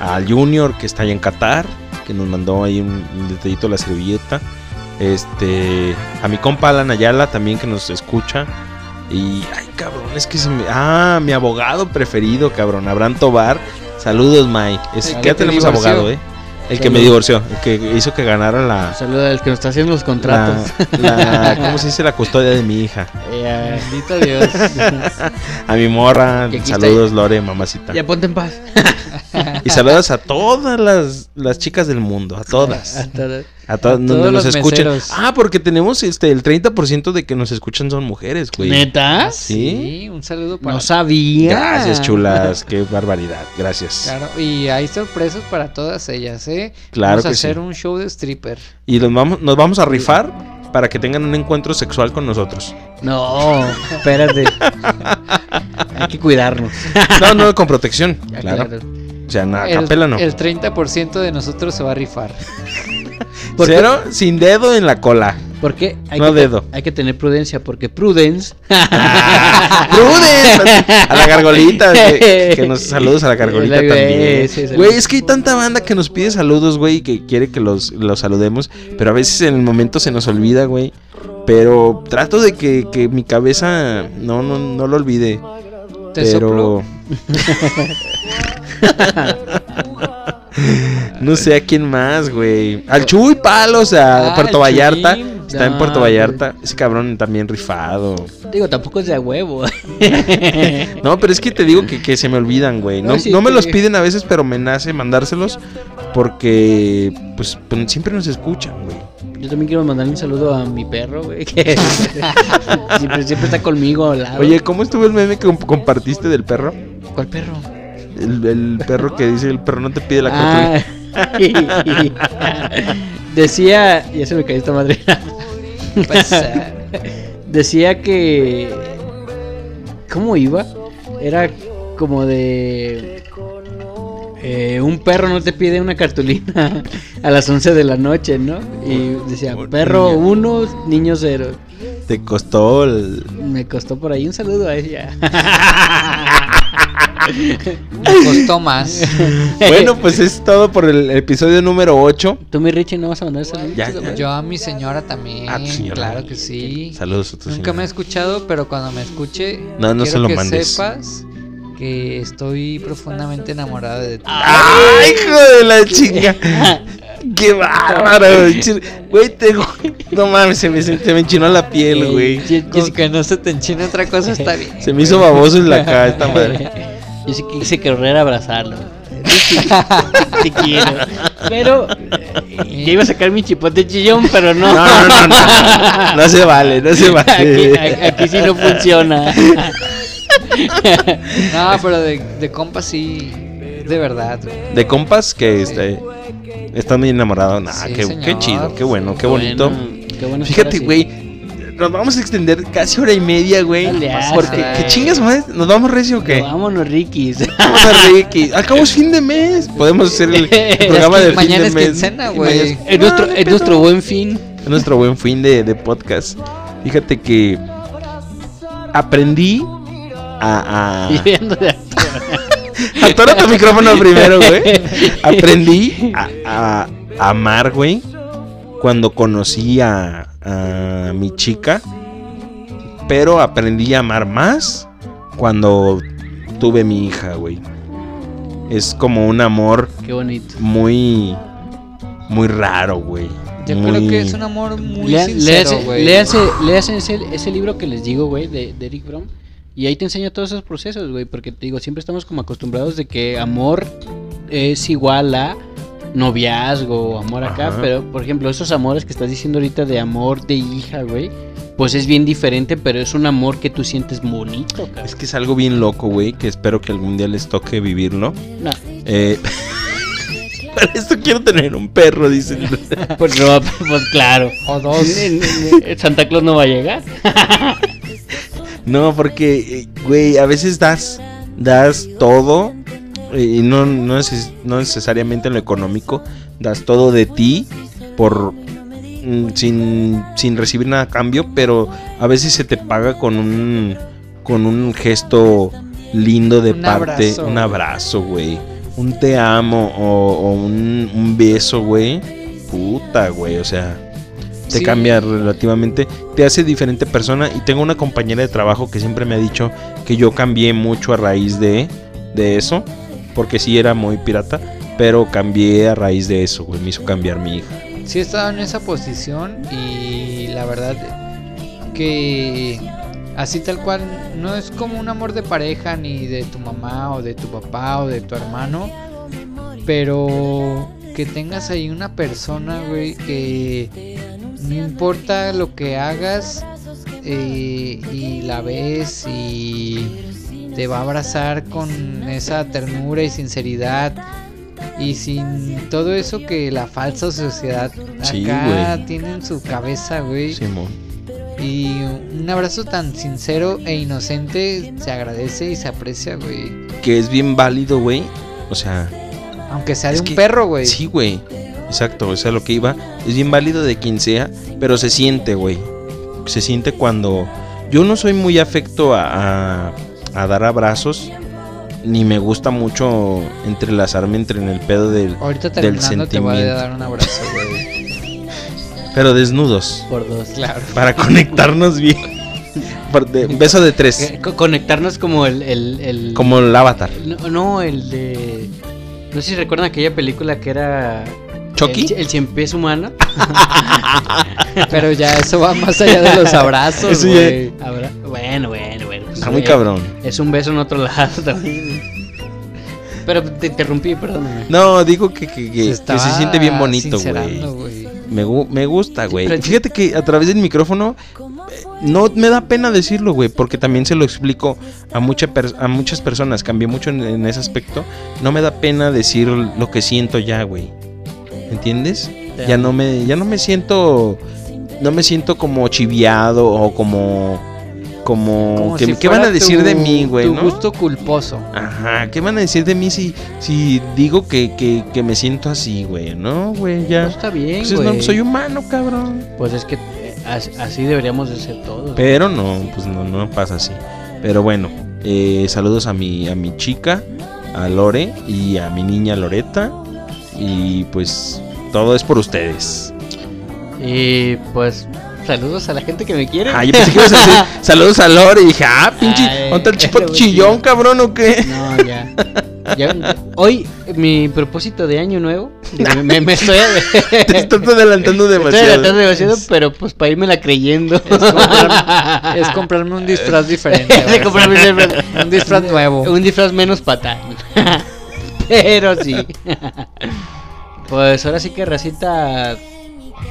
B: al Junior, que está allá en Qatar, que nos mandó ahí un, un detallito de la servilleta, este, a mi compa Alan Ayala también, que nos escucha, y, ay cabrón, es que se me... Ah, mi abogado preferido, cabrón, Abraham Tobar, saludos Mike, es,
C: El
B: que
C: que
B: ya
C: te
B: tenemos
C: divorció.
B: abogado, eh. El que me divorció, el que hizo que ganara la,
D: Saludos al que nos está haciendo los contratos.
B: la- la- ¿Cómo se dice? La custodia de mi hija.
D: Eh,
C: Bendito Dios.
B: A mi morra.
D: Que aquí
B: Saludos, Lore, mamacita.
D: ya ponte en paz.
B: Y saludos a todas las, las chicas del mundo. A todas.
D: Hasta-
B: A todas. donde
C: todos
B: nos
C: los
B: escuchen.
C: meseros.
B: Ah, porque tenemos este el 30% de que nos escuchan son mujeres, güey.
D: ¿Neta?
B: Sí.
C: un saludo para
D: No sabía.
B: Gracias, chulas. Qué barbaridad. Gracias.
C: Claro, y hay sorpresas para todas ellas, ¿eh?
B: Claro
C: Vamos a
B: que sí.
C: hacer un show de stripper.
B: Y los vamos, nos vamos a rifar para que tengan un encuentro sexual con nosotros.
D: No, espérate. Hay que cuidarnos.
B: No, no, con protección.
D: Ya,
B: Claro.
D: claro.
B: O sea, nada,
C: el,
B: capela no.
C: el 30% de nosotros se va a rifar.
D: ¿Por qué?
B: Cero sin dedo en la cola.
D: Porque hay,
B: No
D: que,
B: dedo.
D: hay que tener prudencia, porque Prudence.
B: Ah, ¡Prudence! A la gargolita, güey. Que nos saludos a la gargolita
D: La- eh,
B: también.
D: sí, saludos.
B: Güey, es que hay tanta banda que nos pide saludos, güey, y que quiere que los, los saludemos. Pero a veces en el momento se nos olvida, güey. Pero trato de que, que mi cabeza no, no, no lo olvide.
C: Te sopló.
B: pero. no sé a quién más, güey. Al Chuy Palos, a
D: Ah,
B: Puerto
D: el
B: Vallarta.
D: Chuyín.
B: Está en
D: Ah,
B: Puerto
D: güey.
B: Vallarta. Ese cabrón también rifado.
D: Digo, tampoco es de a huevo.
B: No, pero es que te digo que, que se me olvidan, güey. No,
D: No, sí,
B: no me
D: te-
B: los piden a veces, pero me nace mandárselos porque pues, pues, siempre nos escuchan, güey.
D: Yo también quiero mandar un saludo a mi perro, güey. Que siempre, siempre está conmigo al lado.
B: Oye, ¿cómo estuvo el meme que comp- compartiste del perro?
D: ¿cuál perro?
B: El, el perro que dice, el perro no te pide la
D: Ah,
B: cotuí.
D: decía, ya se me cayó esta madre. decía que ¿cómo iba? Era como de eh, un perro no te pide una cartulina a las 11 de la noche, ¿no? Y decía, perro
B: niño.
D: uno, niño cero.
B: Te costó el...
D: Me costó por ahí un saludo a ella.
C: Me costó más.
B: Bueno, pues es todo por el episodio número 8.
D: Tú, mi Richie, no vas a mandar saludos.
B: Ya, ya.
C: Yo a mi señora también.
B: Ah, tu señora.
C: Claro que sí.
B: Saludos a tu
C: Nunca me
B: señora.
C: ha escuchado, pero cuando me escuche,
B: No, no se
C: quiero
B: lo
C: que
B: mandes.
C: sepas que estoy profundamente enamorada de ti. Ah,
B: ¡Ay, hijo de la chinga! ¡Qué bárbaro! chin- Güey, te... No mames, se me, se me enchinó la piel, güey.
D: Eh, Ye- Jessica,
C: Jessica, no se te enchina otra cosa, está bien.
B: Se me hizo baboso en la cara esta madre.
D: Yo sí quise querer abrazarlo. Te quiero. Pero eh, ya iba a sacar mi chipote chillón, pero no.
B: No, no, no, no. No se vale, no se
D: Aquí,
B: vale.
D: a- aquí sí no funciona.
C: No, pero de, de compa sí, de verdad. güey.
B: De compas que este, están muy enamorados. Nah,
C: Sí,
B: qué,
C: señor.
B: qué chido, qué bueno, qué bonito.
D: Bueno, qué bueno
B: Fíjate,
D: estar así.
B: güey. Nos vamos a extender casi hora y media, güey.
D: Dale, haz,
B: Porque,
C: güey.
B: ¿qué chingas más? ¿Nos vamos recio o qué?
D: No, vámonos, Rikis.
B: Vamos a Ricky. Acabo es fin de mes. Podemos hacer el el programa
C: Es que
B: de fin
C: mañana
B: de
C: es
B: mes.
C: quincena,
B: Y
C: güey.
B: mañana Ah,
D: Es nuestro, es nuestro buen fin.
B: Es nuestro buen fin de, de podcast. Fíjate que aprendí a. a...
D: Viviendo de actor.
B: Atora tu Ah. micrófono primero, güey. Aprendí a, a- a amar, güey. Cuando conocí a, a mi chica. Pero aprendí a amar más cuando tuve mi hija, güey. Es como un amor
D: Qué bonito.
B: muy. Muy raro, güey.
C: Yo
B: Muy-
C: creo que es un amor muy
D: Lea-
C: sincero,
D: léase-
C: güey.
D: léase- léase ese, ese libro que les digo, güey, de, de Eric Fromm. Y ahí te enseña todos esos procesos, güey. Porque te digo, siempre estamos como acostumbrados de que amor es igual a noviazgo o amor acá.
B: Ajá.
D: Pero, por ejemplo, esos amores que estás diciendo ahorita de amor de hija, güey. Pues es bien diferente, pero es un amor que tú sientes bonito, cabrón.
B: Es que es algo bien loco, güey, que espero que algún día les toque vivirlo.
D: No,
B: Eh, para esto quiero tener un perro, dicen.
D: pues no, pues claro.
C: O dos.
D: Santa Claus no va a llegar.
B: No, porque, eh, güey, a veces das, das todo, eh, y no, no, neces- no necesariamente en lo económico, das todo de ti por mm, sin, sin recibir nada a cambio, pero a veces se te paga con un, con un gesto lindo de
C: Un
B: parte,
C: abrazo.
B: un abrazo, güey, un te amo o, o un, un beso, güey. Puta, güey, o sea, te
C: Sí.
B: cambia relativamente, te hace diferente persona. Y tengo una compañera de trabajo que siempre me ha dicho que yo cambié mucho a raíz de, de eso, porque sí era muy pirata, pero cambié a raíz de eso, güey, me hizo cambiar mi hija.
C: sí he estado en esa posición y la verdad que así tal cual no es como un amor de pareja ni de tu mamá o de tu papá o de tu hermano, pero que tengas ahí una persona, güey, que no importa lo que hagas eh, y la ves y te va a abrazar con esa ternura y sinceridad y sin todo eso que la falsa sociedad
B: Sí,
C: acá
B: güey.
C: tiene en su cabeza, güey.
B: Simón.
C: Y un abrazo tan sincero e inocente se agradece y se aprecia, güey.
B: Que es bien válido, güey. O sea,
C: Aunque sea de
B: Es
C: un
B: que-
C: perro, güey.
B: sí, güey. Exacto, o sea, lo que iba es bien válido de quien sea, pero se siente, güey. Se siente cuando. Yo no soy muy afecto a, a- a dar abrazos, ni me gusta mucho entrelazarme entre en el pedo del.
C: Ahorita
B: Del
C: terminando te voy a
B: sentimiento.
C: dar un abrazo, güey.
B: Pero desnudos,
D: Por dos.
C: Claro.
B: para conectarnos bien. Por de- un beso de tres,
D: Eh, co- Conectarnos como el. el, el-
B: como el avatar.
D: No, no, el de. No sé si recuerdan aquella película que era.
B: ¿Chucky?
D: El, el cien pies humano.
C: Pero ya eso va más allá de los abrazos,
B: Eso ya-
C: güey.
D: Habrá- Bueno, bueno, bueno. pues,
B: Está muy
D: eh,
B: cabrón.
D: Es un beso en otro lado también. Pero te interrumpí, perdóname.
B: No, digo que, que- que- que se,
C: estaba
B: siente bien bonito, güey.
C: sincerando, güey.
B: Me, gu- me gusta, güey.
D: pero-
B: Fíjate que a través del micrófono eh, no me da pena decirlo, güey, porque también se lo explico a, mucha per- a muchas personas. Cambié mucho en, en ese aspecto. No me da pena decir lo que siento ya, güey. ¿Entiendes? Ya no me, ya no me siento, no me siento como chiviado o como, como,
C: Como
B: que-
C: si
B: ¿qué van
C: fuera
B: a decir
C: tu-
B: de mí, güey?
C: Tu
B: no?
C: gusto culposo.
B: Ajá, ¿qué van a decir de mí si, si digo que, que, que me siento así, güey? No, güey,
D: No,
B: ya.
D: está bien,
B: Pues es
D: güey.
B: norm- soy humano, cabrón.
D: Pues es que eh, as- así deberíamos de ser todos.
B: Pero no, pues no, no pasa así. Pero bueno, eh, saludos a mi, a mi chica, a Lore y a mi niña Loreta. Y pues todo es por ustedes.
D: Y pues saludos a la gente que me quiere.
B: Ah, yo pensé que ibas a decir saludos a Lore. Y dije, ah, pinche,
D: Ay,
B: ¿dónde el chipo
D: güey, sí.
B: chillón, cabrón, o qué?
D: No, ya. Ya- Hoy mi propósito de año nuevo. digo, me, me estoy,
B: Te estás adelantando
D: estoy adelantando
B: demasiado.
D: demasiado, pero pues para irme la creyendo.
C: Es comprarme, es comprarme un disfraz diferente.
D: De
C: güey.
D: comprarme un disfraz.
C: un disfraz nuevo.
D: Un disfraz menos patán. Pero sí. Pues ahora sí que Racita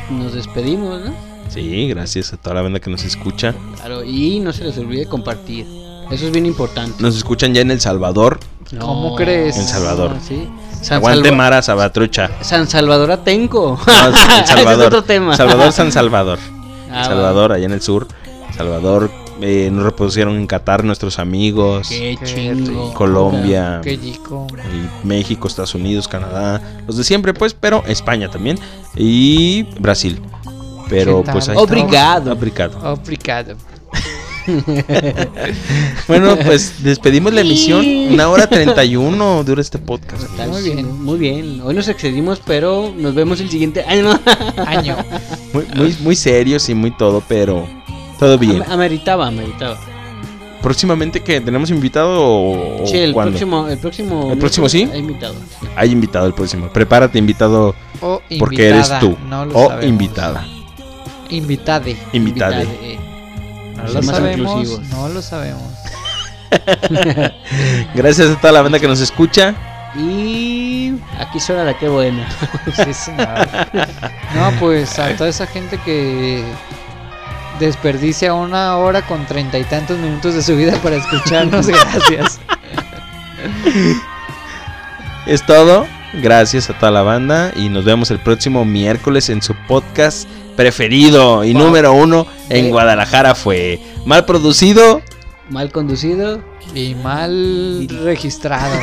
D: nos despedimos, ¿no?
B: Sí, gracias a toda la banda que nos escucha.
D: Claro, y no se les olvide compartir. Eso es bien importante.
B: Nos escuchan ya en El Salvador.
C: ¿Cómo crees?
B: En Salvador.
D: Ah, Sí. San,
B: Aguante
D: Salva-
B: Mara Sabatrucha.
D: San Salvador Atenco.
B: No,
D: Ah,
B: El
D: Ese es
B: Salvador.
D: otro tema.
B: Salvador, San Salvador.
D: Ah,
B: Salvador, allá en el sur. Salvador, eh, nos repusieron en Qatar nuestros amigos.
D: Qué
C: Qué
D: chingo.
C: rico.
B: Colombia,
C: Qué chico.
B: y México, Estados Unidos, Canadá. Los de siempre, pues, pero España también. Y Brasil. Pero
C: ¿Qué
B: pues
C: tal?
B: ahí estamos.
D: Obrigado.
B: Obrigado.
C: Obrigado.
B: Bueno, pues despedimos la emisión. Una hora 31 dura este podcast.
D: Está
C: Muy
D: muy
C: bien.
D: bien, muy bien. Hoy nos excedimos, pero nos vemos el siguiente año.
C: Año.
B: Muy, muy, muy serios y muy todo, pero todo bien.
D: Ah, Ameritaba, ameritaba.
B: Próximamente que tenemos invitado o, o
D: ah. Sí, el
B: cuándo?
D: próximo, el próximo.
B: ¿El próximo sí?
D: Hay invitado.
B: Hay invitado el próximo. Prepárate, invitado,
C: O invitada.
B: porque eres tú.
C: No lo
B: o
C: sabemos.
B: invitada.
C: Invitade.
B: Invitada.
D: Eh,
C: No
D: Sí,
C: lo
D: más
C: sabemos.
D: inclusivos.
C: No lo sabemos.
B: Gracias a toda la banda que nos escucha.
D: Y aquí suena la que buena.
C: Sí, señor. No, pues a toda esa gente que desperdicia una hora con treinta y tantos minutos de su vida para escucharnos, gracias.
B: Es todo. Gracias a toda la banda y nos vemos el próximo miércoles en su podcast preferido y número uno en
D: Eh.
B: Guadalajara fue mal producido
D: Mal conducido.
C: Y mal registrado.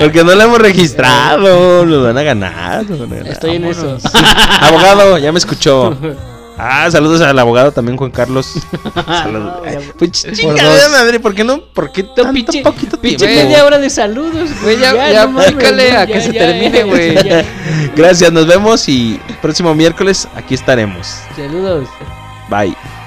B: porque no lo hemos registrado. Lo van a ganar. lo van a ganar.
D: Estoy en eso.
B: Abogado, ya me escuchó. Ah, saludos al abogado también, Juan Carlos. Saludos.
D: ya-
B: Ay, Pues
C: Por
B: chinga,
C: dos.
B: madre, ¿por qué no? ¿Por qué tan
D: pinche-
B: poquito
D: Pinche
B: tiempo?
D: media hora de saludos.
C: Güey, ya- ya pícale a que se termine, güey.
D: ya.
B: Gracias, nos vemos y próximo miércoles aquí estaremos.
D: Saludos.
B: Bye.